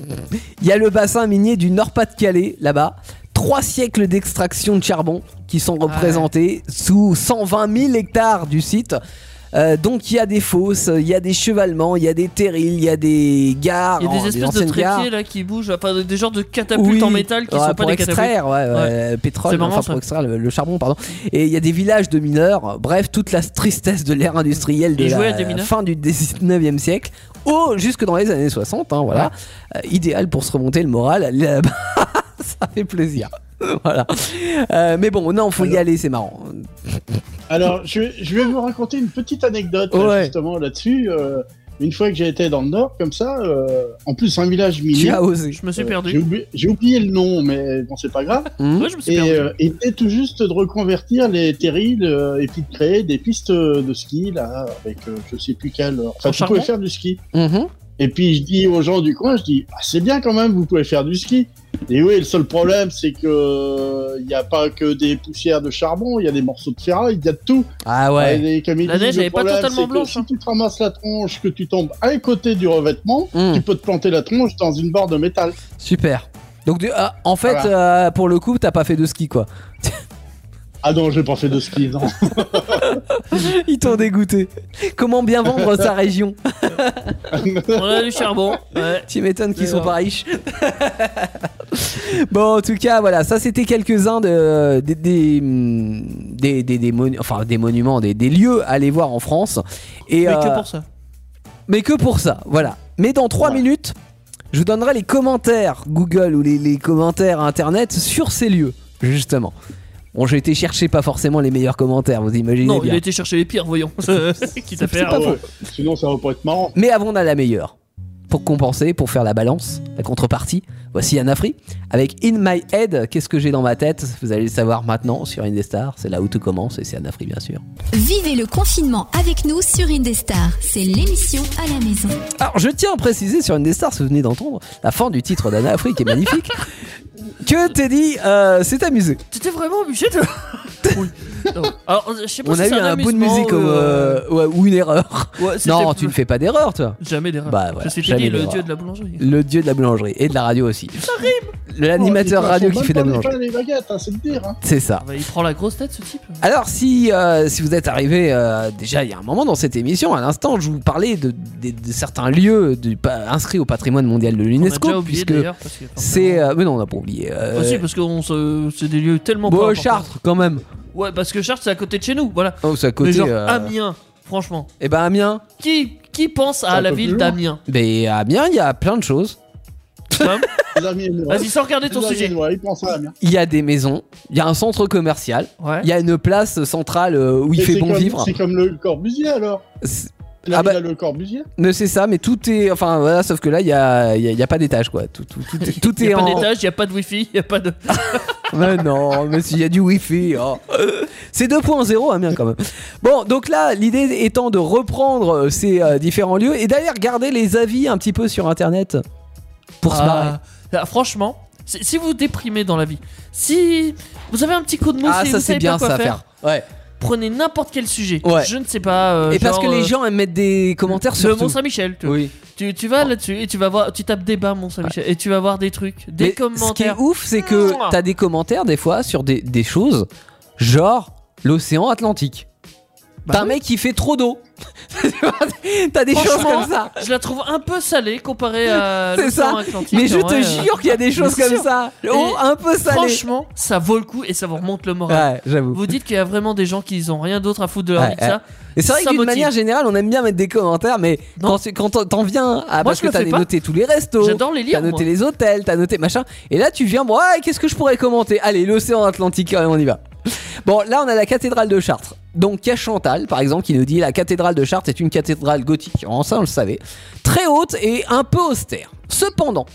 B: il y a le bassin minier du Nord-Pas-de-Calais là-bas. Trois siècles d'extraction de charbon qui sont
C: Ah
B: représentés sous 120 000 hectares du site. Euh, donc il y a des fosses, il y a des chevalements, il y a des terrils, il y a Oh, des gares,
C: Il y a des espèces de
B: anciennes gares.
C: trépieds là qui bougent, enfin des genres de catapultes
B: Oui.
C: en métal qui
B: Ouais,
C: sont pas
B: pour
C: des catapultes.
B: extraire, ouais, ouais, pétrole,
C: C'est marrant,
B: enfin
C: ça.
B: pour extraire le, le charbon, pardon. Et il y a des villages de mineurs, bref, toute la tristesse de l'ère industrielle de
C: Ils jouaient à
B: la
C: des mineurs
B: fin du 19e siècle, au, jusque dans les années 60, hein, voilà. Euh, idéal pour se remonter le moral, aller là-bas, ça fait plaisir. voilà. Euh, mais bon, non, faut y aller, c'est marrant.
D: Alors, je, je vais vous raconter une petite anecdote là,
B: Ouais.
D: justement là-dessus. Euh, une fois que j'ai été dans le nord, comme ça, euh, en plus un village
B: Tu
D: minier.
B: as osé.
C: Je me suis
D: Euh,
C: perdu.
D: J'ai oublié, j'ai oublié le nom, mais bon, c'est pas grave.
B: Hmm
C: Ouais, je me suis
D: Et
C: perdu.
D: euh, il était tout juste de reconvertir les terrils euh, et puis de créer des pistes euh, de ski là, avec euh, je sais plus quel. euh, Enfin,
C: En
D: tu
C: charbon
D: pouvais faire du ski.
B: Mhm.
D: Et puis je dis aux gens du coin, je dis, Ah, c'est bien quand même, vous pouvez faire du ski. Et oui, le seul problème, c'est que euh, il n'y a pas que des poussières de charbon, il y a des morceaux de ferraille, il y a de tout.
B: Ah ouais.
D: Et comme ils
C: La neige,
D: le
C: elle est pas
D: problème,
C: totalement
D: c'est que
C: blanche, hein.
D: Si tu te ramasses la tronche, que tu tombes à côté du revêtement,
B: Hmm.
D: tu peux te planter la tronche dans une barre de métal.
B: Super. Donc, du- ah, en fait, euh, pour le coup, t'as pas fait de ski, quoi.
D: Ah non, j'ai pas fait de ski, non.
B: Ils t'ont dégoûté. Comment bien vendre sa région
C: On a du charbon. Ouais.
B: Tu m'étonnes qu'ils
C: C'est
B: sont
C: vrai.
B: pas riches. bon, en tout cas, voilà, ça c'était quelques-uns de, des, des, hum, des, des- des monu- enfin, des monuments, des, des lieux à aller voir en France. Et,
C: Mais
B: euh,
C: que pour ça.
B: mais que pour ça, voilà. Mais dans 3
D: Ouais.
B: minutes, je vous donnerai les commentaires Google ou les, les commentaires Internet sur ces lieux, justement. Bon, j'ai été chercher pas forcément les meilleurs commentaires, vous imaginez
C: Non, il
B: bien.
C: a été chercher les pires, voyons. Quitte
B: c'est
C: à faire.
B: pas
D: Ah
B: faux.
D: ouais. Sinon, ça va pas être marrant.
B: Mais avant, on a la meilleure. Pour compenser, pour faire la balance, la contrepartie, voici Anafri avec In My Head. Qu'est-ce que j'ai dans ma tête Vous allez le savoir maintenant sur Indestar. C'est là où tout commence et c'est Anafri, bien sûr.
A: Vivez le confinement avec nous sur Indestar. C'est l'émission à la maison.
B: Alors, je tiens à préciser sur Indestar, si vous venez d'entendre la fin du titre d'Anafri qui est magnifique, que Teddy euh, s'est amusé.
C: T'étais vraiment obligé de. oui. Non. Alors, je sais pas
B: On
C: si
B: a eu
C: c'est
B: un bout de
C: amusement,
B: musique comme,
C: euh,
B: euh, ouais, ou une erreur.
C: ouais, c'était-
B: Non, tu ne fais pas d'erreur, toi.
C: Jamais d'erreur.
B: Bah, voilà,
C: je suis
B: jamais
C: Teddy, le
B: d'erreur.
C: dieu de la boulangerie.
B: Le dieu de la boulangerie et de la radio aussi. L'animateur
D: Oh, ils
B: radio
D: font
B: qui
D: même
B: fait de la
D: pas les
B: boulangerie.
D: pains et les baguettes, hein, c'est le dire. hein.
B: C'est ça.
C: Ah bah, il prend la grosse tête, ce type.
B: Alors si, euh, si vous êtes arrivé euh, déjà il y a un moment dans cette émission, à l'instant je vous parlais de, de- de certains lieux du pa- inscrits au patrimoine mondial de
C: On a déjà
B: l'UNESCO,
C: oublié
B: puisque
C: d'ailleurs. parce que-
B: c'est... euh, mais non on n'a pas oublié. euh,
C: Ah si, parce que on se- c'est des lieux tellement.
B: bon,
C: pas importants.
B: Chartres quand même.
C: Ouais, parce que Chartres, c'est à côté de chez nous. Voilà.
B: Oh, c'est à
C: Mais
B: côté...
C: genre,
B: euh,
C: Amiens, franchement.
B: Eh ben Amiens.
C: Qui, qui pense
D: C'est
C: à
D: un
C: la
D: peu plus
C: ville
D: loin.
C: d'Amiens
B: Ben à Amiens il y a plein de choses.
C: Tom,
D: Les Amiénois.
C: Vas-y, sans regarder ton
D: Les hein.
C: sujet.
D: Amiénois, ils pensent à Amiens.
B: Il y a des maisons, il y a un centre commercial,
C: Ouais.
B: il y a une place centrale euh, où il
D: Mais
B: fait
D: c'est
B: bon
D: comme-
B: vivre.
D: C'est comme le Corbusier alors.
B: C'est-
D: La
B: Ah bah-
D: villa Le Corbusier.
B: Ne c'est ça, mais tout est. Enfin voilà, sauf que là, il y a, il y a- il y a pas d'étage quoi. Tout, tout, tout est, tout
C: Il n'y
B: est
C: a pas
B: en.
C: d'étage, il n'y a pas de wifi, il n'y a pas de.
B: Mais non, mais s'il y a du wifi. oh. C'est 2.0 Amiens hein, quand même. Bon, donc là, l'idée étant de reprendre euh, ces euh, différents lieux et d'aller regarder les avis un petit peu sur internet pour se
C: Ah,
B: barrer.
C: là, franchement, si si vous déprimez dans la vie, si vous avez un petit coup de mou,
B: Ah,
C: si
B: ça
C: vous
B: c'est
C: savez
B: bien
C: pas quoi
B: ça à
C: faire,
B: faire. Ouais.
C: prenez n'importe quel sujet.
B: Ouais.
C: Je ne sais pas. euh,
B: Et parce
C: genre,
B: que les
C: euh,
B: gens aiment mettre des commentaires sur
C: le
B: tout.
C: Mont Saint-Michel, tu, vois.
B: Oui. Oh.
C: tu, tu vas là-dessus et tu vas voir, tu tapes débat Mont Saint-Michel et tu vas voir des trucs, des
B: Mais Ce qui
C: commentaires.
B: est ouf, c'est que
C: Mouah.
B: t'as des commentaires des fois sur des, des choses, genre l'océan Atlantique.
C: Bah
B: t'as un mec qui fait trop d'eau. t'as des choses
C: Franchement,
B: comme ça.
C: Je la trouve un peu salée comparée à
B: C'est ça.
C: l'océan Atlantique.
B: Mais je
C: en
B: te
C: vrai, euh,
B: jure qu'il y a des choses
C: c'est
B: comme
C: sûr.
B: ça. Oh, un peu salé.
C: Franchement, ça vaut le coup et ça vous remonte le moral.
B: Ouais, j'avoue.
C: Vous dites qu'il y a vraiment des gens qui n'ont rien d'autre à foutre de leur
B: Ah, Ouais, eh,
C: vie que
B: ouais.
C: ça.
B: Et c'est vrai que
C: ça
B: d'une
C: motive.
B: manière générale, on aime bien mettre des commentaires, mais
C: Non.
B: quand, c'est- quand t'en- t'en viens à.
C: Moi,
B: parce
C: je
B: que
C: le
B: t'as
C: fais pas.
B: noté tous les restos.
C: J'adore les
B: T'as
C: lire.
B: noté
C: moi.
B: les hôtels, t'as noté machin. Et là, tu viens, bon, ouais, qu'est-ce que je pourrais commenter Allez, l'océan Atlantique, allez, on y va. Bon, là, on a la cathédrale de Chartres. Donc, il y a Chantal, par exemple, qui nous dit la cathédrale de Chartres est une cathédrale gothique. En ça, on le savait. Très haute et un peu austère. Cependant,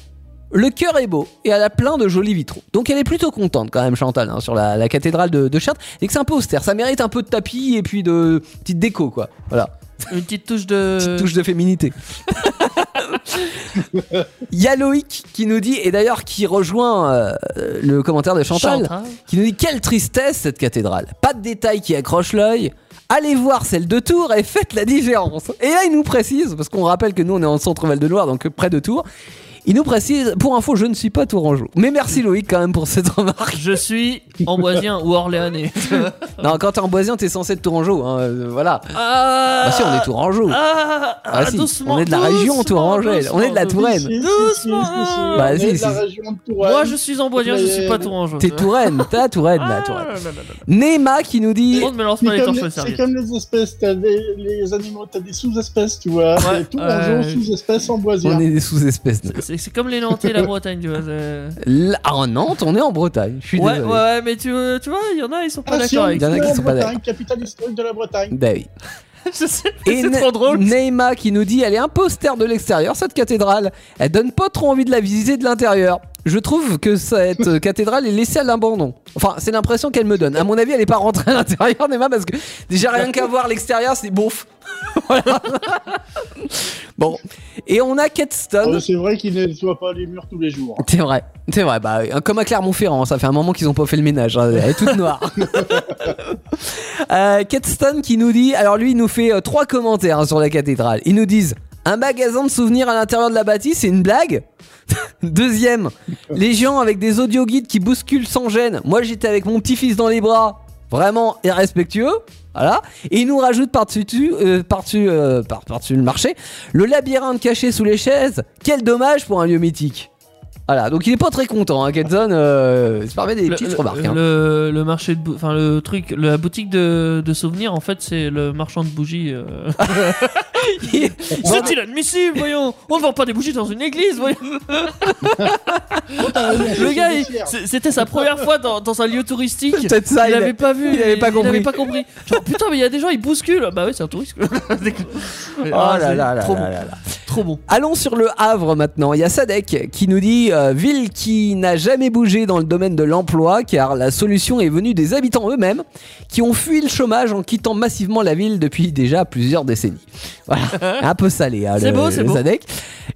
B: le cœur est beau et elle a plein de jolis vitraux. Donc, elle est plutôt contente, quand même, Chantal, hein, sur la, la cathédrale de, de Chartres. Et que c'est un peu austère. Ça mérite un peu de tapis et puis de petite déco, quoi. Voilà.
C: Une petite touche de.
B: Petite touche de féminité. Il y a Loïc qui nous dit, et d'ailleurs qui rejoint euh, le commentaire de Chantal,
C: Chantal.
B: qui nous dit Quelle tristesse cette cathédrale Pas de détails qui accrochent l'œil. Allez voir celle de Tours et faites la différence. Et là, il nous précise, parce qu'on rappelle que nous, on est en centre-val de Loire, donc près de Tours. Il nous précise, pour info, je ne suis pas tourangeau. Mais merci Loïc quand même pour cette remarque.
C: Je suis amboisien ou orléanais.
B: Non, quand t'es en boisien, t'es censé être tourangeau. hein, euh, voilà.
C: Ah,
B: Bah si, on est tourangeau.
C: Ah,
B: Ah, si,
C: doucement,
B: on est de la région
C: doucement,
B: Tourangelle, on est de la
C: doucement.
B: Touraine.
D: Si, si, si,
C: Doucement.
D: si, si,
B: Bah,
D: on est
B: si,
D: de la
B: si.
D: région de Touraine.
C: Moi, je suis amboisien, je suis pas tourangeau.
B: T'es Touraine, t'es à Touraine, là,
C: Ah,
B: Touraine.
C: là, là, là, là.
B: Nema qui nous dit
C: On ne me lance pas
D: C'est
C: les
D: comme,
C: torches sur
D: les,
C: les serviettes.
D: c'est comme les espèces, t'as des les animaux, t'as des sous-espèces, tu vois.
C: Ouais,
D: Ouais, tout un
C: ouais.
D: jour, sous-espèces en
B: on
D: boisière.
B: est des sous-espèces. nous.
C: C'est c'est comme les Nantais et la Bretagne, tu vois. c'est-
B: Là, en Nantes, on est en Bretagne. Je suis
C: Ouais, ouais,
B: désolé.
C: ouais, mais tu, tu vois, il y en a, ils sont pas
D: Ah, si,
C: d'accord
D: on
C: avec
B: Il
D: est
B: y en a
D: en
B: qui sont pas
D: Bretagne,
B: d'accord.
D: capitale historique de la Bretagne.
B: Bah oui.
C: Je sais, mais
B: Et
C: c'est
B: Ne-
C: trop drôle.
B: Neymar qui nous dit elle est un peu austère de l'extérieur cette cathédrale. Elle donne pas trop envie de la visiter de l'intérieur. Je trouve que cette cathédrale est laissée à l'abandon. Enfin, c'est l'impression qu'elle me donne. À mon avis, elle est pas rentrée à l'intérieur, Neymar, parce que déjà rien qu'à voir l'extérieur, c'est bouffe. Voilà. bon. Et on a Ketstone.
D: Oh, c'est vrai qu'ils ne nettoient pas les murs tous les jours. hein.
B: C'est vrai, c'est vrai. Bah, euh, comme à Clermont-Ferrand, ça fait un moment qu'ils ont pas fait le ménage. hein. Elle est toute noire. euh, Ketston qui nous dit, alors lui, il nous fait euh, trois commentaires hein, sur la cathédrale. Ils nous disent un magasin de souvenirs à l'intérieur de la bâtisse, c'est une blague. Deuxième, les gens avec des audioguides qui bousculent sans gêne. Moi, j'étais avec mon petit-fils dans les bras. Vraiment irrespectueux. Voilà. Et il nous rajoute par-dessus euh, par-dessus, euh, par- par-dessus le marché le labyrinthe caché sous les chaises. Quel dommage pour un lieu mythique. Voilà, donc il est pas très content, hein, Kenton. Euh, il se permet des
C: Le,
B: petites
C: le-
B: remarques. hein.
C: le- le marché de bou- enfin le truc la boutique de, de souvenirs en fait c'est le marchand de bougies euh. c'est inadmissible voyons on vend pas des bougies dans une église voyons Le gars, il- c'est- c'était sa première fois dans, dans un lieu touristique.
B: Peut-être ça,
C: il
B: il a-
C: avait pas vu,
B: il avait pas compris.
C: avait pas compris. Genre putain, mais il y a des gens, ils bousculent. Bah ouais, c'est un touriste. quoi. Mais,
B: Oh
C: ah,
B: là
C: c'est
B: là là
C: trop
B: là
C: bon,
B: là là.
C: trop bon.
B: Allons sur le Havre maintenant. Il y a Sadek qui nous dit euh, ville qui n'a jamais bougé dans le domaine de l'emploi car la solution est venue des habitants eux-mêmes qui ont fui le chômage en quittant massivement la ville depuis déjà plusieurs décennies. Voilà, un peu salé. hein,
C: C'est
B: le-
C: beau, c'est
B: le
C: beau.
B: Sadek.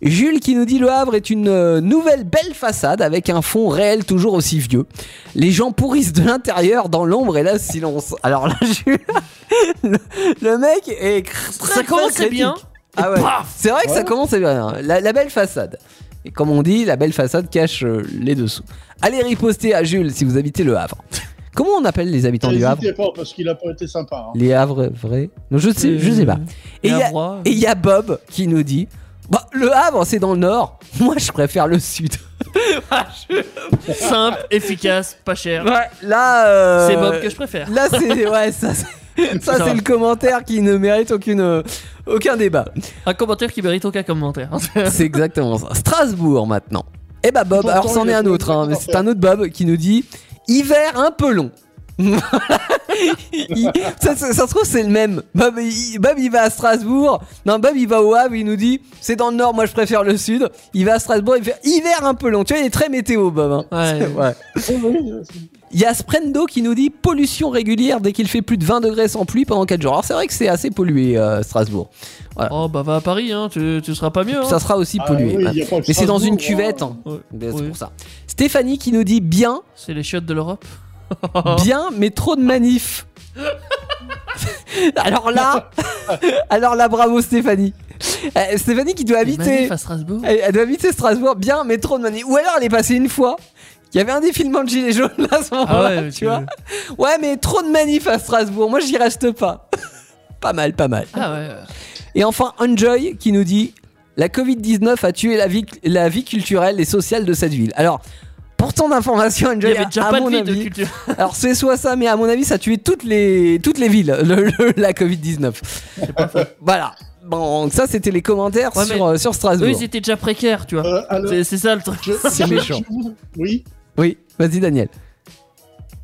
B: Jules qui nous dit le Havre est une euh, nouvelle belle façade avec un fond réel toujours aussi vieux. Les gens pourrissent de l'intérieur dans l'ombre et là silence. Alors là, Jules, le, le mec est cr- très
C: Ça commençait
B: très
C: bien.
B: critique. Ah ouais.
C: Paf
B: C'est vrai que ça
D: Ouais.
B: commence à bien. hein. La, la belle façade. Et comme on dit, la belle façade cache euh, les dessous. Allez riposter à Jules si vous habitez le Havre. Comment on appelle les habitants du Havre
D: N'hésitez pas parce qu'il a pas été sympa. hein.
B: Les Havres vrais Non, je sais, je sais pas. Et
C: Et
B: il y a-
C: Havrois.
B: Et il y a Bob qui nous dit Bah, le Havre, c'est dans le nord. Moi, je préfère le sud.
C: simple, efficace, pas cher.
B: Là, euh,
C: C'est Bob que je préfère.
B: Là, c'est. Ouais, ça, c'est- ça, c'est le commentaire qui ne mérite aucune, euh, aucun débat.
C: Un commentaire hein. qui mérite aucun commentaire.
B: C'est exactement ça. Strasbourg maintenant. Eh bah Bob,
D: Pourtant,
B: alors c'en
D: il
B: est
D: a
B: un
D: fait
B: autre, hein, mais
D: l'effort.
B: c'est un autre Bob qui nous dit hiver un peu long. Il- ça, ça- ça se trouve c'est le même. Bob il, Bob, il va à Strasbourg. Non Bob il va au Havre, il nous dit c'est dans le nord, moi je préfère le sud. Il va à Strasbourg, il fait hiver un peu long. Tu vois il est très météo Bob. hein.
C: Ouais.
B: Ouais.
D: Ah, oui,
B: Il y a Sprendo qui nous dit pollution régulière dès qu'il fait plus de 20 degrés sans pluie pendant 4 jours. Alors c'est vrai que c'est assez pollué euh, Strasbourg.
C: Oh bah va à Paris, hein, tu, tu seras pas mieux. hein.
B: Ça sera aussi pollué.
D: Ah. il
B: ouais.
D: y a pas le
B: Mais c'est dans
D: Strasbourg,
B: une cuvette.
D: hein.
B: hein.
C: Ouais,
B: C'est
C: oui.
B: pour ça. Stéphanie qui nous dit bien
C: C'est les chiottes de l'Europe. Oh.
B: bien, mais trop de manif. alors là, alors là, bravo Stéphanie. Euh, Stéphanie qui doit
C: Les manifs hein.
B: habiter, Eh,
C: à Strasbourg.
B: elle, elle doit habiter Strasbourg, bien, mais trop de manif. Ou alors elle est passée une fois. Il y avait un défilement de gilets jaunes là, à ce moment-là,
C: Ah ouais,
B: tu
C: ok.
B: vois. Ouais, mais trop de manif à Strasbourg. Moi, j'y reste pas. pas mal, pas mal.
C: Ah ouais.
B: Et enfin, Enjoy qui nous dit La Covid-19 a tué la vie, la vie culturelle et sociale de cette ville. Alors, pourtant d'informations, Enjoy,
C: Il y
B: à-
C: avait déjà
B: à
C: pas de
B: mon
C: vie de
B: avis,
C: culture.
B: alors c'est soit ça, mais à mon avis, ça a tué toutes les, toutes les villes, le- le- la Covid-19. Voilà. Bon, ça c'était les commentaires
C: Ouais,
B: sur, euh, sur
C: Eux,
B: Strasbourg.
C: ils étaient déjà précaires, tu vois.
D: Euh, alors,
C: C'est c'est ça le truc.
D: je-
B: C'est
D: je-
B: méchant.
D: je- Oui,
B: Oui, vas-y Daniel.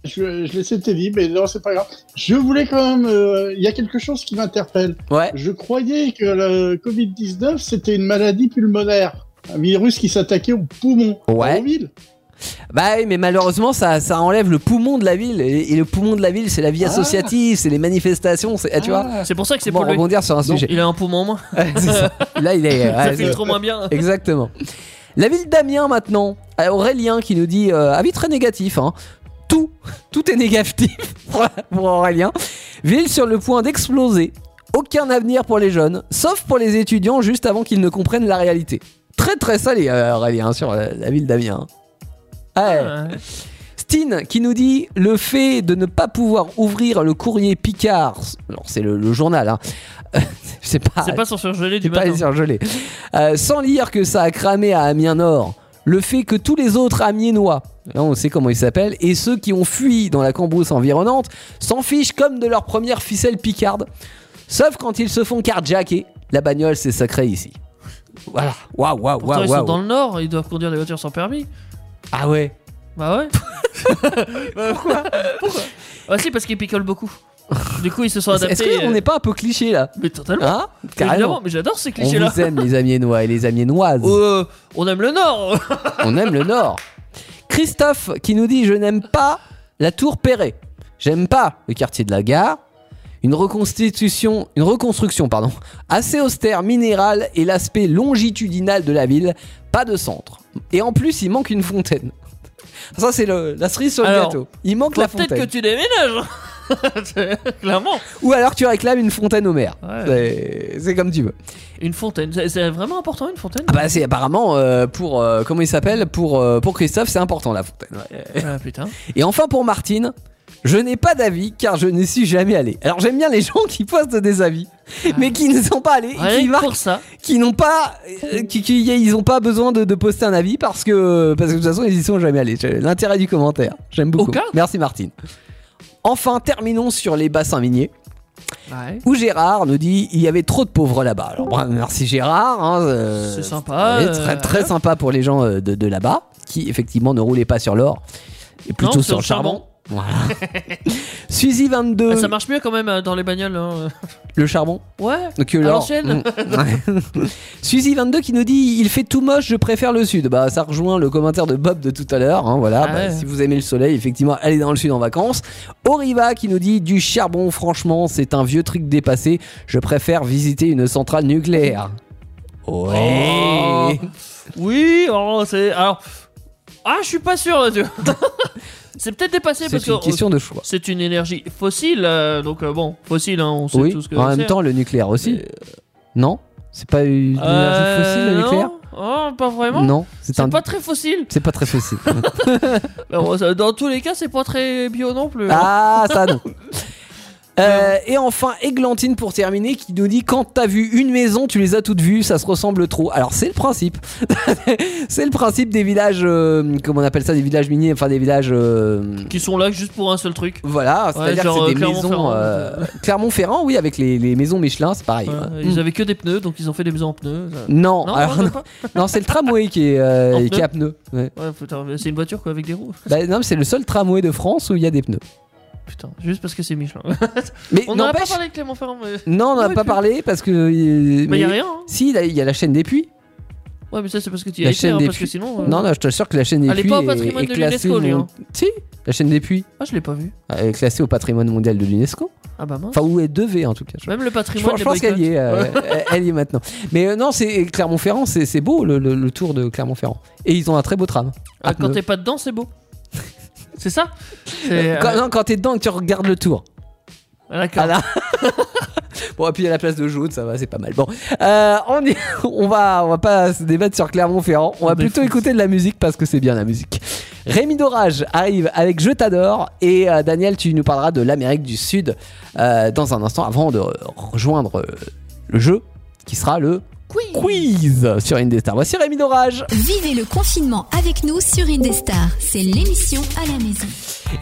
D: je, je laissais Teddy, mais non, c'est pas grave. Je voulais quand même. euh, Il y a quelque chose qui m'interpelle.
B: Ouais.
D: Je croyais que le Covid-19, c'était une maladie pulmonaire. Un virus qui s'attaquait aux poumons.
B: Ouais.
D: Aux villes.
B: Bah oui, mais malheureusement, ça, ça enlève le poumon de la ville. Et, et le poumon de la ville, c'est la vie
D: Ah.
B: associative, c'est les manifestations. c'est- eh, tu vois
C: C'est pour ça que Ah. c'est
B: Bon,
C: pour lui.
B: rebondir sur un
D: Non.
B: sujet.
C: Il a un poumon en moins.
B: Ouais, c'est ça. Là, il est.
C: Ça
B: ouais, c'est-
C: filtre moins bien.
B: Exactement. La ville d'Amiens maintenant. Euh, Aurélien qui nous dit euh, avis très négatif. hein. Tout, tout est négatif pour, pour Aurélien. Ville sur le point d'exploser. Aucun avenir pour les jeunes, sauf pour les étudiants juste avant qu'ils ne comprennent la réalité. Très très salé euh, Aurélien sur euh, la ville d'Amiens. Ah, Ouais.
C: Ouais.
B: Steen qui nous dit le fait de ne pas pouvoir ouvrir le courrier Picard. Alors c'est le, le journal. Hein. c'est pas.
C: C'est pas sur surgelé
B: C'est
C: du
B: euh, pas
C: matin.
B: les surgelés. Euh, sans lire que ça a cramé à Amiens Nord, le fait que tous les autres Amiénois, là on sait comment ils s'appellent, et ceux qui ont fui dans la cambrousse environnante, s'en fichent comme de leur première ficelle picarde. Sauf quand ils se font carjacker. La bagnole, c'est sacré ici. Voilà. Waouh, waouh,
C: Pourtant,
B: waouh,
C: ils sont dans
B: waouh.
C: le nord, ils doivent conduire des voitures sans permis.
B: Ah ouais.
C: Bah ouais. Bah, pourquoi Pourquoi Ah si, parce qu'ils picolent beaucoup. Du coup, ils se sont adaptés.
B: Est-ce qu'on
C: euh,
B: n'est pas un peu cliché là
C: Mais totalement.
B: Hein
C: Évidemment,
B: Carrément.
C: mais j'adore ces
B: On
C: clichés-là.
B: vous aime les Amiénois et les Amiénoises.
C: Euh, on aime le nord.
B: On aime le Nord. Christophe qui nous dit Je n'aime pas la tour Perret. J'aime pas le quartier de la gare. Une reconstitution, une reconstruction, pardon, assez austère, minérale et l'aspect longitudinal de la ville, pas de centre. Et en plus, il manque une fontaine. Ça, c'est le- la cerise sur le
C: Alors,
B: gâteau. Il manque
C: Faut
B: la
C: Peut-être que
B: fontaine.
C: tu déménages. Clairement.
B: Ou alors tu réclames une fontaine au maire.
C: Ouais.
B: C'est- C'est comme tu veux.
C: Une fontaine. C'est- C'est vraiment important une fontaine.
B: Ah bah, c'est apparemment euh, pour. euh, comment il s'appelle pour, euh, pour Christophe, c'est important la fontaine. ouais.
C: Ah, putain.
B: Et enfin pour Martine, je n'ai pas d'avis car je n'y suis jamais allé. Alors j'aime bien les gens qui postent des avis, mais qui ne sont pas allés, et qui
C: Rien que
B: marquent,
C: Ah. pour ça.
B: qui n'ont pas, euh, qui, qui- ils ont pas besoin de, de poster un avis parce que parce que de toute façon ils y sont jamais allés. C'est L'intérêt du commentaire, j'aime beaucoup.
C: Aucun.
B: Merci Martine. Enfin terminons sur les bassins miniers
C: Ouais.
B: où Gérard nous dit il y avait trop de pauvres là-bas. Alors bah, merci Gérard, hein, euh,
C: C'est sympa,
B: ouais, très
C: euh,
B: très sympa pour les gens euh, de, de là-bas qui effectivement ne roulaient pas sur l'or et plutôt
C: Non,
B: sur le charbon. Voilà. Suzy
C: Ah,
B: 22.
C: Ça marche mieux quand même euh, dans les bagnoles. hein.
B: Le charbon.
C: Ouais.
B: Que
C: À
B: l'or.
C: l'ancienne.
B: Mm. Ouais. Suzy 22 qui nous dit il fait tout moche, je préfère le sud. Bah ça rejoint le commentaire de Bob de tout à l'heure. hein, voilà.
C: Ah
B: Bah,
C: ouais.
B: Si vous aimez le soleil, effectivement, allez dans le sud en vacances. Oriva qui nous dit du charbon. Franchement, c'est un vieux truc dépassé. Je préfère visiter une centrale nucléaire. Ouais.
C: Oh. Oui, oh, c'est. Alors. Ah, je suis pas sûr là, tu vois. C'est peut-être dépassé parce
B: c'est
C: que.
B: une question de choix.
C: C'est une énergie fossile, euh, donc euh, bon, fossile, hein, on sait
B: Oui.
C: tout ce que
B: en même
C: c'est.
B: temps, le nucléaire aussi. Non. C'est pas une énergie
C: Euh,
B: fossile le
C: non.
B: nucléaire.
C: Oh, pas vraiment
B: non. C'est
C: C'est
B: un.
C: pas très fossile.
B: C'est pas très fossile.
C: Alors, ça- Dans tous les cas, c'est pas très bio non plus. hein.
B: Ah, ça non. Euh, et enfin, Églantine pour terminer, qui nous dit quand t'as vu une maison, tu les as toutes vues, ça se ressemble trop. Alors c'est le principe, c'est le principe des villages, euh, comment on appelle ça, des villages miniers, enfin des villages. euh,
C: Qui sont là juste pour un seul truc.
B: voilà,
C: Ouais,
B: c'est-à-dire
C: genre,
B: que c'est
C: euh,
B: des maisons.
C: Clermont-Ferrand.
B: euh, Clermont-Ferrand, oui, avec les, les maisons Michelin, c'est pareil.
C: Ouais,
B: hein.
C: Euh, Ils avaient que des pneus, donc ils ont fait des maisons en pneus. ça.
B: Non,
C: Non,
B: alors,
C: non,
B: non,
C: pas.
B: non, c'est le tramway qui est, euh,
C: En
B: qui
C: pneu
B: a pneus. ouais.
C: Ouais, putain, mais c'est une voiture quoi avec des roues.
B: Bah, non, mais c'est le seul tramway de France où il y a des pneus.
C: Putain, juste parce que c'est Michelin.
B: Mais
C: On n'en a pas
B: n'empêche,
C: parlé de Clément Ferrand, mais.
B: non, on n'en a
C: Ouais,
B: pas
C: puis-
B: parlé parce que. euh,
C: Bah, y a
B: mais-
C: rien. hein.
B: Si, là, il y a la chaîne des puits.
C: Ouais, mais ça, c'est parce que tu y
B: La
C: as été,
B: chaîne
C: hein,
B: des
C: parce que
B: puits.
C: sinon. euh,
B: Non, non, je t'assure que la chaîne des
C: Elle est
B: puits
C: pas au patrimoine de
B: classée
C: l'UNESCO, lui,
B: mon-
C: hein.
B: Si, la chaîne des puits
C: Ah, je l'ai pas vu.
B: est classée au patrimoine mondial de l'UNESCO.
C: Ah bah mince.
B: Enfin, où elle devait en tout cas. Je,
C: Même le
B: je
C: patrimoine
B: pense,
C: des
B: je pense qu'elle
C: boycotts.
B: y est. euh, elle y est maintenant. Mais euh, non, c'est Clermont-Ferrand, c'est c'est beau le, le- le tour de Clermont-Ferrand. Et ils ont un très beau tram.
C: Ah,
B: À
C: Quand
B: pneus.
C: t'es pas dedans, c'est beau. C'est ça C'est.
B: Quand,
C: euh,
B: non, quand t'es dedans et que tu regardes le tour.
C: D'accord.
B: Ah là. bon, et puis à la place de jaune, ça va, c'est pas mal. Bon, Euh, on, y- on va, on va pas se débattre sur Clermont-Ferrand. On va
C: On
B: plutôt
C: défonce.
B: écouter de la musique parce que c'est bien la musique. Rémi Dorage arrive avec Je t'adore et euh, Daniel, tu nous parleras de l'Amérique du Sud euh, dans un instant avant de re- rejoindre euh, le jeu qui sera le quiz sur Indestar. Voici Rémi Dorage.
A: Vivez le confinement avec nous sur Indestar. C'est l'émission à la maison.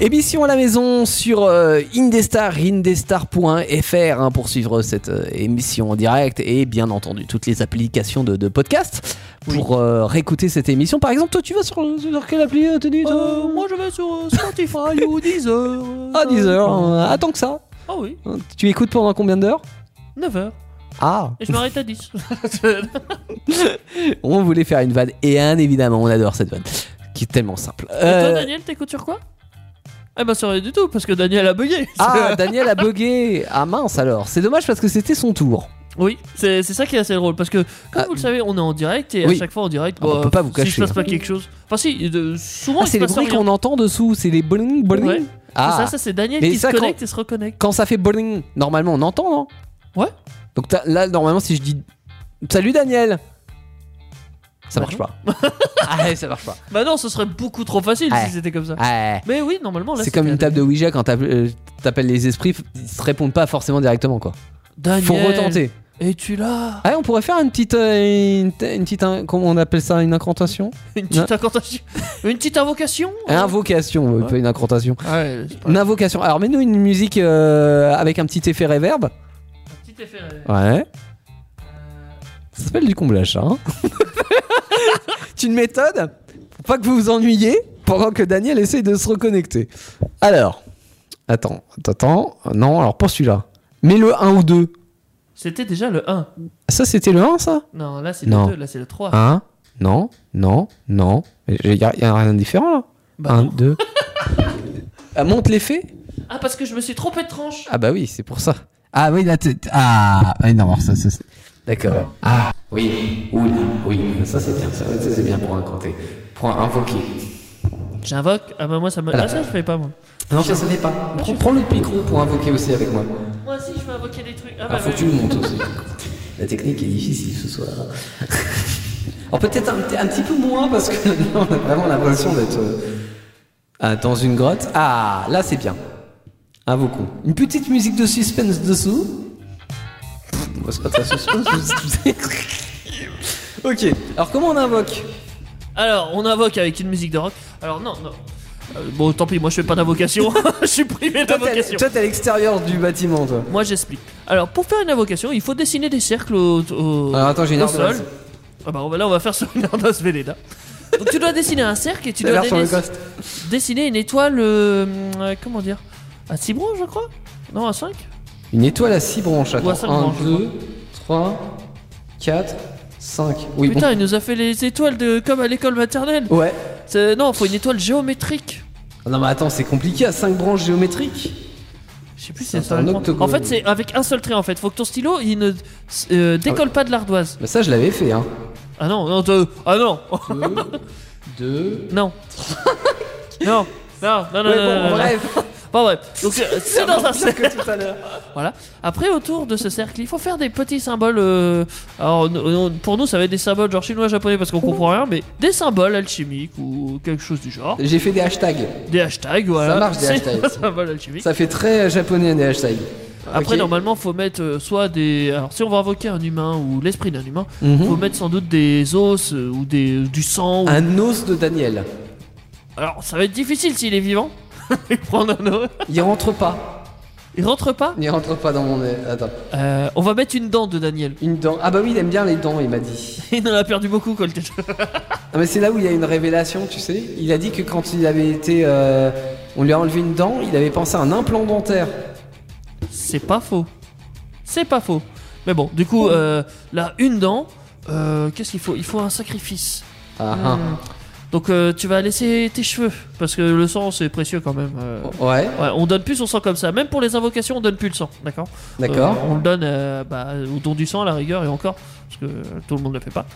B: Émission à la maison sur euh, Indestar, indestar.fr hein, pour suivre cette euh, émission en direct et bien entendu toutes les applications de, de podcast pour euh, réécouter cette émission. Par exemple, toi tu vas sur, sur quelle appli euh, Tony, toi
C: Euh, moi je vais sur euh, Spotify ou Deezer. euh,
B: Ah, 10 heures,
C: euh,
B: euh, attends que ça.
C: Ah oui,
B: Tu écoutes pendant combien d'heures
C: 9h.
B: Ah,
C: Et je m'arrête à 10.
B: on voulait faire une vanne et un évidemment, on adore cette vanne qui est tellement simple.
C: Et toi,
B: Euh,
C: Daniel, t'écoutes sur quoi Eh ben, sur rien du tout, parce que Daniel a bugué.
B: ah, Daniel a bugué. Ah mince alors, c'est dommage parce que c'était son tour.
C: Oui, c'est c'est ça qui est assez drôle, parce que, comme
B: Ah.
C: vous le savez, on est en direct, et
B: Oui.
C: à chaque fois en direct, bah,
B: Ah, on peut pas vous
C: Si
B: cacher.
C: se passe pas quelque chose. Enfin, si, de- souvent,
B: Ah,
C: il
B: c'est
C: se
B: les
C: passe
B: bruits
C: rien.
B: qu'on entend dessous, c'est les bling bling.
C: Ouais.
B: Ah,
C: C'est Ça, ça c'est Daniel
B: Mais
C: qui
B: ça,
C: se
B: quand-
C: connecte et se reconnecte.
B: quand ça fait bling, normalement on entend, non
C: Ouais.
B: Donc t'as- là, normalement, si je dis Salut Daniel Ça
C: Bah
B: marche
C: non.
B: pas. ah, ouais, ça marche pas.
C: Bah non, ce serait beaucoup trop facile
B: Ouais.
C: si c'était comme ça.
B: Ah, Ouais.
C: Mais oui, normalement, Oh, là,
B: C'est comme une table de Ouija quand t'appelles euh, t'appelles les esprits, ils se répondent pas forcément directement quoi.
C: Daniel,
B: Faut retenter.
C: Et tu là
B: Ah, on pourrait faire une petite. euh, une, une petite. in- Comment on appelle ça Une incantation
C: Une petite incantation Une petite invocation
B: Une invocation, euh,
C: Ouais.
B: pas une incantation.
C: Ouais, c'est pas-
B: Une invocation. Alors mets-nous une musique euh, avec un petit effet réverb.
C: Petit effet. euh,
B: Ouais. Ça s'appelle du comblage, ça, hein C'est une méthode pour pas que vous vous ennuyiez pendant que Daniel essaye de se reconnecter. Alors, attends, attends, attends. Non, alors pour celui-là, mets le 1 ou 2.
C: C'était déjà le 1.
B: Ça, c'était le 1, ça
C: Non, là c'est
B: Non.
C: le 2, là c'est le 3.
B: 1, non, non, non. Il n'y a, y a rien de différent, là
C: Bah
B: 1,
C: non.
B: 2. Monte l'effet
C: Ah, parce que je me suis trompé de tranche.
B: Ah bah oui, c'est pour ça. Ah oui, la tête. Ah, ah non, alors ça, ça c'est- D'accord. Ah, oui, oula, oui, ça c'est bien, ça, ça, c'est bien pour incanter. Pour invoquer.
C: J'invoque. Ah bah moi ça me.
B: Voilà.
C: Ah ça je fais pas moi.
B: Non, ça, ça n'est pas. Prends, prends l'autre micro pour invoquer aussi avec moi.
C: Moi aussi je peux invoquer des trucs. Ah
B: Ah,
C: bah
B: faut que tu le montes aussi. La technique est difficile ce soir. Alors peut-être un, un petit peu moins parce que là, on a vraiment l'impression d'être euh, ah, dans une grotte. Ah, là c'est bien. Invoquons. Une petite musique de suspense dessous. Pff, moi, c'est pas très suspense. je sais. ok. Alors comment on invoque
C: Alors on invoque avec une musique de rock. Alors non, non. Euh, bon tant pis, moi je fais pas d'invocation. je suis privé
B: Toi, t'es-
C: d'invocation.
B: Toi t'es à l'extérieur du bâtiment toi.
C: Moi j'explique. Alors pour faire une invocation, il faut dessiner des cercles au, au-
B: Alors, attends, j'ai une
C: au
B: heure de
C: sol.
B: base.
C: Ah bah on va- là on va faire sur une ardoise Véleda. Donc tu dois dessiner un cercle et tu
B: T'as
C: dois
B: l'air sur le
C: dessiner-
B: ghost.
C: dessiner une étoile. euh, euh, comment dire À 6 bras, je crois Non, à 5
B: Une étoile à 6 branches.
C: Ou à
B: Attends. 1,
C: cinq branches, je
B: 2, 3, 4, 5. Oui, bon. Oh.
C: Putain, il nous a fait les étoiles de comme à l'école maternelle.
B: Ouais. Ah
C: C'est- Non, faut une étoile géométrique.
B: Non mais attends, c'est compliqué à 5 branches géométriques.
C: Je sais plus si
B: C'est
C: c'est ça.
B: un octogone.
C: En fait, c'est avec un seul trait en fait. Faut que ton stylo il ne euh, décolle pas de l'ardoise.
B: Bah ça je l'avais fait hein.
C: Ah non, non, te- ah non,
B: 2
C: non. non. Non, non, non,
B: Ouais
C: non, non,
B: bon
C: non,
B: bref,
C: non. Bon, bref. Donc, euh, c'est dans un cercle.
B: que tout à l'heure.
C: Voilà. Après, autour de ce cercle, il faut faire des petits symboles. euh, Alors, nous- nous- pour nous, ça va être des symboles genre chinois, japonais, parce qu'on comprend rien, mais des symboles alchimiques ou quelque chose du genre.
B: J'ai fait des hashtags.
C: Des hashtags, voilà.
B: marche, des
C: C'est
B: hashtags.
C: un symbole alchimique.
B: Ça fait très euh, japonais des hashtags.
C: Après,
B: Ok.
C: normalement, faut mettre euh, soit des. Alors, si on va invoquer un humain ou l'esprit d'un humain,
B: Mhm.
C: faut mettre sans doute des os euh, ou des, du sang. ou-
B: Un os de Daniel. Ah.
C: Alors, ça va être difficile s'il est vivant. Il prend un os.
B: Il rentre pas.
C: Il rentre pas.
B: Il rentre pas dans mon. Attends.
C: Euh, on va mettre une dent de Daniel.
B: Une dent. Ah bah oui, il aime bien les dents, il m'a dit.
C: Il en a perdu beaucoup, Colgate.
B: Non, mais c'est là où il y a une révélation, tu sais. Il a dit que quand il avait été. euh, on lui a enlevé une dent, il avait pensé à un implant dentaire.
C: C'est pas faux. C'est pas faux. Mais bon, du
B: Oh.
C: coup, euh, là, une dent. euh, Qu'est-ce qu'il faut Il faut un sacrifice.
B: Ah, ah.
C: Hmm. Donc, euh, tu vas laisser tes cheveux. Parce que le sang, c'est précieux quand même. euh.
B: Ouais,
C: Ouais, on donne plus son sang comme ça. Même pour les invocations, on donne plus le sang. D'accord
B: d'accord.
C: Euh, on le donne euh, bah, au don du sang à la rigueur et encore. Parce que euh, tout le monde ne le fait pas.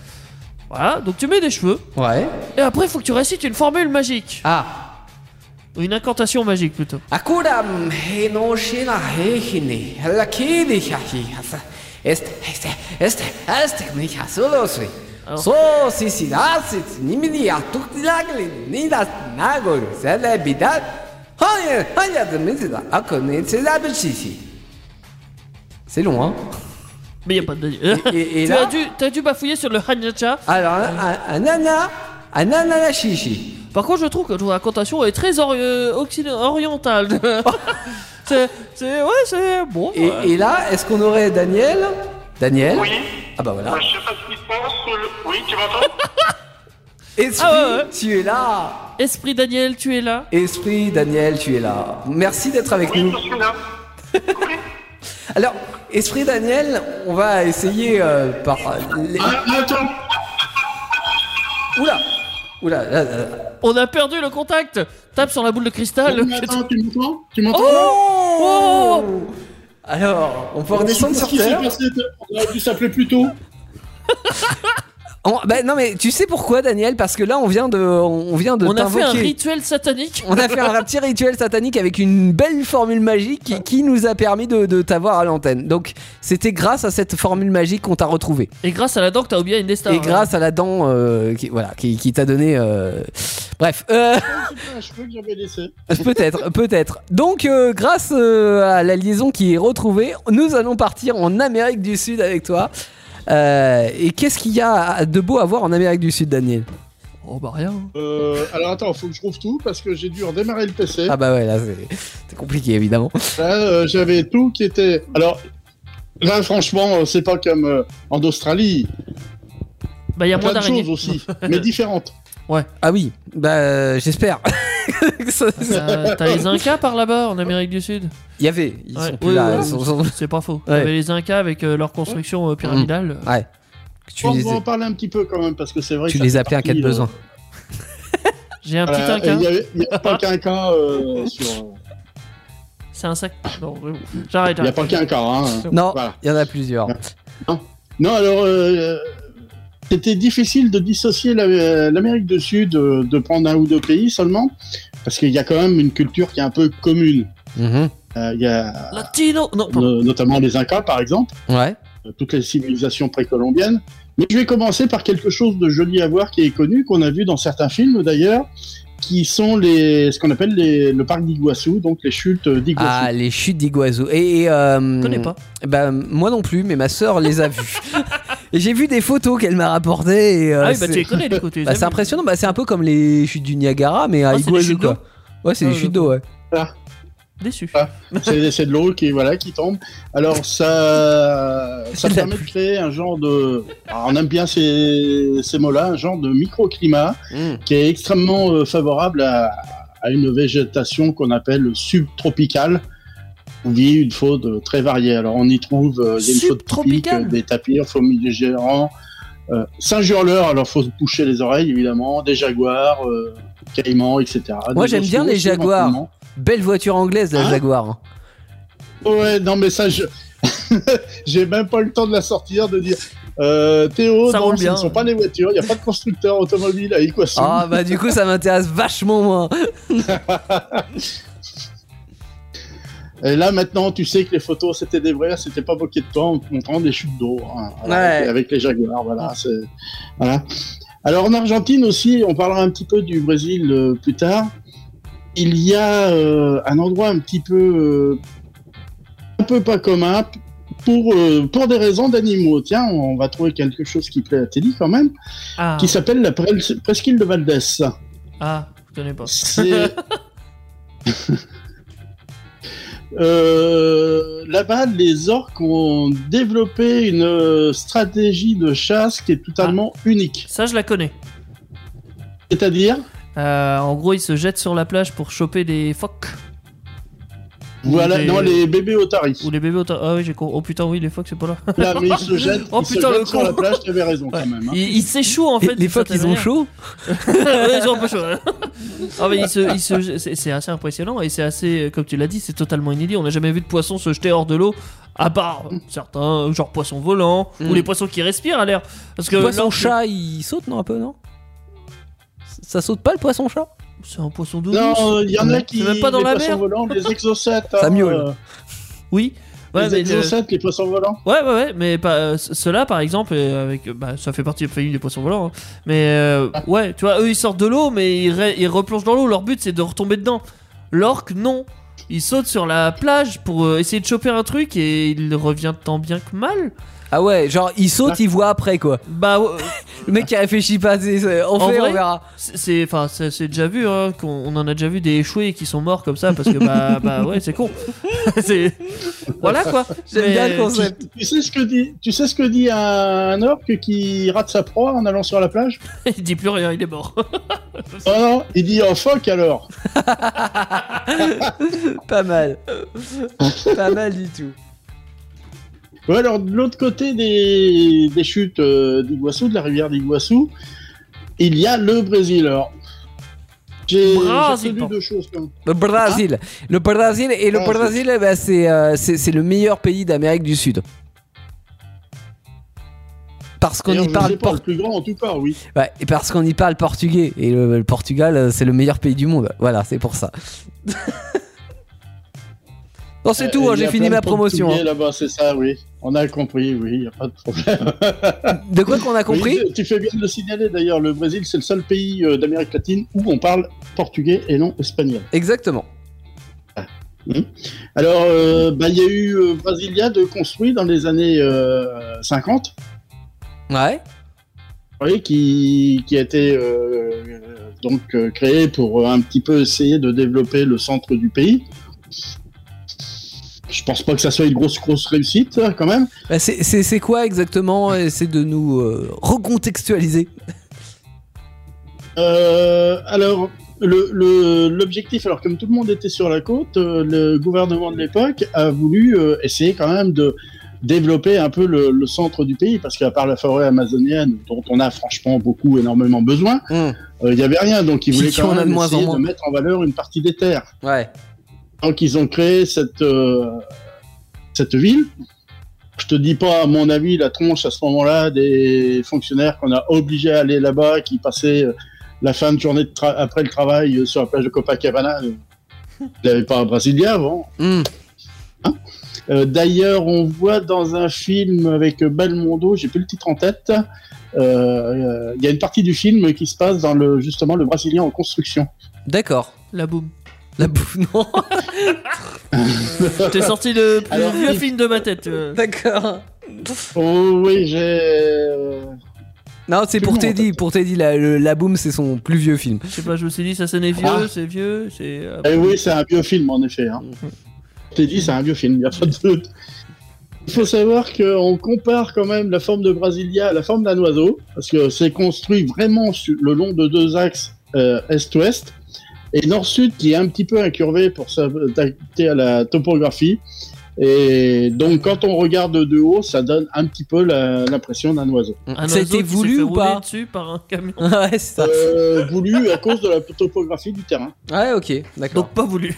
C: Voilà, donc tu mets des cheveux.
B: Ouais.
C: Et après, il faut que tu récites une formule magique.
B: Ah.
C: Ou une incantation magique plutôt.
B: Akuram henoshina hehine. Lakini shahi. Est, est, est, est, miha solosi.
C: Alors.
B: So si si nasit nimini atukilagli nidas nagol zelebidad. Hoya hoya de mitida akonitsilabishisi. C'est long, hein
C: Mais il a pas de.
B: Et- et- et
C: tu
B: là
C: as dû, t'as dû bafouiller sur le Hanyacha.
B: Alors, un, un nana, un nana chichi.
C: Par contre, je trouve que la cantation est très ori- euh, occid- orientale. c'est, c'est. Ouais, c'est. Bon.
B: Et,
C: ouais.
B: et là, est-ce qu'on aurait Daniel Daniel
E: Oui.
B: Ah bah voilà.
E: Ouais, je sais pas ce qu'il pense. euh, Oui, tu m'entends
B: Esprit,
C: Ah ouais, ouais.
B: tu es là
C: Esprit Daniel, tu es là.
B: Esprit, Daniel, tu es là. Merci d'être avec
E: Oui,
B: nous.
E: je suis là. Oui.
B: Alors, Esprit Daniel, on va essayer euh, par... les- Ah,
D: Ah, attends
B: Oula Oula, là, là, là.
C: On a perdu le contact. Tape sur la boule de cristal.
D: Mais attends, tu m'entends Tu m'entends là
B: Oh Alors, on peut redescendre
D: Je sais
B: sur
D: pas ce qui s'est
B: Terre.
D: passé, On aurait dû s'appeler plus tôt.
B: On- bah, non mais tu sais pourquoi Daniel Parce que là on vient de, on vient de
C: on a fait un
B: t'invoquer.
C: rituel satanique.
B: On a fait un petit rituel satanique avec une belle formule magique qui, qui nous a permis de, de t'avoir à l'antenne. Donc c'était grâce à cette formule magique qu'on t'a retrouvé.
C: Et grâce à la dent que t'as oublié une destin. hein.
B: Et grâce à la dent euh, qui, voilà, qui, qui t'a donné... euh, Bref, euh,
D: Putain, Ah, je peux que j'avais laissé.
B: peut-être, peut-être. Donc euh, grâce euh, à la liaison qui est retrouvée, nous allons partir en Amérique du Sud avec toi. Euh, et qu'est-ce qu'il y a de beau à voir en Amérique du Sud, Daniel
C: Oh bah rien.
D: Euh, alors attends, faut que je trouve tout parce que j'ai dû redémarrer le PC.
B: Ah bah ouais, là c'est- c'est compliqué évidemment.
D: Là, euh, j'avais tout qui était. Alors là, franchement, euh, c'est pas comme euh, en Australie.
C: Bah il y a moins
D: Plein de
C: d'araignées.
D: choses aussi, mais différentes.
B: Ah oui, bah euh, j'espère.
C: T'as, t'as les Incas par là-bas en Amérique du Sud.
B: Il y avait, ils
C: Ouais,
B: sont plus
C: ouais,
B: là.
C: ouais,
B: ils sont- sont-
C: C'est pas faux.
B: Ouais.
C: T'avais les Incas avec euh, leur construction euh,
D: Mm.
C: pyramidale.
B: Ouais. Que Tu
D: on
B: les,
D: va en parler un petit peu quand même parce que c'est vrai.
B: tu
D: que ça
B: les
D: fait
B: appelais à
D: partie,
B: quatre
D: euh,
B: besoins.
C: J'ai un Ah. petit
D: voilà, et
C: Inca.
D: Euh, Il y avait- il y a pas qu'un cas. euh, sur, euh,
C: C'est un sac. Non, euh, j'arrête.
D: Il y a
C: j'arrête.
D: pas qu'un cas. Hein.
B: Non,
D: Voilà.
B: il y en a plusieurs.
D: Non, alors euh, c'était difficile de dissocier la- l'Amérique du Sud, euh, de prendre un ou deux pays seulement, parce qu'il y a quand même une culture qui est un peu commune.
B: Mhm.
D: Euh, Il y
C: Ah.
D: a
C: Latino. Non, pardon.
D: no- notamment les Incas, par exemple. euh,
B: Ouais.
D: toutes les civilisations précolombiennes. Mais je vais commencer par quelque chose de joli à voir qui est connu, qu'on a vu dans certains films d'ailleurs, qui sont les, ce qu'on appelle les, le parc d'Iguassou, donc les chutes d'Iguassou.
B: Ah, les chutes d'Iguazu. Et. et, euh,
C: Je connais pas. Ah
B: Bah, moi non plus, mais ma sœur les a vues. Et J'ai vu des photos qu'elle m'a rapportées. et, euh,
C: ah oui, bah tu
B: c'est-
C: les connais du côté.
B: bah, c'est impressionnant. Bah, c'est un peu comme les chutes du Niagara, mais à
C: Ah, c'est des
B: Iguazu
C: chutes
B: quoi. Ouais, c'est
C: Ah,
B: des
C: je
B: chutes d'eau, ouais.
C: Déçu.
D: Ah. C'est c'est de l'eau qui voilà qui tombe. Alors ça, ça
B: La
D: permet de créer un genre de, alors, on aime bien ces, ces mots-là, un genre de microclimat
C: Hmm.
D: qui est extrêmement euh, favorable à, à une végétation qu'on appelle subtropicale, où vit une faune euh, très variée. Alors on y trouve euh, il y a une faune typique,
C: Subtropicale
D: euh, des tapirs, fumigérants, euh, singes hurleurs, alors faut se boucher les oreilles évidemment, des jaguars, euh, caïmans, etc.
B: Moi,
D: Des
B: j'aime bien
D: ossous
B: les
D: aussi,
B: jaguars.
D: éventuellement.
B: Belle voiture anglaise, la
C: Ah,
D: Hein
B: Jaguar. hein.
D: Ouais, non mais ça je... J'ai même pas eu le temps de la sortir, de dire euh, Théo,
C: Ça
D: non,
C: rend
D: ce
C: bien.
D: ne sont pas des voitures, il n'y a pas de constructeur automobile à Équation.
B: Ah, bah, du coup, ça m'intéresse vachement moins.
D: Et là, maintenant, tu sais que les photos, c'était des vraies, c'était pas moqué de toi en te montrant des chutes d'eau hein, voilà,
B: Ouais.
D: avec, avec les jaguars. Voilà, c'est- voilà. Alors, en Argentine aussi, on parlera un petit peu du Brésil euh, plus tard. Il y a euh, un endroit un petit peu euh, un peu pas commun p- pour, euh, pour des raisons d'animaux. Tiens, on va trouver quelque chose qui plaît à Teddy quand même,
C: Ah,
D: qui s'appelle la pres- presqu'île de Valdès.
C: ah, je connais pas.
D: C'est. Euh, Là-bas, les orques ont développé une euh, stratégie de chasse qui est
C: Ah.
D: totalement unique.
C: Ça, je la connais.
D: C'est-à-dire,
C: Euh, en gros, ils se jettent sur la plage pour choper des phoques
D: voilà,
C: les-
D: non, les bébés otaries.
C: ou les bébés. auto- Ah oui, j'ai con- Oh putain, oui, les phoques, c'est pas là.
D: Là, mais ils se jettent,
C: Oh
D: ils se
C: putain, le
D: jettent sur
C: con.
D: la plage, t'avais raison
C: Ouais.
D: quand même. hein.
C: Ils ils s'échouent en
B: Et
C: fait.
B: les phoques
C: d'une
B: ils ont
C: certaine
B: chaud
C: manière. Ouais, ils ont un peu chaud. ouais. ah, mais ils se, ils se- c'est, c'est assez impressionnant et c'est assez, euh, comme tu l'as dit, c'est totalement inédit. On n'a jamais vu de poisson se jeter hors de l'eau, à part euh, certains, euh, genre poissons volants ou
B: Mm.
C: les poissons qui respirent à l'air. Parce que
B: Le poisson
C: l'orque-
B: chat il saute non un peu non Ça saute pas le poisson chat
C: c'est un poisson d'eau douce.
D: Non, euh, il y en a
C: C'est
D: qui.
C: même pas dans
D: les
C: la
D: poissons
C: mer.
D: volants, les exocètes.
B: Ça
D: hein,
B: miaule.
D: euh,
C: Oui. Ouais,
D: les
C: mais le-
D: exocètes, les poissons volants.
C: Ouais, ouais, ouais, mais pas- euh, c- ceux-là, par exemple, euh, avec, euh, bah, ça fait partie de la famille des poissons volants. hein. Mais euh,
B: Ah.
C: ouais, tu vois, eux, ils sortent de l'eau, mais ils, re- ils replongent dans l'eau. Leur but, c'est de retomber dedans. L'orque, non. Il saute sur la plage pour euh, essayer de choper un truc et il revient tant bien que mal.
B: Ah ouais genre il saute il voit après quoi
C: Bah, ouais,
B: Le mec qui réfléchit pas c'est- c'est- on
C: En
B: fait
C: vrai
B: on verra
C: c'est- c'est enfin, c'est c'est déjà vu, hein, qu'on on en a déjà vu des échoués qui sont morts comme ça parce que bah, bah ouais, c'est con. C'est- voilà quoi.
B: J'aime bien le
C: Mais-
B: concept.
D: Tu, tu sais ce que dit, tu sais ce que dit un, un orque qui rate sa proie en allant sur la plage
C: Il dit plus rien, il est mort.
D: Non, non, il dit oh fuck alors.
B: Pas mal Pas mal du tout
D: Ouais, alors de l'autre côté des, des chutes euh, d'Iguassou, de la rivière d'Iguassou, il y a le Brésil. Alors, j'ai j'ai
C: Brésil.
D: connu deux choses. quand même.
B: Le Brésil Hein Le Brésil et le
D: Ah, c'est-
B: Brésil eh ben, c'est euh, c'est c'est le meilleur pays d'Amérique du Sud parce qu'on
D: D'ailleurs,
B: y
D: je
B: parle
D: sais pas,
B: portugais.
D: le plus grand en tout cas, oui.
B: Ouais, et parce qu'on y parle portugais. Et le, le Portugal, euh, c'est le meilleur pays du monde. Voilà, c'est pour ça. non, c'est
D: Euh,
B: tout, hein,
D: il y
B: j'ai
D: a
B: fini
D: plein de
B: ma promotion.
D: Portugais
B: hein.
D: Là-bas, c'est ça, oui. On a compris, oui, il n'y a pas de problème.
B: De quoi qu'on a compris
D: Oui, tu fais bien de le signaler d'ailleurs, le Brésil, c'est le seul pays euh, d'Amérique latine où on parle portugais et non espagnol.
B: Exactement.
D: Alors, euh, bah, il y a eu euh, Brasilia de construit dans les années euh, 50,
B: Ouais.
D: vous voyez, qui, qui a été euh, euh, donc euh, créé pour euh, un petit peu essayer de développer le centre du pays. Je pense pas que ça soit une grosse grosse réussite hein, quand même.
B: Bah, c'est- c'est c'est quoi exactement euh, C'est de nous euh, recontextualiser.
D: Euh, alors, le- le- l'objectif, alors comme tout le monde était sur la côte, euh, le gouvernement de l'époque a voulu euh, essayer quand même de développer un peu le, le centre du pays, parce qu'à part la forêt amazonienne, dont on a franchement beaucoup, énormément besoin, euh, il y avait rien. Donc ils
B: Qui-
D: voulaient
B: qui
D: quand
B: en a
D: même
B: de moins en
D: essayer
B: moins.
D: de mettre en valeur une partie des terres.
B: Ouais.
D: Donc ils ont créé cette, euh, cette ville. Je te dis pas, à mon avis, la tronche à ce moment-là des fonctionnaires qu'on a obligés à aller là-bas, qui passaient euh, la fin de journée de tra- après le travail euh, sur la plage de Copacabana. euh, Ils n'avaient pas à Brasilia avant.
B: Hmm.
D: Euh, D'ailleurs, on voit dans un film avec Belmondo, j'ai plus le titre en tête, euh, euh, il y a une partie du film qui se passe dans le justement le Brésilien en construction.
B: D'accord.
C: La boum.
B: La bouffe, non.
C: T'es sorti le plus
D: Alors,
C: vieux
D: il-
C: film de ma tête. euh.
B: D'accord.
D: Oh oui, j'ai... euh,
B: Non, c'est pour
D: Absolument, en
B: Teddy.
D: fait.
B: Pour Teddy, la, le- la boum, c'est son plus vieux film.
C: Je sais pas, je me suis dit, ça sonnait vieux,
D: Ah.
C: c'est vieux, c'est. euh,
D: Eh oui, c'est un vieux film en effet. Hein. Je t'ai dit, c'est un vieux film, il n'y a pas de doute. Il faut savoir qu'on compare quand même la forme de Brasilia à la forme d'un oiseau, parce que c'est construit vraiment sur- le long de deux axes euh, est-ouest et nord-sud qui est un petit peu incurvé pour s'adapter à la topographie. Et donc, quand on regarde de haut, ça donne un petit peu la- l'impression d'un oiseau.
C: un
B: ça a
C: oiseau
B: été
C: qui s'est fait
B: voulu ou
C: rouler
B: pas
C: dessus par un camion.
B: Ouais, c'est ça.
D: Euh, voulu à cause de la topographie du terrain.
B: Ouais, ok. D'accord.
C: Donc pas voulu.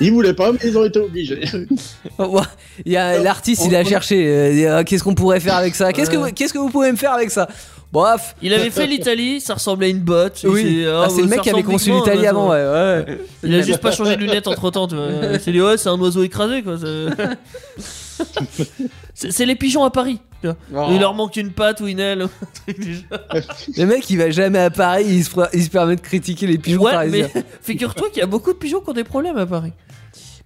D: Ils voulaient pas, mais ils ont été obligés.
B: Ouais, Il y a l'artiste, il a cherché. euh, il a, Qu'est-ce qu'on pourrait faire avec ça Qu'est-ce que vous- qu'est-ce que vous pouvez me faire avec ça Bref.
C: Il avait fait l'italie, ça ressemblait à une botte. il
B: Oui.
C: s'est-
B: Ah,
C: ah,
B: c'est le
C: ça
B: mec qui avait
C: ressemble
B: conçu
C: uniquement à un
B: l'Italie
C: oiseau.
B: avant. Ouais, ouais. ouais.
C: Il a juste pas changé de lunettes entre temps. Tu vois. Il s'est dit ouais, c'est un oiseau écrasé quoi. c'est- C'est c'est les pigeons à Paris. tu vois.
B: Oh.
C: Il leur manque une patte ou une aile. ou un truc du genre.
B: Le mec, il va jamais à Paris. Il se, fera- il se permet de critiquer les pigeons
C: ouais,
B: parisiens.
C: mais figure-toi qu'il y a beaucoup de pigeons qui ont des problèmes à Paris.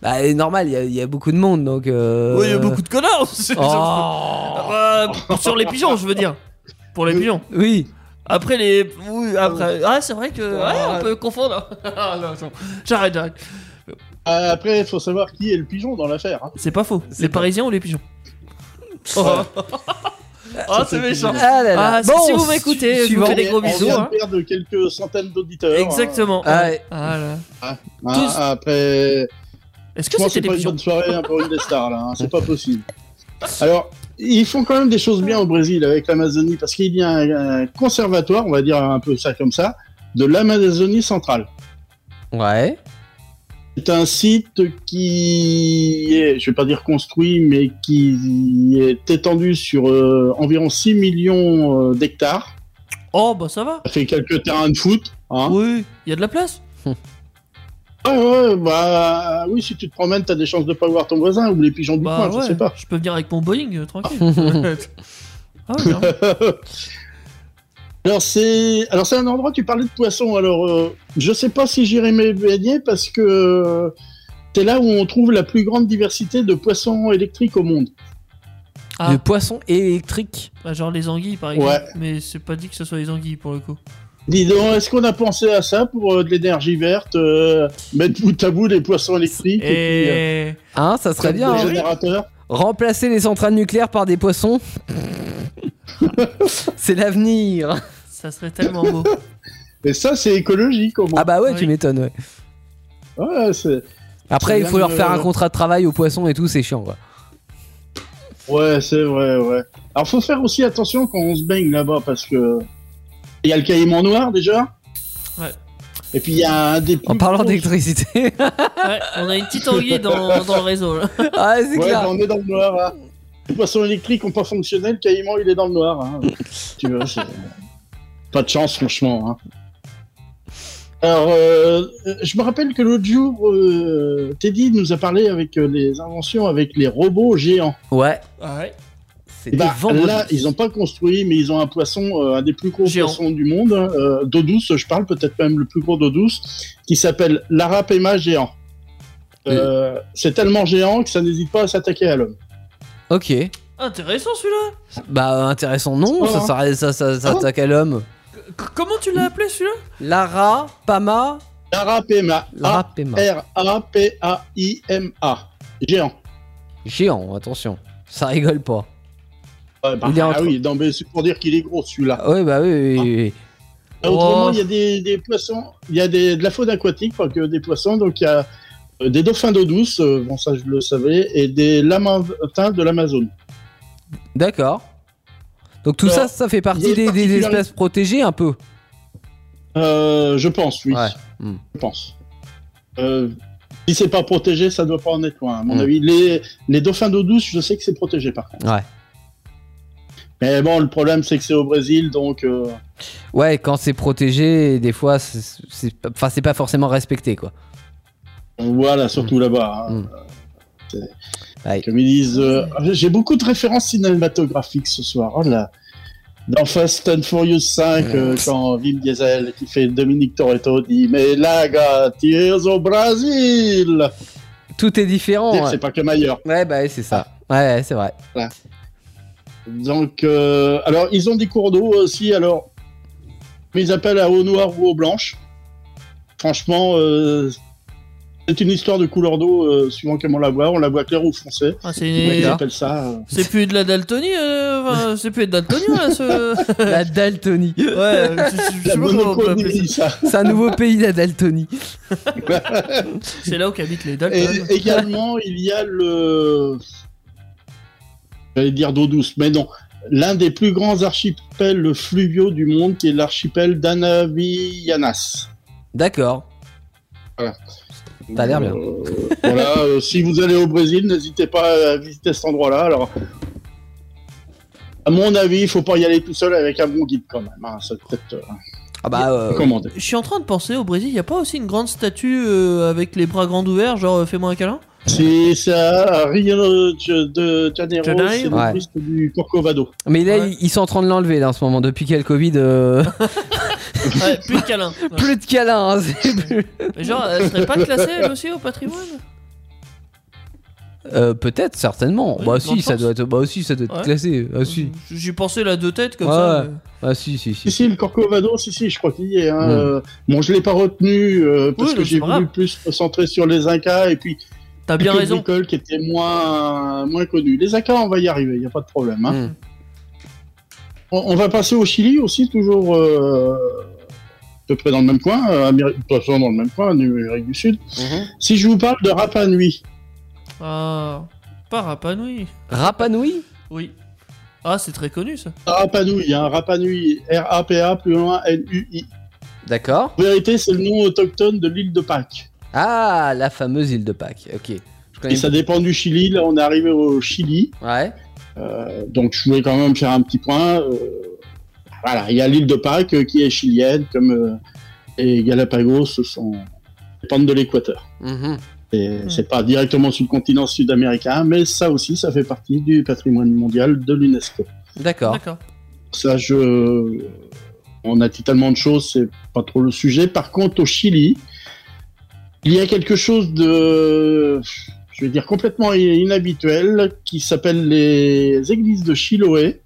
B: Bah, c'est normal, il y a- il y, a beaucoup de monde donc. euh,
C: Oui, il y a beaucoup de connards c'est-
B: Oh.
C: Euh, Sur les pigeons, je veux dire. Pour les pigeons.
B: Oui.
C: Après les. oui, après. Ah, c'est vrai que. ouais, on peut confondre. Ah, non, non. J'arrête, j'arrête.
D: Euh, après, il faut savoir qui est le pigeon dans l'affaire. hein.
C: C'est pas faux. Les parisiens ou les pigeons Oh, Ah, c'est méchant.
B: Ah là là.
C: Ah, si-
B: bon,
C: si vous m'écoutez, je vous
B: suivant.
C: fais des gros
D: On vient
C: bisous,
D: de
C: hein.
D: perdre quelques centaines d'auditeurs.
C: Exactement.
B: Ah, ouais.
C: Ah, là.
D: hein. Hein,
C: Tous-
D: Après,
C: Est-ce
D: je
C: que c'était
D: pense que c'est
C: des
D: pas une
C: pigeons
D: bonne soirée hein, pour une des stars, là. hein, C'est pas possible. Alors, ils font quand même des choses bien au Brésil avec l'Amazonie, parce qu'il y a un, un conservatoire, on va dire un peu ça comme ça, de l'Amazonie centrale.
B: Ouais.
D: C'est un site qui est, je vais pas dire construit, mais qui est étendu sur euh, environ 6 millions euh, d'hectares.
C: Oh, bah ça va.
D: Ça fait quelques terrains de foot. Hein.
C: Oui, il y a de la place.
D: Ouais, Ah ouais, bah oui, si tu te promènes, t'as des chances de pas voir ton voisin ou les pigeons du
C: Bah
D: coin,
C: ouais,
D: je sais pas.
C: peux venir avec mon Boeing, euh, tranquille. ah, ouais, bien.
D: alors c'est, alors c'est un endroit. Tu parlais de poissons, alors euh, je sais pas si j'irai me baigner parce que euh, c'est là où on trouve la plus grande diversité de poissons électriques au monde.
C: Ah.
B: Le poisson électrique.
C: Bah, genre les anguilles, par exemple. Mais c'est pas dit que ce soit les anguilles pour le coup.
D: Dis donc, est-ce qu'on a pensé à ça pour euh, de l'énergie verte, euh, mettre bout à bout les poissons électriques et, puis, euh,
C: Et.
B: Hein, ça serait bien.
D: des
B: hein.
D: générateurs
B: Remplacer les centrales nucléaires par des poissons. c'est l'avenir.
C: Ça serait tellement beau.
D: Et ça, c'est écologique au moins.
B: Ah bah ouais,
C: Oui.
B: tu m'étonnes. ouais.
D: Ouais, c'est...
B: Après, il faut leur faire un
D: Euh,
B: contrat de travail aux poissons et tout, c'est chiant quoi.
D: Ouais, c'est vrai, ouais. Alors, faut faire aussi attention quand on se baigne là-bas parce que il y a le caïman noir déjà.
C: Ouais.
D: Et puis il y a un des.
B: En
D: plus
B: parlant
D: gros-
B: d'électricité.
C: Ouais, on a une petite anguille dans, dans le réseau. Là.
B: ah, c'est
D: Ouais, bah,
B: clair.
D: on est dans le noir. Hein. Les poissons électriques ont pas fonctionné, le caïman il est dans le noir. Hein. tu vois, c'est- pas de chance franchement. Hein. Alors, euh, euh, je me rappelle que l'autre jour, euh, Teddy nous a parlé avec euh, les inventions avec les robots géants.
B: Ouais.
C: Ouais.
B: C'est
D: Eh ben,
B: des vendredis.
D: là, ils n'ont pas construit, mais ils ont un poisson, euh, un des plus gros
C: Géant.
D: poissons du monde, euh, d'eau douce, je parle peut-être même le plus gros d'eau douce, qui s'appelle l'Arapema géant. Euh, C'est tellement géant que ça n'hésite pas à s'attaquer à l'homme.
B: Ok.
C: Intéressant celui-là.
B: Bah intéressant non,
D: Voilà.
B: ça ça ça, ça, ça
D: Ah bon
B: attaque à l'homme.
C: C- comment tu l'as appelé celui-là
B: Lara, Pama,
D: L'Arapema.
B: Lara, Pema.
D: A-R-A-P-A-I-M-A. Géant.
B: Géant, attention. Ça rigole pas.
D: Ouais, bah,
B: Il est
D: ah
B: entre-
D: oui, non, mais c'est pour dire qu'il est gros celui-là.
B: Ah, oui, bah oui, oui, oui.
D: Et
C: Oh.
D: Autrement, il y a des, des poissons, il y a des, de la faune aquatique, pas que des poissons, donc il y a euh, des dauphins d'eau douce, euh, bon ça je le savais, et des lamantins de l'Amazone.
B: D'accord. Donc tout
D: Alors,
B: ça, ça fait
D: il y
B: partie
D: a
B: des, des
D: une particularité.
B: espèces protégées un peu.
D: Euh, je pense, oui.
B: Ouais. Hmm.
D: Je pense. Euh, si c'est pas protégé, ça doit pas en être loin, à mon
B: Mm.
D: avis. Les, les dauphins d'eau douce, je sais que c'est protégé par contre.
B: Ouais.
D: Mais bon, le problème, c'est que c'est au Brésil, donc. euh,
B: Ouais, quand c'est protégé, des fois, c'est- c'est pas- enfin, c'est pas forcément respecté quoi.
D: Voilà, surtout là-bas. hein.
B: Mm.
D: C'est-
B: Ouais.
D: Comme ils disent, euh, j'ai beaucoup de références cinématographiques ce soir. Oh là. Dans Fast and Furious 5, euh, quand Vin Diesel qui fait Dominique Toretto dit Mais là, gars, tu es au Brésil
B: Tout est différent.
D: C'est-
B: Oh, Ouais,
D: C'est pas comme ailleurs.
B: Ouais, bah oui, c'est ça. Ouais, ouais, c'est vrai.
D: Donc, euh, alors, ils ont des cours d'eau aussi. Alors, mais ils appellent à eau noire ou eau blanche. Franchement, euh, c'est une histoire de couleur d'eau, euh, suivant comment on la voit. On la voit claire ou foncée.
C: Ah,
D: Mais
C: c'est.
D: ils appellent ça. euh,
C: C'est plus de la daltonie. euh, enfin, c'est plus de daltonien là ce.
D: Euh.
B: La daltonie.
C: Ouais, euh, je, je- je sais
D: la
C: pas comment on peut appeler
D: monochronie, ça.
B: C'est un nouveau pays la daltonie.
C: ça. C'est là où habitent les
D: Et
C: daltoniens.
D: également, il y a le. J'allais dire d'eau douce, mais non. L'un des plus grands archipels fluviaux du monde, qui est l'archipel d'Anavianas.
B: D'accord. T'as l'air bien.
D: Euh, voilà, euh, si vous allez au Brésil, n'hésitez pas à visiter cet endroit-là. Alors, à mon avis, il faut pas y aller tout seul avec un bon guide quand même. hein. C'est peut-être euh,
B: Ah bah euh,
D: recommandé.
C: Je suis en train de penser au Brésil, y a pas aussi une grande statue euh, avec les bras grands ouverts, genre euh, fais-moi un câlin
D: C'est c'est à Rio de Janeiro,
C: Janeiro.
D: c'est le
B: Ouais.
D: touriste du Corcovado.
B: Mais là,
C: Ouais.
B: ils- ils sont en train de l'enlever là en ce moment. Depuis qu'il y a le Covid, euh,
C: Ouais, plus de câlin. Ouais.
B: plus de câlins. hein, c'est plus-
C: Mais genre, elle serait pas classée elle aussi au patrimoine
B: Euh, Peut-être, certainement.
C: Oui,
B: bah,
C: bonne
B: si, ça
C: chance.
B: doit être, bah si, ça doit être
C: Ouais.
B: classé. Ah si.
C: J'y pensais la deux têtes comme
B: Ouais,
C: ça.
B: ouais.
C: mais-
B: Ah si, si, si.
D: Si, si, le Corcovado, si, si, je crois qu'il y est. Hein.
B: Ouais.
D: Euh, Bon, je l'ai pas retenu euh, parce
C: Oui,
D: que
C: non, c'est
D: j'ai
C: pas
D: voulu
C: grave.
D: plus me centrer sur les Incas et puis
C: T'as bien
D: quelques
C: raison.
D: bricoles qui étaient moins, moins connues. Les Incas, on va y arriver, il n'y a pas de problème. hein.
B: Mm.
D: On, on va passer au Chili aussi, toujours euh, à peu près dans le même coin, euh, Amérique, de toute façon, dans le même coin, Amérique du Sud. Si je vous parle de Rapa Nui,
C: Ah, pas Rapanui.
B: Rapa Nui
C: Oui. Ah, c'est très connu ça.
D: Rapa Nui, hein, Rapa Nui, R-A-P-A, plus loin, N-U-I.
B: D'accord.
D: En vérité, c'est le nom autochtone de l'île de Pâques.
B: Ah, la fameuse île de Pâques. Ok. Je connais.
D: Et ça dépend du Chili. Là, on est arrivé au Chili. Euh,
B: Ouais.
D: Donc je voulais quand même faire un petit point. euh, voilà, il y a l'île de Pâques euh, qui est chilienne, comme euh, et Galapagos sont dépendent de l'Équateur.
B: Mhm.
D: Et
C: Hmm.
D: C'est pas directement sur le continent sud-américain, mais ça aussi, ça fait partie du patrimoine mondial de l'UNESCO.
B: D'accord.
C: D'accord.
D: Ça, je, on a dit tellement de choses, c'est pas trop le sujet. Par contre, au Chili, il y a quelque chose de, je vais dire complètement inhabituel, qui s'appelle les églises de Chiloé.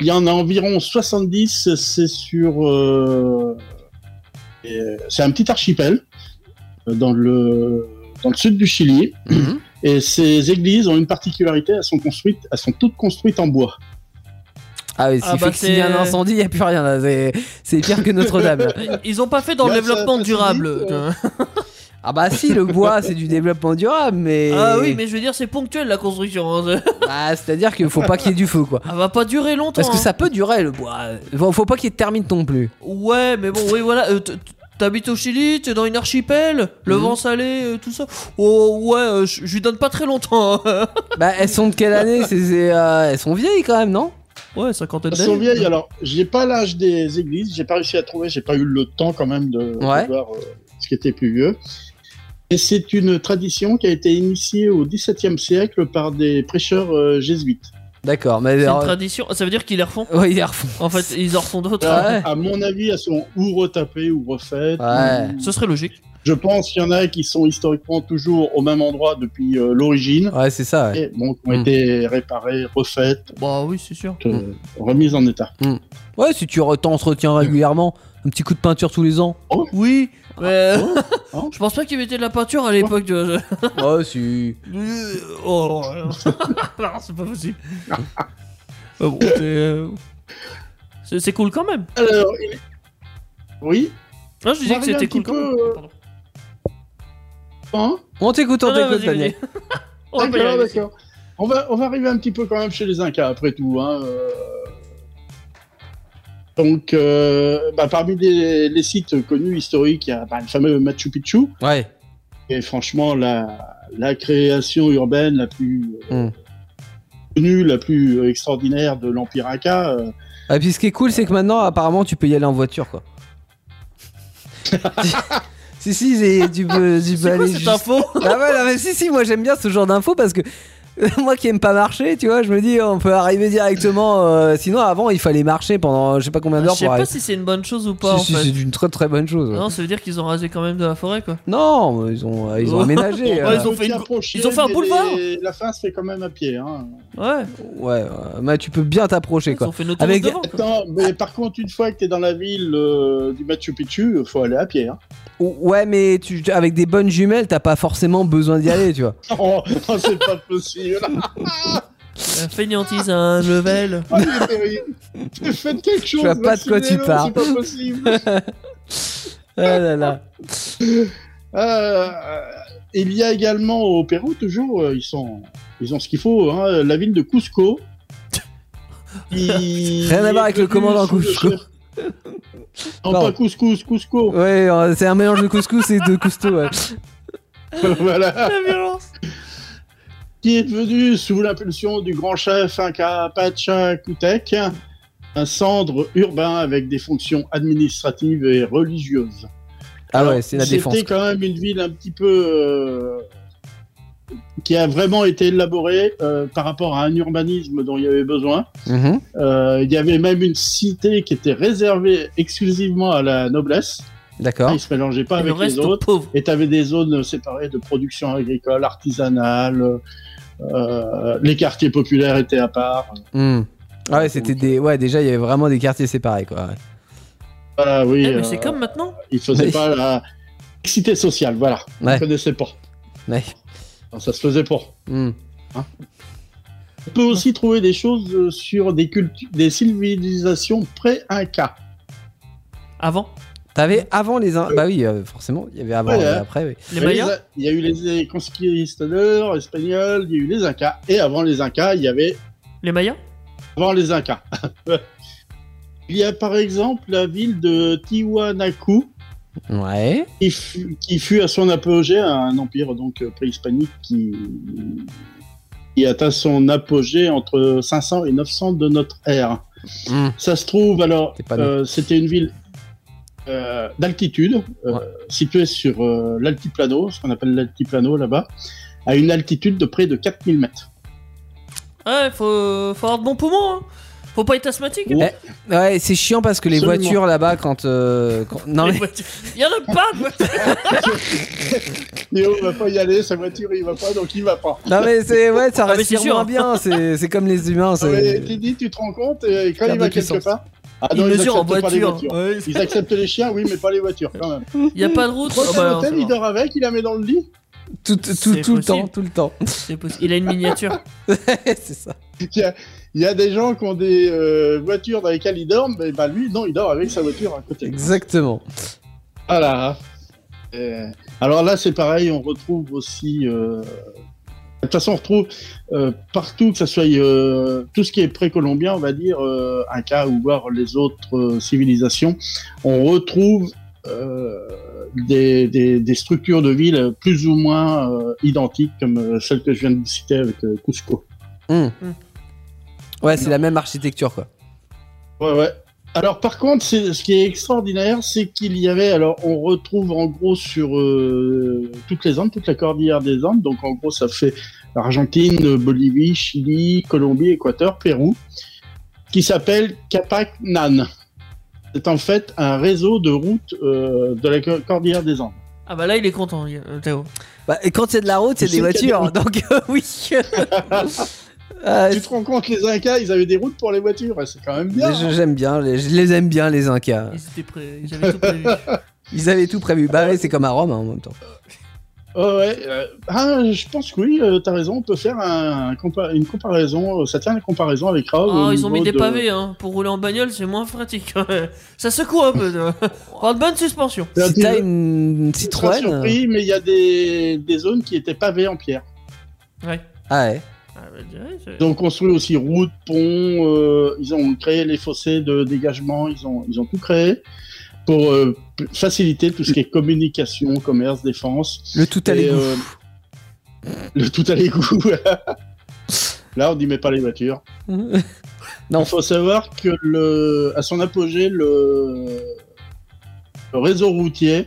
D: Il y en a environ 70, c'est sur... euh, et, euh, C'est un petit archipel euh, dans le, dans le sud du Chili.
B: Mhm.
D: Et ces églises ont une particularité, elles sont, construites, elles sont toutes construites en bois.
B: Ah oui,
C: Ah
B: s'il
C: bah,
B: fait que s'il y a
C: c'est-
B: un incendie, il n'y a plus rien. là. C'est- C'est pire que Notre-Dame.
C: Ils ont pas fait dans le
D: Là, ça
C: développement
D: facilite,
C: durable. Hein.
D: euh,
B: ah bah si, le bois, c'est du développement durable, mais...
C: Ah oui, mais je veux dire, c'est ponctuel la construction. hein.
B: Ah, C'est-à-dire qu'il faut pas qu'il y ait du feu, quoi.
C: Elle va pas durer longtemps.
B: Parce que
C: hein.
B: ça peut durer, le bois. Faut faut pas qu'il termine non plus.
C: Ouais, mais bon, oui, voilà. euh, t- t- T'habites au Chili, t'es dans une archipel, le
B: Mhm.
C: vent salé, euh, tout ça. Oh ouais, euh, je je lui donne pas très longtemps. hein.
B: Bah, elles sont de quelle année C'est- c'est, euh, Elles sont vieilles, quand même, non
C: ouais, cinquantaine
D: Elles sont
C: d'années.
D: vieilles, alors j'ai pas l'âge des églises, j'ai pas réussi à trouver, j'ai pas eu le temps quand même de, de
B: Ouais.
D: voir euh, ce qui était plus vieux. Et c'est une tradition qui a été initiée au XVIIe siècle par des prêcheurs euh, jésuites.
B: D'accord, mais...
C: C'est une
B: alors- euh,
C: tradition. Ça veut dire qu'ils les refont.
B: Ouais, ils les refont.
C: En fait, ils en refont d'autres.
B: Ah ouais.
D: À mon avis, elles sont ou retapées ou refaites.
B: Ouais.
D: ou-
C: Ce serait logique.
D: Je pense qu'il y en a qui sont historiquement toujours au même endroit depuis euh, l'origine.
B: Ouais, c'est ça, ouais.
D: Et bon, qui ont
B: Mm.
D: été réparées, refaites,
C: Bah oui, c'est sûr.
D: euh, remises en état.
B: Ouais, si tu re- t'entretiens régulièrement, un petit coup de peinture tous les ans.
C: Oui,
B: Ah,
C: mais
D: oh.
C: je pense pas qu'ils mettaient de la peinture à l'époque. de-
B: Ouais, si...
C: oh, non, non, c'est pas possible. Mais bon, c'est, euh, c'est c'est cool quand même.
D: Alors, il- oui,
C: Non, je disais
D: Bah,
C: que c'était
D: regarde
C: cool
D: un petit
C: quand même.
D: peu, euh,
C: Pardon.
D: hein
B: On t'écoute, on
C: Ah Non,
B: t'écoute,
C: non, vas-y, Oh, bah, vas-y.
B: Daniel.
D: Oh,
C: On va pas y arriver.
D: D'accord, Ah, d'accord. On va, on va arriver un petit peu quand même chez les Incas après tout. hein, euh. Donc, euh, bah, parmi les, les sites connus historiques, il y a bah, le fameux Machu Picchu,
B: Ouais.
D: qui est franchement la, la création urbaine la plus euh,
C: Hmm.
B: Mm.
D: connue, la plus extraordinaire de l'Empire Inca. euh.
B: Et Ah, puis ce qui est cool, c'est que maintenant, apparemment, tu peux y aller en voiture, quoi. si, si, c'est- tu peux, tu peux
C: C'est quoi
B: aller
C: cette
B: juste-
C: info
B: Ah ouais, non, mais si, si, moi j'aime bien ce genre d'infos parce que euh, moi qui aime pas marcher, tu vois, je me dis, oh, on peut arriver directement. euh, sinon, avant, il fallait marcher pendant je sais pas combien
C: Je
B: d'heures
C: sais
B: pour
C: pas
B: arriver.
C: si c'est une bonne chose ou
B: Si,
C: pas en
B: si,
C: fait.
B: c'est une très très bonne chose. ouais.
C: Non, ça veut dire qu'ils ont rasé quand même de la forêt quoi.
B: Non, mais ils ont, euh, ils ont
C: Oh.
B: aménagé.
C: Ouais,
B: euh,
C: ils ont
D: peut
C: fait
D: s'y
C: une-
D: approcher,
C: ils ont fait un
D: mais
C: boulevard
D: les- La fin se fait quand même à pied. hein.
C: Ouais,
B: euh, ouais, ouais, mais tu peux bien t'approcher
C: ils
B: quoi.
C: ont fait une autoroute
B: Avec-
C: devant quoi.
D: Attends, mais par contre, une fois que tu es dans la ville euh, du Machu Picchu, faut aller à pied. hein.
B: Ou- Ouais, mais tu, tu- avec des bonnes jumelles, t'as pas forcément besoin d'y aller, tu vois.
D: Oh, oh, c'est pas possible.
C: La fainéantise à un level.
D: Ah, il est terrible. Faites quelque chose.
B: vois pas de quoi tu
D: vaccinez-le,
B: parles.
D: C'est pas possible.
B: Ah là là.
D: Euh, il y a également au Pérou toujours, euh, ils sont, ils ont ce qu'il faut. hein, la ville de Cusco. qui
B: Rien à voir avec le
D: est devenue
B: commandant
D: sous le
B: Cusco.
D: chef- Non,
B: Pardon.
D: pas couscous, Cusco.
B: Ouais, euh, c'est un mélange de couscous et de cousteau. ouais.
D: voilà.
C: La violence
D: Qui est devenu sous l'impulsion du grand chef Inca Pachacutec, un centre urbain avec des fonctions administratives et religieuses.
B: Ah
D: Alors,
B: ouais, c'est la défense.
D: C'était quand même une ville un petit peu euh, qui a vraiment été élaborée euh, par rapport à un urbanisme dont il y avait besoin.
B: Mhm.
D: Euh, il y avait même une cité qui était réservée exclusivement à la noblesse.
B: D'accord.
D: Ils se mélangeaient pas
C: Et le
D: avec les
C: reste aux
D: autres.
C: pauvres.
D: Et tu avais des zones séparées de production agricole, artisanale. euh, les quartiers populaires étaient à part.
B: Hmm. Ah ouais, c'était des. Ouais, déjà, il y avait vraiment des quartiers séparés, quoi. ouais.
D: Voilà, oui.
C: Eh, mais
D: euh,
C: c'est comme maintenant.
D: Ils faisaient
B: Oui.
D: pas la mixité sociale, voilà. On
B: Ouais.
D: connaissait pas.
B: Ouais.
D: Non, ça se faisait pas.
B: Hmm.
D: On peut aussi trouver des choses euh, sur des, cultu- des civilisations pré-Inca.
C: Avant,
B: T'avais avant les. In- Bah oui, euh, forcément, il y avait avant
D: Ouais,
B: et
D: ouais.
B: après, oui.
C: les
D: Il y a eu
C: Mayas.
D: les- Il y a eu les conquistadors espagnols, il y a eu les Incas. Et avant les Incas, il y avait
C: Les Mayas
D: avant les Incas. il y a par exemple la ville de Tiwanaku,
B: Ouais.
D: qui fut, qui fut à son apogée un empire donc euh, préhispanique qui, qui atteint son apogée entre 500 et 900 de notre ère.
B: Hmm.
D: Ça se trouve alors,
B: T'es pas
D: euh, c'était une ville euh, d'altitude euh,
B: Ouais.
D: située sur euh, l'altiplano, ce qu'on appelle l'altiplano là-bas, à une altitude de près de 4000 mètres.
C: Ouais, faut, faut avoir de bons poumons. hein. Faut pas être
B: Eh.
C: asthmatique.
D: Ouais.
B: Ouais, c'est chiant parce que les
D: Absolument.
B: voitures là-bas, quand, euh, quand- Non,
C: Les
B: mais.
C: voitures- Il y en a pas de voitures.
D: Léo va pas y aller, sa voiture il va pas, donc il va pas.
B: Non, mais c'est. Ouais, ça
C: Ah, mais
B: respire
C: c'est sûr.
B: moins bien. C'est c'est comme les humains.
D: Ah ouais,
B: c'est...
D: tu dis, tu te rends compte, et quand
B: Perte
D: il va
B: de
D: quelque
B: puissance.
D: part, ah
C: Ils
D: non, ils
C: mesurent en
D: acceptent pas les
C: voiture.
D: voitures.
C: Ouais,
D: Ils acceptent les chiens, oui, mais pas les voitures quand même.
C: Il y a pas de route.
D: Prochain
C: Oh, bah,
D: hôtel,
C: c'est
D: il
C: bon.
D: dort avec, il la met dans le lit.
B: Tout, tout,
C: C'est
B: tout le
C: possible.
B: temps, tout le temps.
C: C'est possible. il a une miniature.
B: c'est ça.
D: Il y a des gens qui ont des euh, voitures dans lesquelles ils dorment, mais bah lui, non, il dort avec sa voiture à côté.
B: Exactement.
D: Voilà. Euh, alors là, c'est pareil, on retrouve aussi. euh, De toute façon, on retrouve euh, partout, que ce soit euh, tout ce qui est précolombien, on va dire, euh, Inca ou voir les autres euh, civilisations, on retrouve euh, des, des- des structures de villes plus ou moins euh, identiques, comme euh, celle que je viens de vous citer avec euh, Cusco.
B: Hmm.
C: Hmm.
B: Ouais, c'est
C: Non.
B: la même architecture, quoi.
D: Ouais, ouais. Alors par contre, c'est- ce qui est extraordinaire, c'est qu'il y avait, alors on retrouve en gros sur euh, toutes les Andes, toute la cordillère des Andes, donc en gros ça fait Argentine, Bolivie, Chili, Colombie, Équateur, Pérou, qui s'appelle Capacnan. C'est en fait un réseau de routes euh, de la co- cordillère des Andes.
C: Ah bah là, il est content, il- euh, Théo.
B: Bah, et quand c'est de la route, c'est
D: Je sais
B: des
D: qu'il y a
B: voitures. Donc, euh, oui. Ah,
D: Tu te rends compte, les Incas, ils avaient des routes pour les voitures, hein, c'est quand même bien.
B: Mais je- J'aime bien, les- je les aime bien les Incas.
C: Ils étaient prêts. Ils avaient tout prévu.
D: Ah
B: Ils avaient tout prévu. Bah ouais, c'est comme à Rome hein, en même temps.
D: Oh ouais, euh, ah, je pense que oui, euh, t'as raison, on peut faire un, compa- une comparaison, euh, ça tient la comparaison avec Raoul.
C: Oh,
D: au
C: ils ont mis
D: niveau
C: des
D: de-
C: pavés, hein. Pour rouler en bagnole, c'est moins pratique. Ça secoue un peu. de- Faut avoir de bonnes suspensions.
D: T'as
B: Si
D: des-
B: t'as une
D: tu seras
B: Citroën. euh,
D: surpris, mais il y a des, des zones qui étaient pavées en pierre.
C: Ouais.
B: Ah ouais.
C: Ah, bah, ouais, c'est-
D: Ils ont construit aussi routes, ponts, euh, ils ont créé les fossés de dégagement, ils ont, ils ont tout créé pour euh, p- faciliter tout ce qui est communication, commerce, défense.
B: Le tout à
D: Et,
B: l'égout.
D: euh, le tout à l'égout. Là, on n'y met pas les voitures.
B: Non.
D: Il faut savoir que le, à son apogée, le, le réseau routier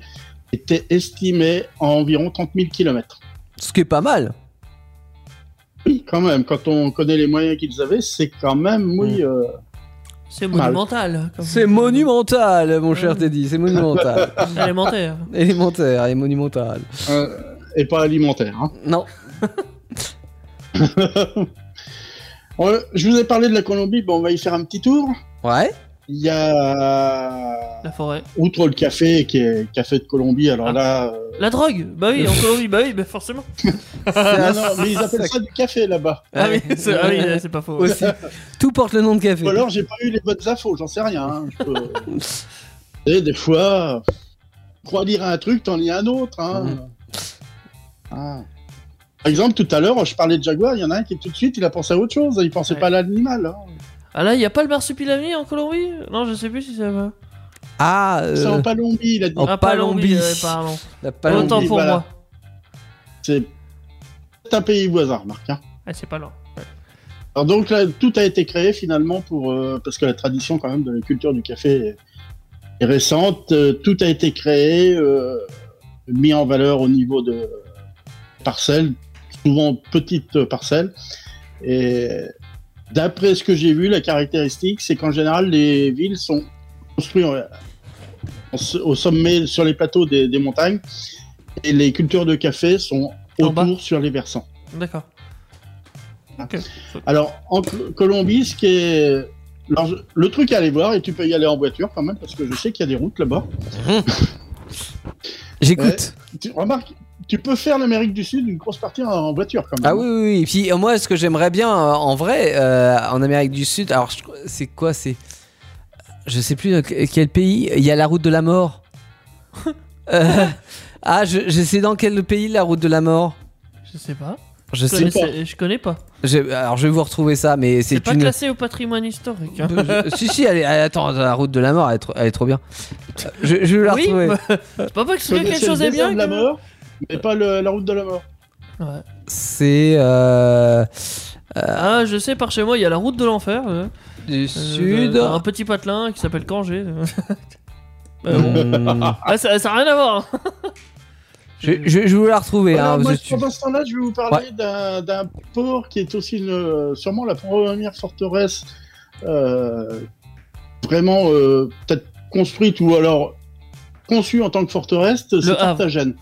D: était estimé à environ 30 000 km.
B: Ce qui est pas mal.
D: Oui, quand même, quand on connaît les moyens qu'ils avaient, c'est quand même,
B: Mm.
D: oui, euh,
C: C'est
D: Mal.
C: monumental. comme-
B: C'est monumental, mon cher
C: Ouais.
B: Teddy. C'est monumental.
C: Élémentaire.
B: Élémentaire et monumental.
D: un- Euh, et pas alimentaire. hein.
B: Non.
D: Euh, je vous ai parlé de la Colombie, bon, on va y faire un petit tour.
B: Ouais.
D: Il y a,
C: La forêt.
D: outre le café, qui est café de Colombie, alors
C: Ah.
D: là, euh,
C: La drogue. Bah oui, en Colombie, bah oui, bah forcément.
D: non, non, mais ils appellent ça du café là-bas.
C: Ah oui, c'est ah oui, c'est pas faux.
B: Aussi. Tout porte le nom de café.
D: Ou alors j'ai pas eu les bonnes infos, j'en sais rien. hein, je peux- Et des fois, crois lire un truc, t'en lis un autre. hein.
B: Mhm.
D: Ah. Par exemple, tout à l'heure, je parlais de Jaguar, il y en a un qui tout de suite, il a pensé à autre chose, il pensait
C: Ouais.
D: pas à l'animal. hein.
C: Ah là, il y a pas le marsupilami en Colombie Non, je sais plus si ça va.
B: Ah. euh,
D: C'est en Palombie, il a dit.
B: En
C: ah,
B: Palombie.
C: euh, pardon.
B: la
D: Palombie,
C: Autant pour
D: voilà.
C: moi.
D: C'est c'est un pays voisin, Marc. hein.
C: Ah, c'est pas loin. Ouais.
D: Alors donc là, tout a été créé finalement pour euh, parce que la tradition quand même de la culture du café est, est récente. euh, tout a été créé, euh, mis en valeur au niveau de parcelles, souvent petites parcelles. Et d'après ce que j'ai vu, la caractéristique, c'est qu'en général les villes sont construites euh, en- s- au sommet, sur les plateaux des, des montagnes. Et les cultures de café sont
C: En
D: autour, sur les versants.
C: D'accord.
D: Alors, en Col- Colombie, ce qui est. alors, je- le truc à aller voir, et tu peux y aller en voiture quand même, parce que je sais qu'il y a des routes là-bas.
B: J'écoute.
D: Tu remarques, tu peux faire l'Amérique du Sud une grosse partie en, en voiture quand même.
B: Ah oui, oui, oui. Et puis euh, moi, ce que j'aimerais bien, euh, en vrai, euh, en Amérique du Sud, alors je- c'est quoi C'est. Je sais plus dans que- quel pays. Il y a la route de la mort. Euh, ah, je, je sais dans quel pays la route de la mort.
C: Je sais pas.
B: Je
C: Je
B: sais.
C: connais,
D: pas.
C: c'est- je connais pas.
B: je- alors je vais vous retrouver ça, mais
C: C'est
B: c'est
C: pas
B: une.
C: classé au patrimoine historique. hein.
B: Je- si si, elle est- elle- attends, la route de la mort, elle est trop, elle est trop bien. Euh, Je, je vais la
C: Oui, bah.
B: retrouver.
C: mais- c'est pas vrai que
D: Je
C: c'est
D: connaissais
C: quelque chose
D: le
C: est bien.
D: désert de la
C: que-
D: mort, mais pas le- la route de la mort.
C: Ouais.
B: C'est euh,
C: Ah, je sais, par chez moi, il y a la route de l'enfer. euh,
B: du
C: euh,
B: sud.
C: de- Un petit patelin qui s'appelle Cangé. Euh, bon.
B: Hmm.
C: Ah, ça ça a rien à voir. hein.
B: je, je- je vais vous la retrouver.
D: Alors,
C: Ah,
B: hein,
D: moi,
B: parce que tu-
D: pendant ce temps-là, je vais vous parler d'un- d'un port qui est aussi une- sûrement la première forteresse euh, vraiment euh, peut-être construite ou alors conçue en tant que forteresse, c'est
C: Havre.
D: Carthagène.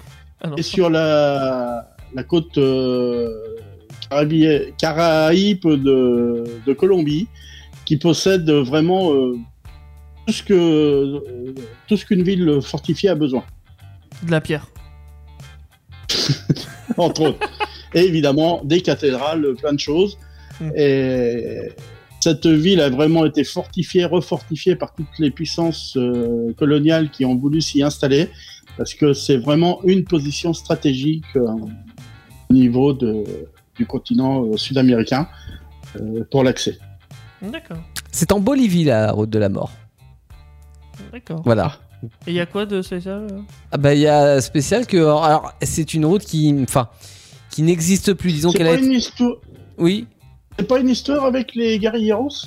C: Ah non.
D: Et sur la, la côte euh, Carabi- Caraïbe de, de Colombie, qui possède vraiment euh, tout ce que euh, tout ce qu'une ville fortifiée a besoin,
C: De la pierre.
D: entre autres. Et évidemment, des cathédrales, plein de choses.
C: Mm.
D: Et cette ville a vraiment été fortifiée, refortifiée par toutes les puissances euh, coloniales qui ont voulu s'y installer, parce que c'est vraiment une position stratégique euh, au niveau de, du continent euh, sud-américain euh, pour l'accès.
C: D'accord.
B: C'est en Bolivie la route de la mort.
C: D'accord.
B: Voilà.
C: Et il y a quoi de spécial euh
B: Ah bah il y a spécial que alors c'est une route qui enfin qui n'existe plus disons
D: C'est
B: qu'elle
D: pas,
B: a été...
D: une histo-
B: Oui.
D: c'est pas une histoire avec les guerrilleros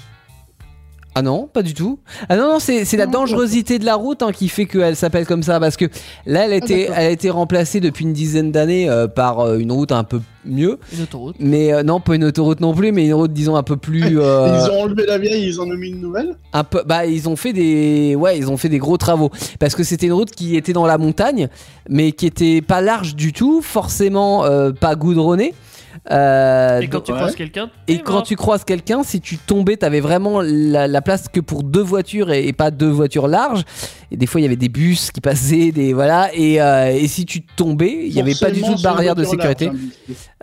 B: Ah non, pas du tout. Ah non, non, c'est c'est la
D: Non,
B: dangerosité de la route hein, qui fait qu'elle s'appelle comme ça parce que là, elle a,
D: Ah,
B: été,
D: d'accord.
B: elle a été remplacée depuis une dizaine d'années euh, par euh, une route un peu mieux.
C: Une autoroute.
B: Mais euh, non, pas une autoroute non plus, mais une route, disons, un peu plus. euh,
D: Ils ont enlevé la vieille, ils en ont mis une nouvelle.
B: un peu bah ils ont fait des ouais ils ont fait des gros travaux parce que c'était une route qui était dans la montagne mais qui était pas large du tout forcément euh, pas goudronnée Euh,
C: Et quand
B: donc-
C: tu hein.
D: ouais.
C: croises quelqu'un.
B: et
C: t'es
B: quand
C: mort.
B: tu croises quelqu'un, si tu tombais, t'avais vraiment la, la place que pour deux voitures et, et pas deux voitures larges. Et des fois, il y avait des bus qui passaient, des voilà. Et, euh, et si tu tombais, il n'y avait pas du tout
D: Forcément,
B: de
D: c'est
B: barrière de
D: une voiture
B: sécurité.
D: large,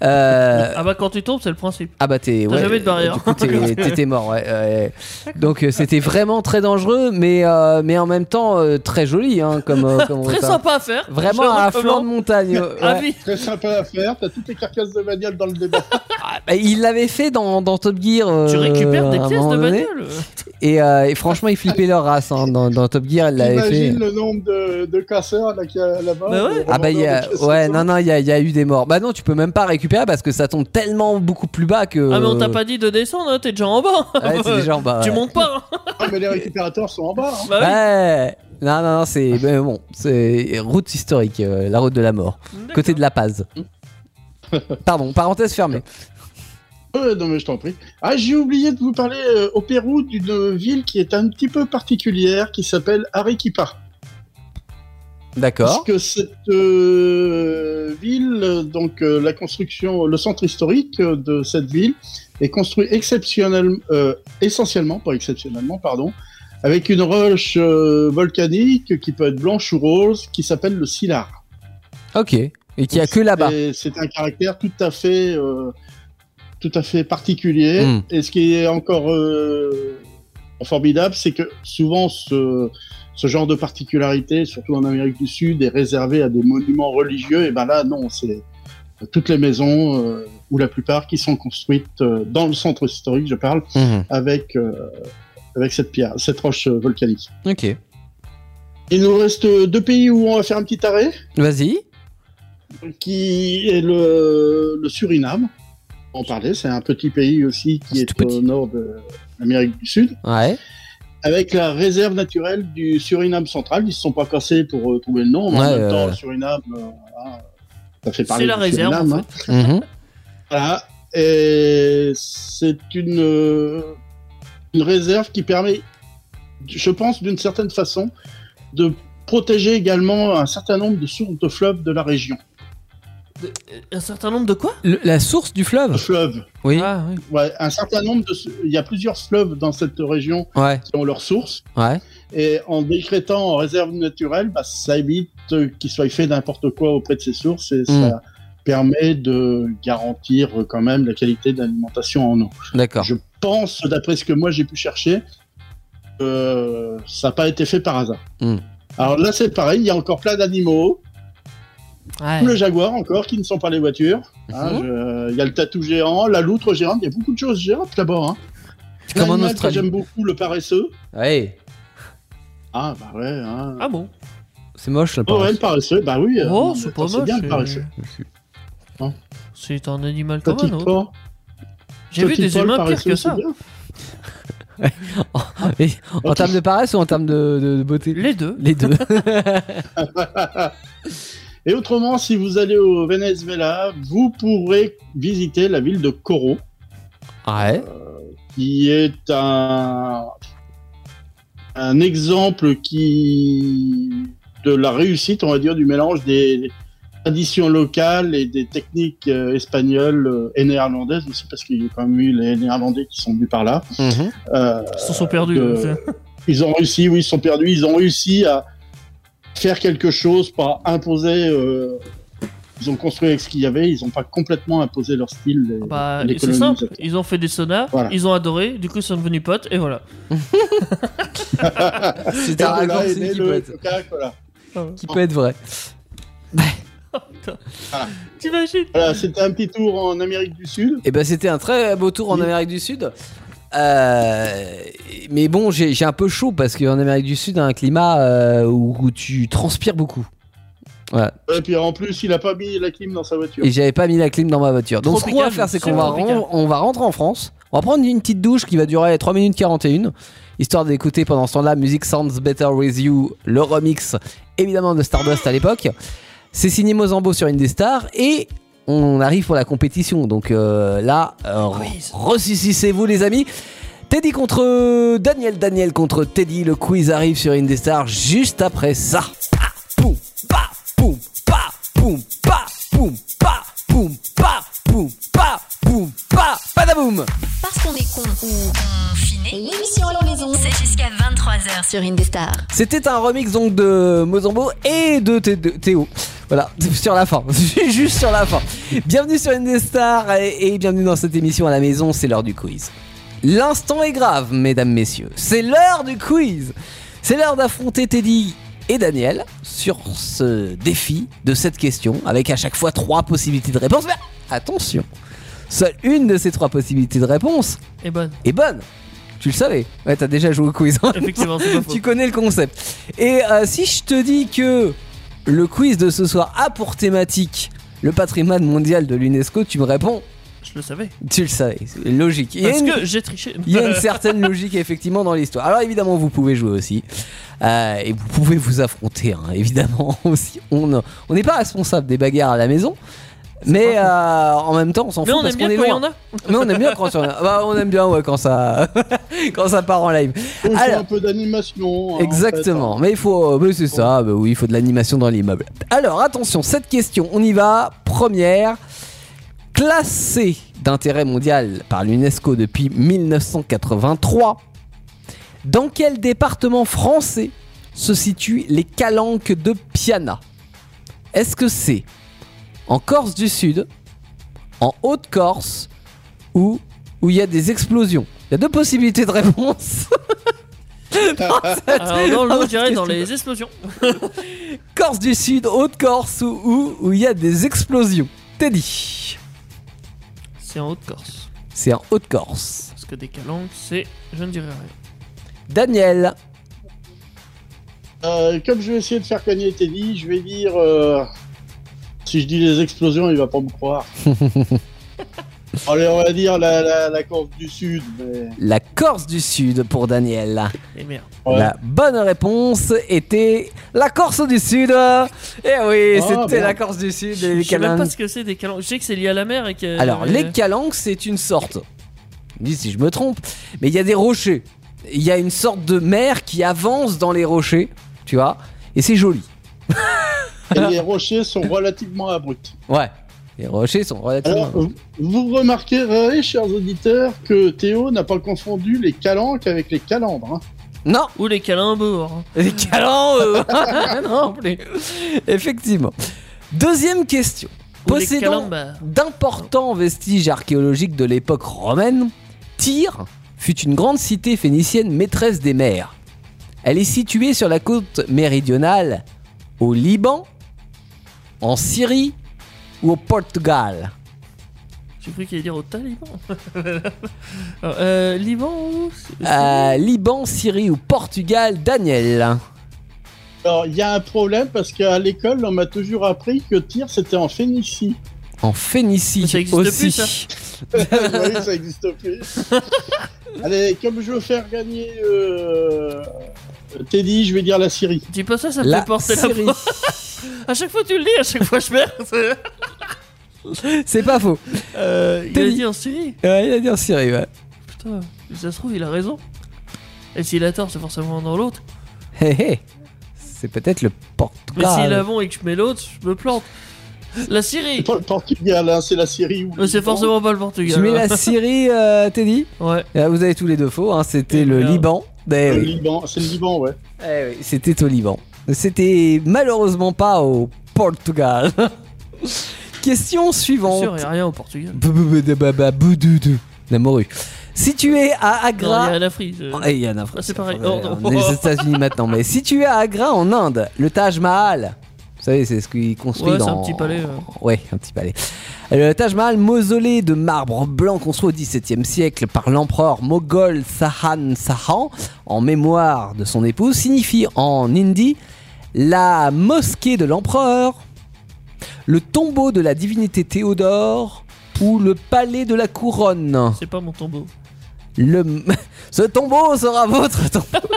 D: hein.
B: Euh,
C: Ah bah quand tu tombes, c'est le principe.
B: ah bah t'es
C: T'as
B: ouais,
C: jamais de barrière.
B: Du coup, t'es- t'étais mort. Ouais, ouais. Donc euh, c'était vraiment très dangereux, mais euh, mais en même temps euh, très joli, hein, comme, euh, comme
C: Très
B: repas.
C: sympa à faire.
B: Vraiment
C: Je
B: à
C: recommande.
B: flanc de montagne. ouais.
C: Ah oui.
D: Très sympa à faire, t'as toutes les carcasses de bagnole dans le débat.
B: Ah, bah, il l'avait fait dans, dans Top Gear.
C: Tu
B: euh,
C: récupères des
B: à un
C: pièces
B: moment
C: de
B: donné.
C: bagnole.
B: Et, euh, et franchement, ils flippaient leur race hein, dans, dans Top Gear. Il l'avait fait.
D: Imagine le nombre de, de casseurs là, qu'il y a là-bas.
C: Bah ouais.
D: de
B: Ah bah il y a,
D: revendeurs de casseurs.
B: ouais non non il y a, il y a eu des morts. Bah non tu peux même pas récupérer parce que ça tombe tellement beaucoup plus bas que.
C: Ah mais on t'a pas dit de descendre, hein, t'es déjà en bas.
B: euh, Ouais, c'est des gens, bah,
C: Tu
B: ouais.
C: montes pas. hein.
D: Ah, mais les récupérateurs sont en bas. hein.
B: Ah
C: Bah oui.
B: Ouais. Non non non c'est mais bon c'est route historique euh, la route de la mort côté de la Paz. Pardon parenthèse fermée.
D: Euh, non mais je t'en prie. Ah j'ai oublié de vous parler euh, au Pérou d'une ville qui est un petit peu particulière qui s'appelle Arequipa. Parce
B: D'accord.
D: que cette euh, ville, euh, donc euh, la construction, le centre historique euh, de cette ville est construit exceptionnellement, essentiellement, pas exceptionnellement, pardon, avec une roche euh, volcanique qui peut être blanche ou rose, qui s'appelle le silar.
B: Ok et qu'il y a que là-bas.
D: Et C'est un caractère tout à fait, euh, tout à fait particulier.
B: Mm.
D: Et ce qui est encore euh, formidable, c'est que souvent ce, ce genre de particularité, surtout en Amérique du Sud, est réservé à des monuments religieux. Et ben là, non, c'est toutes les maisons euh, ou la plupart qui sont construites euh, dans le centre historique, je parle,
B: Mhm.
D: avec euh, avec cette pierre, cette roche euh, volcanique.
B: Ok
D: Il nous reste deux pays où on va faire un petit arrêt.
B: vas-y.
D: qui est le, le Suriname. On en parlait, c'est un petit pays aussi qui
B: C'est
D: est,
B: tout petit.
D: au nord de l'Amérique du Sud,
B: Ouais.
D: avec la réserve naturelle du Suriname central. Ils se sont pas cassés pour euh, trouver le nom, mais en
B: Ouais,
D: même temps,
B: euh.
D: le Suriname, euh, hein, ça fait parler
C: C'est la
D: du
C: réserve.
D: Suriname,
C: en
D: hein.
C: fait.
B: Mhm.
D: Voilà. Et c'est une, euh, une réserve qui permet, je pense, d'une certaine façon, de protéger également un certain nombre de sources de fleuves de la région.
C: Un certain nombre de quoi
B: Le- la source du
D: De
B: fleuve
D: fleuves,
B: Oui.
C: Ah, oui.
D: ouais, un certain nombre de. Il y a plusieurs fleuves dans cette région
B: Ouais,
D: qui ont leurs sources.
B: ouais.
D: Et en décrétant en réserve naturelle, bah, ça évite euh, qu'il soit fait n'importe quoi auprès de ces sources et ça permet de garantir euh, quand même la qualité d'alimentation en eau.
B: D'accord.
D: Je pense, d'après ce que moi j'ai pu chercher, que ça n'a pas été fait par hasard.
B: Mm.
D: Alors là, c'est pareil, il y a encore plein d'animaux,
C: Ouais.
D: comme le jaguar encore, qui ne sont pas les voitures. hein,
B: Mhm.
D: je- Il y a le tatou géant, la loutre géante, il y a beaucoup de choses géantes là-bas. Hein.
B: Comme en
D: L'animal que
B: Australie.
D: J'aime beaucoup le paresseux.
B: Ouais.
D: Ah bah ouais. hein.
C: Ah bon
B: C'est moche là.
D: Oh ouais, le paresseux, bah oui. euh,
C: Oh,
D: en
C: c'est
D: même
C: pas
D: temps,
C: moche.
D: bien le
C: c'est-
D: paresseux. Hein
C: C'est un animal
D: T'as
C: comme un autre. hein. J'ai vu des humains pires que ça.
B: En termes de paresse ou en termes de, de- de beauté
C: Les deux.
B: Les deux.
D: Et autrement, si vous allez au Venezuela, vous pourrez visiter la ville de Coro,
B: ouais.
D: qui est un, un exemple qui de la réussite, on va dire, du mélange des traditions locales et des techniques euh, espagnoles euh, et néerlandaises aussi, parce qu'il y a quand même eu les néerlandais qui sont venus par là. Euh,
C: Ils se sont perdus.
D: de-
C: hein.
D: ils ont réussi, oui, ils sont perdus, ils ont réussi à faire quelque chose, pas imposer. euh, ils ont construit avec ce qu'il y avait, ils n'ont pas complètement imposé leur style. les-
C: Bah,
D: les
C: c'est simple,
D: colonisateurs.
C: ils ont fait des sonars,
D: Voilà.
C: ils ont adoré, du coup ils sont devenus potes, et voilà.
B: C'est un
D: Et de là est
B: raccourci
D: né
B: qui
D: le
B: peut être,
D: Coca-Cola.
B: qui peut être vrai.
C: T'imagines
D: Voilà, c'était un petit tour en Amérique du Sud.
B: Et ben c'était un très beau tour en
D: Oui.
B: Amérique du Sud. Euh, mais bon, j'ai j'ai un peu chaud parce qu'en Amérique du Sud, il y a un climat euh, où, où tu transpires beaucoup.
D: Et puis en plus, il a pas mis la clim dans sa voiture.
B: Et j'avais pas mis la clim dans ma voiture. Donc ce qu'on va
C: Tropical,
B: faire, c'est
C: c'est
B: qu'on va,
C: tropical.
B: ren- on va rentrer en France. On va prendre une petite douche qui va durer 3 minutes 41, histoire d'écouter pendant ce temps-là Music Sounds Better With You, le remix évidemment de Stardust à l'époque. C'est signé Mozambo sur Indestar et on arrive pour la compétition. Donc euh, là, euh,
C: Quiz.
B: ressuscitez-vous les amis. Teddy contre Daniel, Daniel contre Teddy. Le quiz arrive sur Indestar juste après ça. Pa, poum, pa, poum, pa, poum, pa, poum, pa, poum, pa, poum, pa, poum, pa, padaboum.
A: Parce qu'on est con ou confiné, l'émission à la maison, c'est jusqu'à 23h sur Indestar.
B: C'était un remix donc de Mozambo et de, Thé- de Théo. Voilà, sur la fin, juste sur la fin. Bienvenue sur Indestar et, et bienvenue dans cette émission à la maison, c'est l'heure du quiz. L'instant est grave, mesdames, messieurs. C'est l'heure du quiz. C'est l'heure d'affronter Teddy et Daniel sur ce défi de cette question, avec à chaque fois trois possibilités de réponse. Mais attention, seule une de ces trois possibilités de réponse
C: Et ben,
B: est bonne. Tu le savais, ouais, t'as déjà joué au quiz. hein.
C: effectivement, c'est pas faux.
B: Tu connais le concept. Et euh, si je te dis que le quiz de ce soir a pour thématique le patrimoine mondial de l'UNESCO, tu me réponds,
C: Je le savais.
B: tu le savais, c'est logique. Il y a
C: Parce
B: une-
C: que j'ai triché.
B: il y a une certaine logique effectivement dans l'histoire. Alors évidemment, vous pouvez jouer aussi. Euh, et vous pouvez vous affronter, hein, évidemment. aussi. on ne- on n'est pas responsable des bagarres à la maison. Mais euh, en même temps, on s'en
C: Mais
B: fout
C: on
B: parce
C: aime
B: qu'on
C: bien
B: est
C: quand il y
B: loin.
C: en a.
B: Mais on aime bien quand on, bah, on aime bien ouais, quand ça quand ça part en live.
D: Il faut
B: alors-
D: un peu d'animation. hein, en fait.
B: Exactement, mais il faut, euh, mais c'est ça, bah oui, il faut de l'animation dans l'immeuble. Alors attention, cette question, on y va. Première, classée d'intérêt mondial par l'UNESCO depuis 1983. Dans quel département français se situent les calanques de Piana Est-ce que c'est en Corse du Sud, en Haute-Corse ou où il y a des explosions Il y a deux possibilités de réponse.
D: hein.
C: Alors, dans
B: Ah,
C: l'eau, je dirais
B: c'est-
C: dans les explosions.
B: Corse du Sud, Haute-Corse ou où où il y a des explosions. Teddy,
C: C'est en Haute-Corse.
B: c'est en Haute-Corse.
C: Parce que des calanques, c'est. Je ne dirais rien.
B: Daniel,
D: Euh, comme je vais essayer de faire gagner Teddy, je vais dire. euh, si je dis les explosions, il va pas me croire. Allez, on va dire la, la, la Corse du Sud. Mais...
B: la Corse du Sud pour Daniel.
C: Et merde.
D: Ouais.
B: La bonne réponse était la Corse du Sud. Eh oui,
D: Ah,
B: c'était
D: merde.
B: la Corse du Sud et
C: Je
B: les
C: sais même pas
B: calanques.
C: ce que c'est des calanques. Je sais que c'est lié à la mer et que. euh,
B: Alors,
C: mais-
B: les calanques, c'est une sorte. Dis si je me trompe, mais il y a des rochers. Il y a une sorte de mer qui avance dans les rochers, tu vois. et c'est joli.
D: Et les rochers sont relativement abrupts.
B: Ouais. Les rochers sont relativement.
D: Alors, vous- vous remarquerez, chers auditeurs, que Théo n'a pas confondu les calanques avec les calendres. hein.
B: Non,
C: Ou les calembours. Ah
B: les calants, euh, non plus. Effectivement. Deuxième question.
C: Ou les
B: Possédant
C: calembars.
B: d'importants vestiges archéologiques de l'époque romaine, Tyr fut une grande cité phénicienne maîtresse des mers. Elle est située sur la côte méridionale, au Liban, en Syrie ou au Portugal.
C: J'ai cru qu'il allait dire au Taliban. euh, Liban ou
B: Euh, Liban, Syrie ou Portugal, Daniel.
D: Alors, il y a un problème parce qu'à l'école, on m'a toujours appris que Tyr, c'était en Phénicie.
B: En Phénicie
C: Ça existe
B: aussi.
C: plus, ça.
D: oui, ça existe plus. Allez, comme je veux faire gagner euh, Teddy, je vais dire la Syrie.
C: Dis pas ça, ça me
B: la
C: fait porter
B: Syrie.
C: la À chaque fois tu le dis, à chaque fois je merde.
B: C'est pas faux.
C: Euh, il a
B: Teddy.
C: dit en Syrie.
B: Ouais, il a dit en Syrie, ouais.
C: Putain, si ça se trouve, il a raison. Et s'il a tort, c'est forcément dans l'autre.
B: Hé, hé. C'est peut-être Bah, le
C: Mais si
B: Portugal.
C: la bon et que je mets l'autre, je me plante. La Syrie
D: C'est pas le Portugal, hein, c'est la Syrie. ou le
C: Mais Ah, c'est
D: Liban.
C: forcément pas le Portugal.
B: Tu mets
C: hein.
B: la Syrie, euh, Teddy
C: Ouais.
B: Et là, Vous avez tous les deux faux, hein. c'était
C: Eh
B: le
C: merde.
B: Liban. Eh
D: Le
B: oui.
D: Liban, c'est le Liban, ouais.
B: Eh oui, C'était au Liban. C'était malheureusement pas au Portugal. Question
C: Bien
B: suivante.
C: sûr, hein. il a rien au Portugal.
B: Bou- bou- bou- de- ba- ba- bou- dou- dou. La morue. Situé à
C: Non, il y a
B: Agra.
C: la frise. euh.
B: Eh, il y en a
C: Ah, c'est
B: ça,
C: pareil.
B: on est-
C: Oh,
B: on est
C: non.
B: aux États-Unis maintenant. Mais situé à Agra en Inde, le Taj Mahal. Vous savez, c'est ce qu'il construit
C: Ouais, c'est
B: dans.
C: un petit palais, euh.
B: Ouais, un petit palais. Le Taj Mahal, mausolée de marbre blanc construit au XVIIe siècle par l'empereur moghol Sahan Sahan en mémoire de son épouse, signifie en hindi la mosquée de l'empereur, le tombeau de la divinité Théodore ou le palais de la couronne.
C: C'est pas mon tombeau.
B: Le... Ce tombeau sera votre tombeau.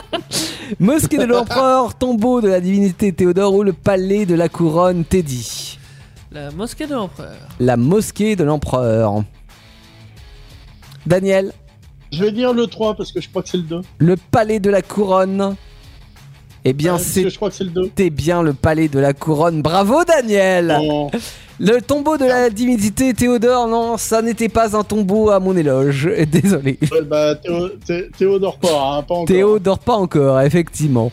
B: Mosquée de l'empereur, tombeau de la divinité Théodore ou le palais de la couronne Teddy.
C: La mosquée de l'empereur.
B: La mosquée de l'empereur. Daniel,
D: Je vais dire le 3 parce que je crois que c'est le 2.
B: le palais de la couronne. Eh bien,
D: Euh, parce que
B: c'était
D: je crois que c'est le 2.
B: bien le palais de la couronne. Bravo, Daniel.
D: Non,
B: Le tombeau de la divinité Théodore, non, ça n'était pas un tombeau à mon éloge. Désolé.
D: ouais, bah, Théo, Thé- Théodore pas, hein, pas encore.
B: Théo dort pas encore, effectivement.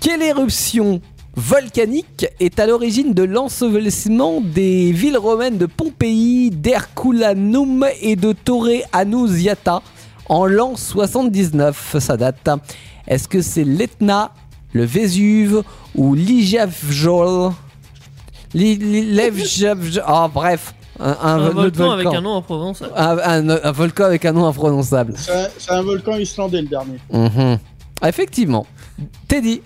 B: Quelle éruption volcanique est à l'origine de l'ensevelissement des villes romaines de Pompéi, d'Herculanum et de Torre Anusiata en l'an 79 Ça date. Est-ce que c'est l'Etna, le Vésuve ou l'Ijavjol Li- li- l'Evjavj- Ah, bref, un, un-
C: un
B: autre
C: volcan avec
B: volcan.
C: un nom en Provence.
B: Un- un- un volcan avec un nom imprononçable.
D: C'est un, c'est un volcan islandais le dernier.
B: Mhm. Effectivement. Teddy,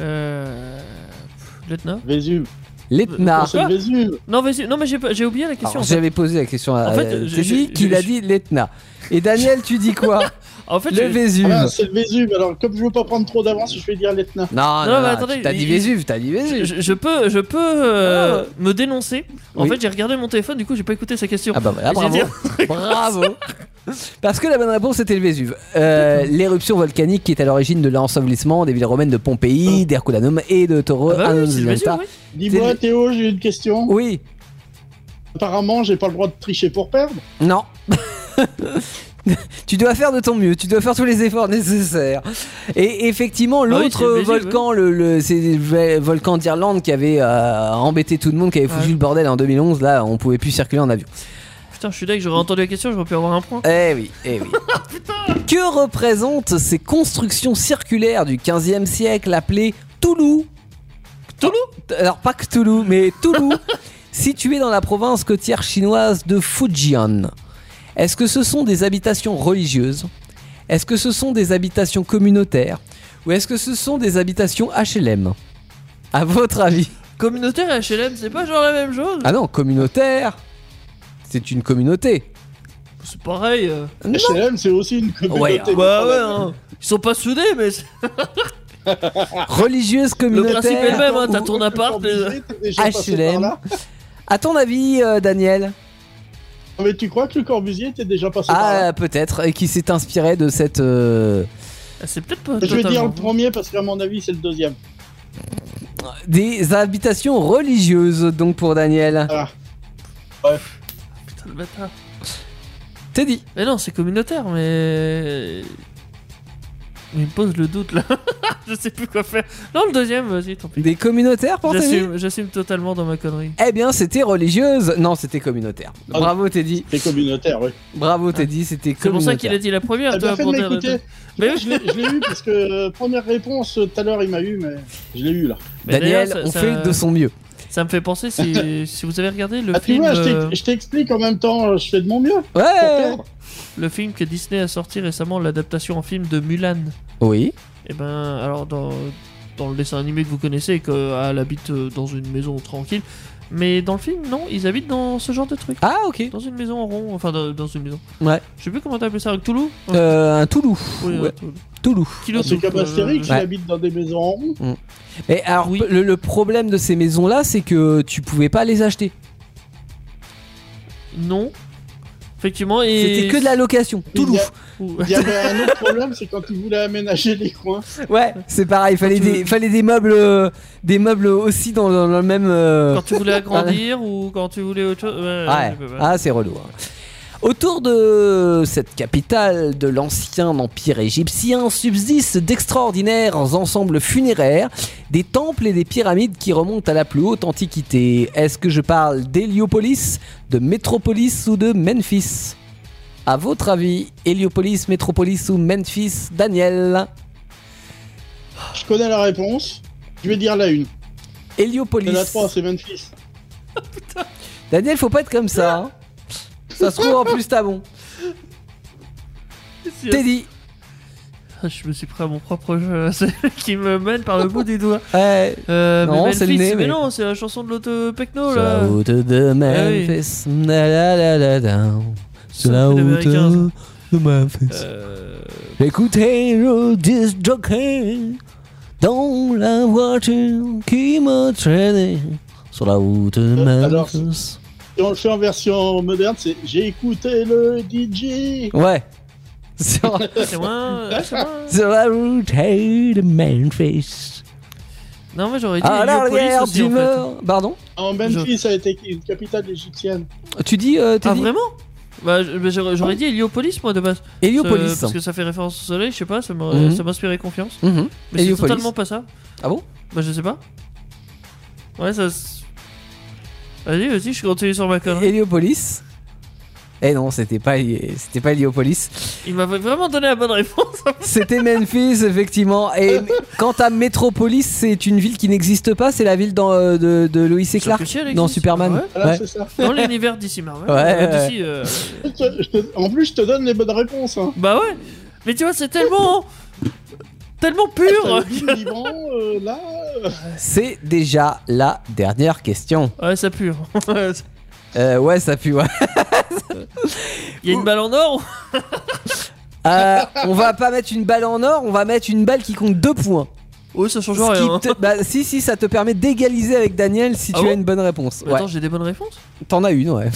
C: Euh. pff, L'Etna
D: Vésuve.
B: l'Etna.
D: C'est le Vésuve.
C: Non, vas-y. Non, mais j'ai pas- j'ai oublié la question.
B: Alors,
C: en fait.
B: J'avais posé la question à
C: En fait,
B: euh,
C: je-
B: Teddy
C: je-
B: qu'il
C: je-
B: a dit l'Etna. Et Daniel, tu dis quoi
C: En fait,
B: Le
C: j'ai-
B: Vésuve.
D: Ah,
B: Non,
D: c'est le Vésuve. Alors, comme je veux pas prendre trop d'avance, je vais dire l'Etna.
B: non,
C: Non, mais
B: non,
C: attendez,
B: t'as dit
C: il-
B: Vésuve, t'as dit
C: Je,
B: Vésuve.
C: je- je peux, je peux euh, me dénoncer. En
B: Ah. Oui.
C: fait, j'ai regardé mon téléphone, du coup, j'ai pas écouté sa question.
B: Ah bah voilà,
C: J'ai
B: bravo.
C: dit-
B: Bravo. Parce que la bonne réponse c'était le Vésuve. Euh, L'éruption volcanique qui est à l'origine de l'ensevelissement des villes romaines de Pompéi, d'Herculanum et de Toro.
C: Oh. Ah bah oui, c'est le Vésuve, oui.
D: Dis-moi,
B: C'est-
D: Théo, j'ai une question.
B: oui,
D: Apparemment, j'ai pas le droit de tricher pour perdre.
B: Non. tu dois faire de ton mieux, tu dois faire tous les efforts nécessaires. Et effectivement,
C: Bah oui, c'est
B: l'autre
C: le Vésuve,
B: volcan, le, le- c'est le v- volcan d'Irlande qui avait euh, embêté tout le monde, qui avait foutu
C: Ouais.
B: le bordel en 2011, là, on pouvait plus circuler en avion.
C: Putain, je suis dingue, j'aurais entendu la question, j'aurais pu avoir un point.
B: Eh oui, eh oui. que représentent ces constructions circulaires du 15e siècle appelées Toulouse Toulouse Alors pas Toulouse, mais Toulouse, située dans la province côtière chinoise de Fujian. Est-ce que ce sont des habitations religieuses Est-ce que ce sont des habitations communautaires Ou est-ce que ce sont des habitations HLM À votre avis
C: Communautaire et HLM, c'est pas genre la même chose
B: Ah non, communautaire C'est une communauté.
C: C'est pareil. euh.
B: Non.
D: HLM, c'est aussi une communauté.
B: Ouais,
D: mais
C: Bah
D: pas
C: ouais,
D: la même.
C: hein. ils sont pas soudés, mais c'est-
B: Religieuse
C: le
B: communautaire.
C: principe est le même. Hein. T'as
B: ou-
C: ton appart.
D: T'es
C: euh,
D: obligé, t'es déjà passé par
B: HLM.
D: là.
B: À ton avis, euh, Daniel
D: Non, Mais tu crois que le Corbusier était déjà passé par là
C: euh,
B: Ah, peut-être, et qui s'est inspiré de cette. euh,
C: Ah, C'est peut-être pas.
D: Je vais dire
C: totalement.
D: le premier parce qu'à mon avis, c'est le deuxième.
B: Des habitations religieuses, donc pour Daniel.
D: Ah,
C: Putain, le bâtard.
B: Teddy.
C: Mais non, c'est communautaire, mais. Il me pose le doute là. je sais plus quoi faire. Non, le deuxième, vas-y, tant pis.
B: Des communautaires pour Teddy
C: J'assume, j'assume totalement dans ma connerie.
B: Eh bien, c'était religieuse. Non, c'était communautaire.
D: Ah.
B: Bravo, Teddy.
D: c'est communautaire, oui.
B: Bravo, Teddy. C'était
C: C'est pour
B: communautaire.
C: ça qu'il a dit la première,
D: T'as
C: Ah, toi,
D: bien fait de
C: pour dire- euh,
D: m'écouter.
C: Mais oui,
D: Je l'ai je l'ai eu parce que euh, première réponse, euh, tout à l'heure il m'a eu, mais je l'ai eu là.
C: Mais
B: Daniel,
C: d'ailleurs, ça-
B: on
C: ça-
B: fait de son mieux.
C: Ça me fait penser si, si vous avez regardé le
D: Ah, tu
C: film,
D: vois, je
C: euh,
D: t'ex- je t'explique en même temps, je fais de mon mieux. pour
B: Ouais.
D: perdre.
C: le film que Disney a sorti récemment, l'adaptation en film de Mulan.
B: Oui.
C: Et ben, alors dans, dans le dessin animé que vous connaissez, et que ah, elle habite euh, dans une maison tranquille, mais dans le film, non, ils habitent dans ce genre de truc.
B: Ah, ok.
C: Dans une maison en rond, enfin dans, dans une maison.
B: Ouais.
C: Je sais plus comment t'appelles ça, avec Toulouse
B: Euh, un Toulouse.
C: Oui,
B: ouais.
C: un Toulouse.
B: Toulouse.
C: Kilo
D: C'est
C: Toulouse,
D: comme
C: euh,
D: Astérix, il
B: ouais.
D: habite dans des maisons en rond.
B: Et alors,
C: Oui.
B: pe- le, le problème de ces maisons-là, c'est que tu pouvais pas les acheter.
C: Non. Effectivement, et.
B: C'était que de la location.
D: Il y a-
B: Toulouse.
C: Ouh.
D: Il y avait un autre problème, c'est quand il voulait aménager les coins.
B: Ouais, c'est pareil. Fallait
C: Quand tu
B: des, fallait des meubles, euh, des meubles aussi dans, dans le même. euh,
C: Quand tu voulais agrandir ou quand tu voulais autre chose. ouais,
B: Ouais.
C: ouais, ouais.
B: Ah, c'est relou. hein. Autour de cette capitale de l'ancien empire égyptien subsistent d'extraordinaires ensembles funéraires, des temples et des pyramides qui remontent à la plus haute antiquité. Est-ce que je parle d'Héliopolis, de Métropolis ou de Memphis À votre avis, Héliopolis, Métropolis ou Memphis, Daniel
D: Je connais la réponse. Je vais dire la une.
B: Héliopolis.
D: C'est la 3, c'est Memphis.
B: Daniel, faut pas être comme ça. hein. Ça se trouve en plus t'as bon. Teddy.
C: Ah, Je me suis pris à mon propre jeu, c'est lui qui me mène par le bout des doigts.
B: Ouais.
C: Euh,
B: Non,
C: mais
B: c'est le
C: Memphis,
B: nez,
C: mais...
B: mais-
C: non, c'est la chanson de l'autopecno
B: Sur la
C: Oh là. Ah
B: route de Memphis. na la la la la. Sur la
C: Sophie
B: route
C: d'Américain.
B: de Memphis.
C: Euh,
B: Écoutez le disc jockey dans la voiture qui m'a traîné. Sur la route de
D: Euh, alors,
B: Memphis.
D: Et on le fait en version moderne, c'est J'ai écouté le DJ.
B: Ouais. Sur,
C: c'est moi, c'est moi.
B: sur la route de Memphis. Ah,
C: Non, mais j'aurais dit
B: À
C: Héliopolis
B: l'arrière
C: aussi,
B: du
C: en fait.
B: mur. Pardon
D: En Memphis, ça a été une capitale égyptienne.
B: Tu dis, euh,
C: Ah,
B: Teddy
C: vraiment bah, je- mais j'aurais j'aurais dit Héliopolis moi de base. Euh,
B: Héliopolis.
C: parce que ça fait référence au soleil, je sais pas, ça m'a-
B: Mhm.
C: ça m'inspirait confiance.
B: Mhm.
C: Mais c'est
B: Héliopolis.
C: totalement pas ça.
B: Ah bon
C: Bah, je sais pas. Ouais, ça. s- Vas-y, vas-y, je continue sur ma connerie.
B: Héliopolis. Eh non, c'était pas, c'était pas Héliopolis.
C: Il m'a vraiment donné la bonne réponse. hein,
B: C'était Memphis, effectivement. Et quant à Métropolis, c'est une ville qui n'existe pas. C'est la ville dans, euh, de, de Lois et Clark
C: Sauf que si elle
B: dans
C: existe. Ah
B: Superman.
C: Ouais.
D: Voilà,
B: Ouais.
D: Ah, c'est ça.
C: Dans l'univers d'ici Marvel.
B: Ouais,
C: euh,
B: ouais.
C: DC, euh,
D: Je te- je te- En plus, je te donne les bonnes réponses. Hein.
C: Bah ouais. Mais tu vois, c'est tellement. tellement
D: T'as
C: pur.
D: le Liban, euh, là. euh,
B: C'est déjà la dernière question.
C: Ouais, ça pue. hein.
B: Euh, ouais, ça pue. ouais.
C: Il y a une balle en or.
B: Euh, on va pas mettre une balle en or. On va mettre une balle qui compte deux points.
C: Ouais, ça change
B: Ce qui
C: rien. hein.
B: te- bah, si, si, ça te permet d'égaliser avec Daniel si
C: Ah
B: tu
C: bon
B: as une bonne réponse.
C: Mais
B: Ouais,
C: Attends, j'ai des bonnes réponses.
B: t'en as une, ouais.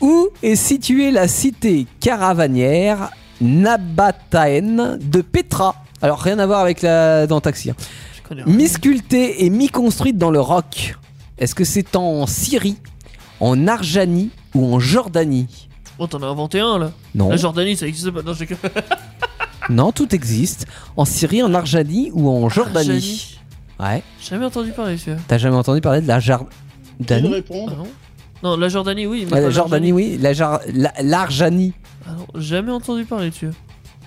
B: Où est située la cité caravanière Nabataen de Petra Alors rien à voir avec la dans Taxi. hein.
C: Je connais rien.
B: Mi-sculptée et mi-construite dans le roc. Est-ce que c'est en Syrie, en Arjanie ou en Jordanie
C: Oh, t'en as inventé un là.
B: Non,
C: La Jordanie, ça existe pas. Non, j'ai que.
B: non, tout existe. En Syrie, en Arjanie ou en Jordanie Ouais,
C: J'ai jamais entendu parler, celui
B: t'as jamais entendu parler de la
D: Une
B: Jordanie
D: réponse.
C: non Non, la Jordanie, oui. Mais
B: Ouais,
C: pas
B: La
C: la
B: Jordanie, oui. La Jar- la- L'Arjanie,
C: Ah non, jamais entendu parler, tu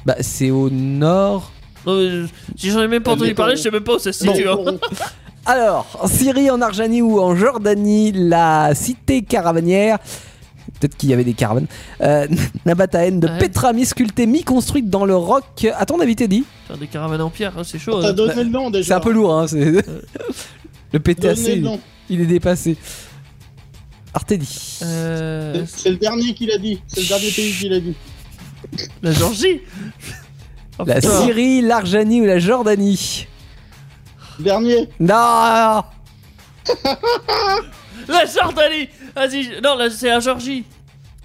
B: bah, c'est au nord.
C: Non, mais je- si j'en ai même pas
D: Euh,
C: entendu
D: mais
C: parler,
D: ton-
C: je sais même pas où ça se
D: Non,
C: situe. hein.
D: on-
B: Alors, en Syrie, en Arjanie ou en Jordanie, la cité caravanière, peut-être qu'il y avait des caravanes, euh, Nabataen de
C: Ouais.
B: Petra, mi-sculptée, mi-construite dans le roc. Euh, À ton avis, Teddy
C: Faire des caravanes en pierre, hein, c'est chaud.
D: T'as
C: hein.
D: donné le nom déjà.
B: C'est un peu lourd, hein c'est- Le
D: Donné
B: PTAC,
D: Euh, le
B: il,
D: nom.
B: il est dépassé. Alors, Teddy.
C: Euh,
D: C'est- C'est le dernier qu'il a dit. C'est le dernier pays qu'il a dit.
C: la Georgie Oh,
B: La
C: putain.
B: Syrie, l'Arjanie ou la Jordanie
D: Dernier.
B: Non
C: La Jordanie Vas-y, je- non, là, c'est la Georgie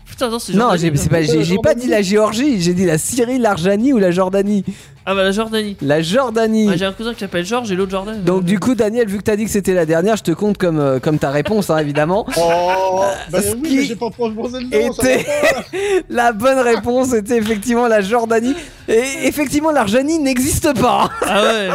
C: Putain, non, c'est
B: Non,
C: Jordanie.
B: j'ai c'est pas, j'ai- j'ai pas dit la Géorgie, j'ai dit la Syrie, l'Arjanie ou la Jordanie.
C: Ah bah la Jordanie.
B: La Jordanie.
C: Ah, j'ai un cousin qui s'appelle Georges et l'autre Jordan.
B: Donc du coup, Daniel, vu que t'as dit que c'était la dernière, je te compte comme, euh, comme ta réponse, hein, évidemment.
D: Oh, bah
B: ce
D: oui,
B: qui
D: mais j'ai pas proposé le nom, ça va
B: Était... la bonne réponse était effectivement la Jordanie. Et effectivement, l'Arjanie n'existe pas.
C: Ah ouais.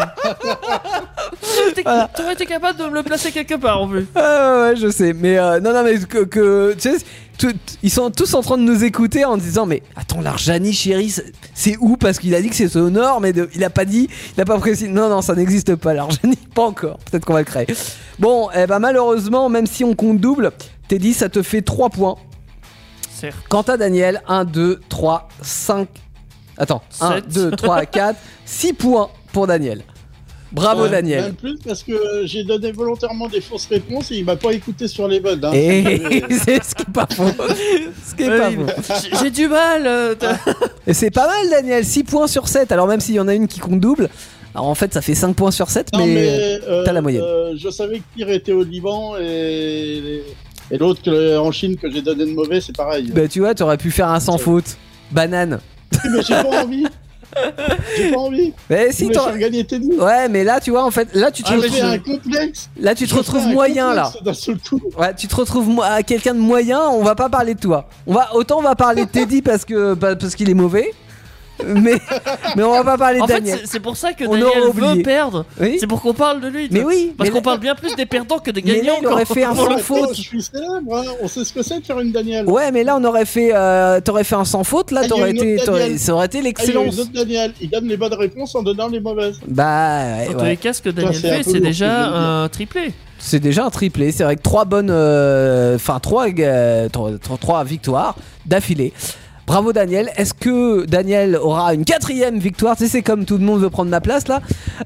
C: T'aurais été- T'aurais été capable de me le placer quelque part en plus.
B: Ah ouais, je sais. Mais euh, non, non, mais que, que- tu sais, tout- ils sont tous en train de nous écouter en disant mais attends l'Arjanie chérie c'est- c'est où parce qu'il a dit que c'est au nord mais de- il a pas dit il a pas précisé non non ça n'existe pas l'Arjanie pas encore peut-être qu'on va le créer bon eh ben malheureusement même si on compte double Teddy ça te fait 3 points
C: Certes.
B: quant à Daniel 1 2 3 5 attends 1
C: Sept.
B: 2 3 4 6 points pour Daniel bravo
C: Ouais,
B: Daniel
D: Même plus parce que euh, j'ai donné volontairement des fausses réponses et il m'a pas écouté sur les bonnes. hein.
B: Et c'est ce qui est pas faux. Ce qui est pas
C: Oui,
B: faux.
C: J'ai- J'ai du mal. euh, t'as-
B: Et c'est pas mal, Daniel. 6 points sur 7. Alors, même s'il y en a une qui compte double, alors en fait, ça fait 5 points sur 7.
D: Non,
B: mais.
D: mais, euh,
B: t'as la moyenne.
D: euh, je savais que Pierre était au Liban et, et l'autre que- en Chine que j'ai donné de mauvais, c'est pareil.
B: Bah, tu vois, t'aurais pu faire un sans faute. Banane.
D: Mais j'ai pas envie. J'ai pas envie.
B: Mais
D: Si
B: si,
D: mais
B: t'aurais-
D: faire gagner tes deux.
B: Ouais, mais là, tu vois, en fait, là, tu te,
D: Ah,
B: re-
D: mais
C: je-
D: j'ai un complexe.
B: là, tu te
D: Je
B: retrouves
D: fais un
B: moyen, là.
D: complexe D'un seul coup.
B: Ouais, tu te retrouves mo- à quelqu'un de moyen, on va pas parler de toi. On va, autant on va parler de Teddy parce que bah, parce qu'il est mauvais. Mais, mais on va pas parler
C: En
B: de
C: fait,
B: Daniel.
C: c'est- c'est pour ça que
B: On
C: Daniel
B: aura oublié.
C: veut perdre.
B: Oui.
C: C'est pour qu'on parle de lui. tu
B: Mais
C: vois.
B: oui,
C: Parce
B: mais
C: qu'on
B: là-
C: parle bien plus des perdants que des
B: mais là,
C: gagnants.
B: il aurait
C: quand-
B: fait un
C: pour
B: sans
C: le
D: Attends,
C: coup.
B: faute.
D: Je suis célèbre, hein. on sait ce que c'est de faire une Danielle.
B: Ouais, mais là on aurait fait, euh, t'aurais fait un sans faute, là
D: Ah, il y a
B: t'aurais
D: une
B: été,
D: autre
B: t'aurais-
D: Daniel.
B: ça aurait été
D: Ah, il y a
B: l'excellence.
D: une autre Daniel, il donne les bonnes réponses en donnant les mauvaises.
B: Bah ouais,
C: Dans tous
B: ouais.
C: les cas, ce que Daniel
D: c'est un
C: fait,
D: peu
C: c'est
D: lourd,
C: déjà
D: je veux dire.
C: un triplé.
B: c'est déjà un triplé. C'est vrai que trois bonnes, euh, enfin trois, euh, trois, trois- trois victoires d'affilée. Bravo Daniel. Est-ce que Daniel aura une quatrième victoire Tu sais, c'est comme tout le monde veut prendre ma place là.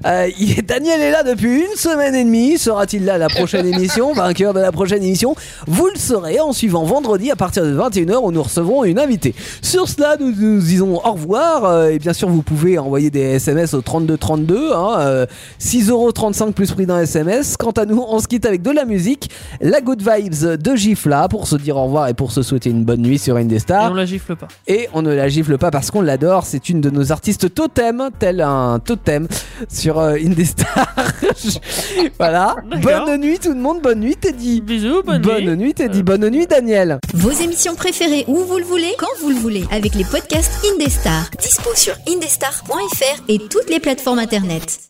B: Euh, il- Daniel est là depuis une semaine et demie. Sera-t-il là à la prochaine émission Vainqueur de la prochaine émission Vous le saurez en suivant vendredi à partir de 21h où nous recevrons une invitée. Sur cela, nous nous disons au revoir. euh, et bien sûr, vous pouvez envoyer des SMS au 3232. Hein, euh, 6,35€ plus prix d'un SMS. Quant à nous, on se quitte avec de la musique. La Good Vibes de Gifla pour se dire au revoir et pour se souhaiter une bonne nuit sur
C: Et on
B: Indestar.
C: la gifle pas.
B: Et on ne la gifle pas parce qu'on l'adore. C'est une de nos artistes totem, tel un totem sur euh, Indestar. voilà.
C: D'accord.
B: Bonne nuit tout le monde. Bonne nuit Teddy.
C: Bisous, bonne, nuit. Euh.
B: nuit Teddy. Bonne nuit Daniel.
A: Vos émissions préférées où vous le voulez, quand vous le voulez, avec les podcasts Indestar. Dispo sur indestar.fr et toutes les plateformes internet.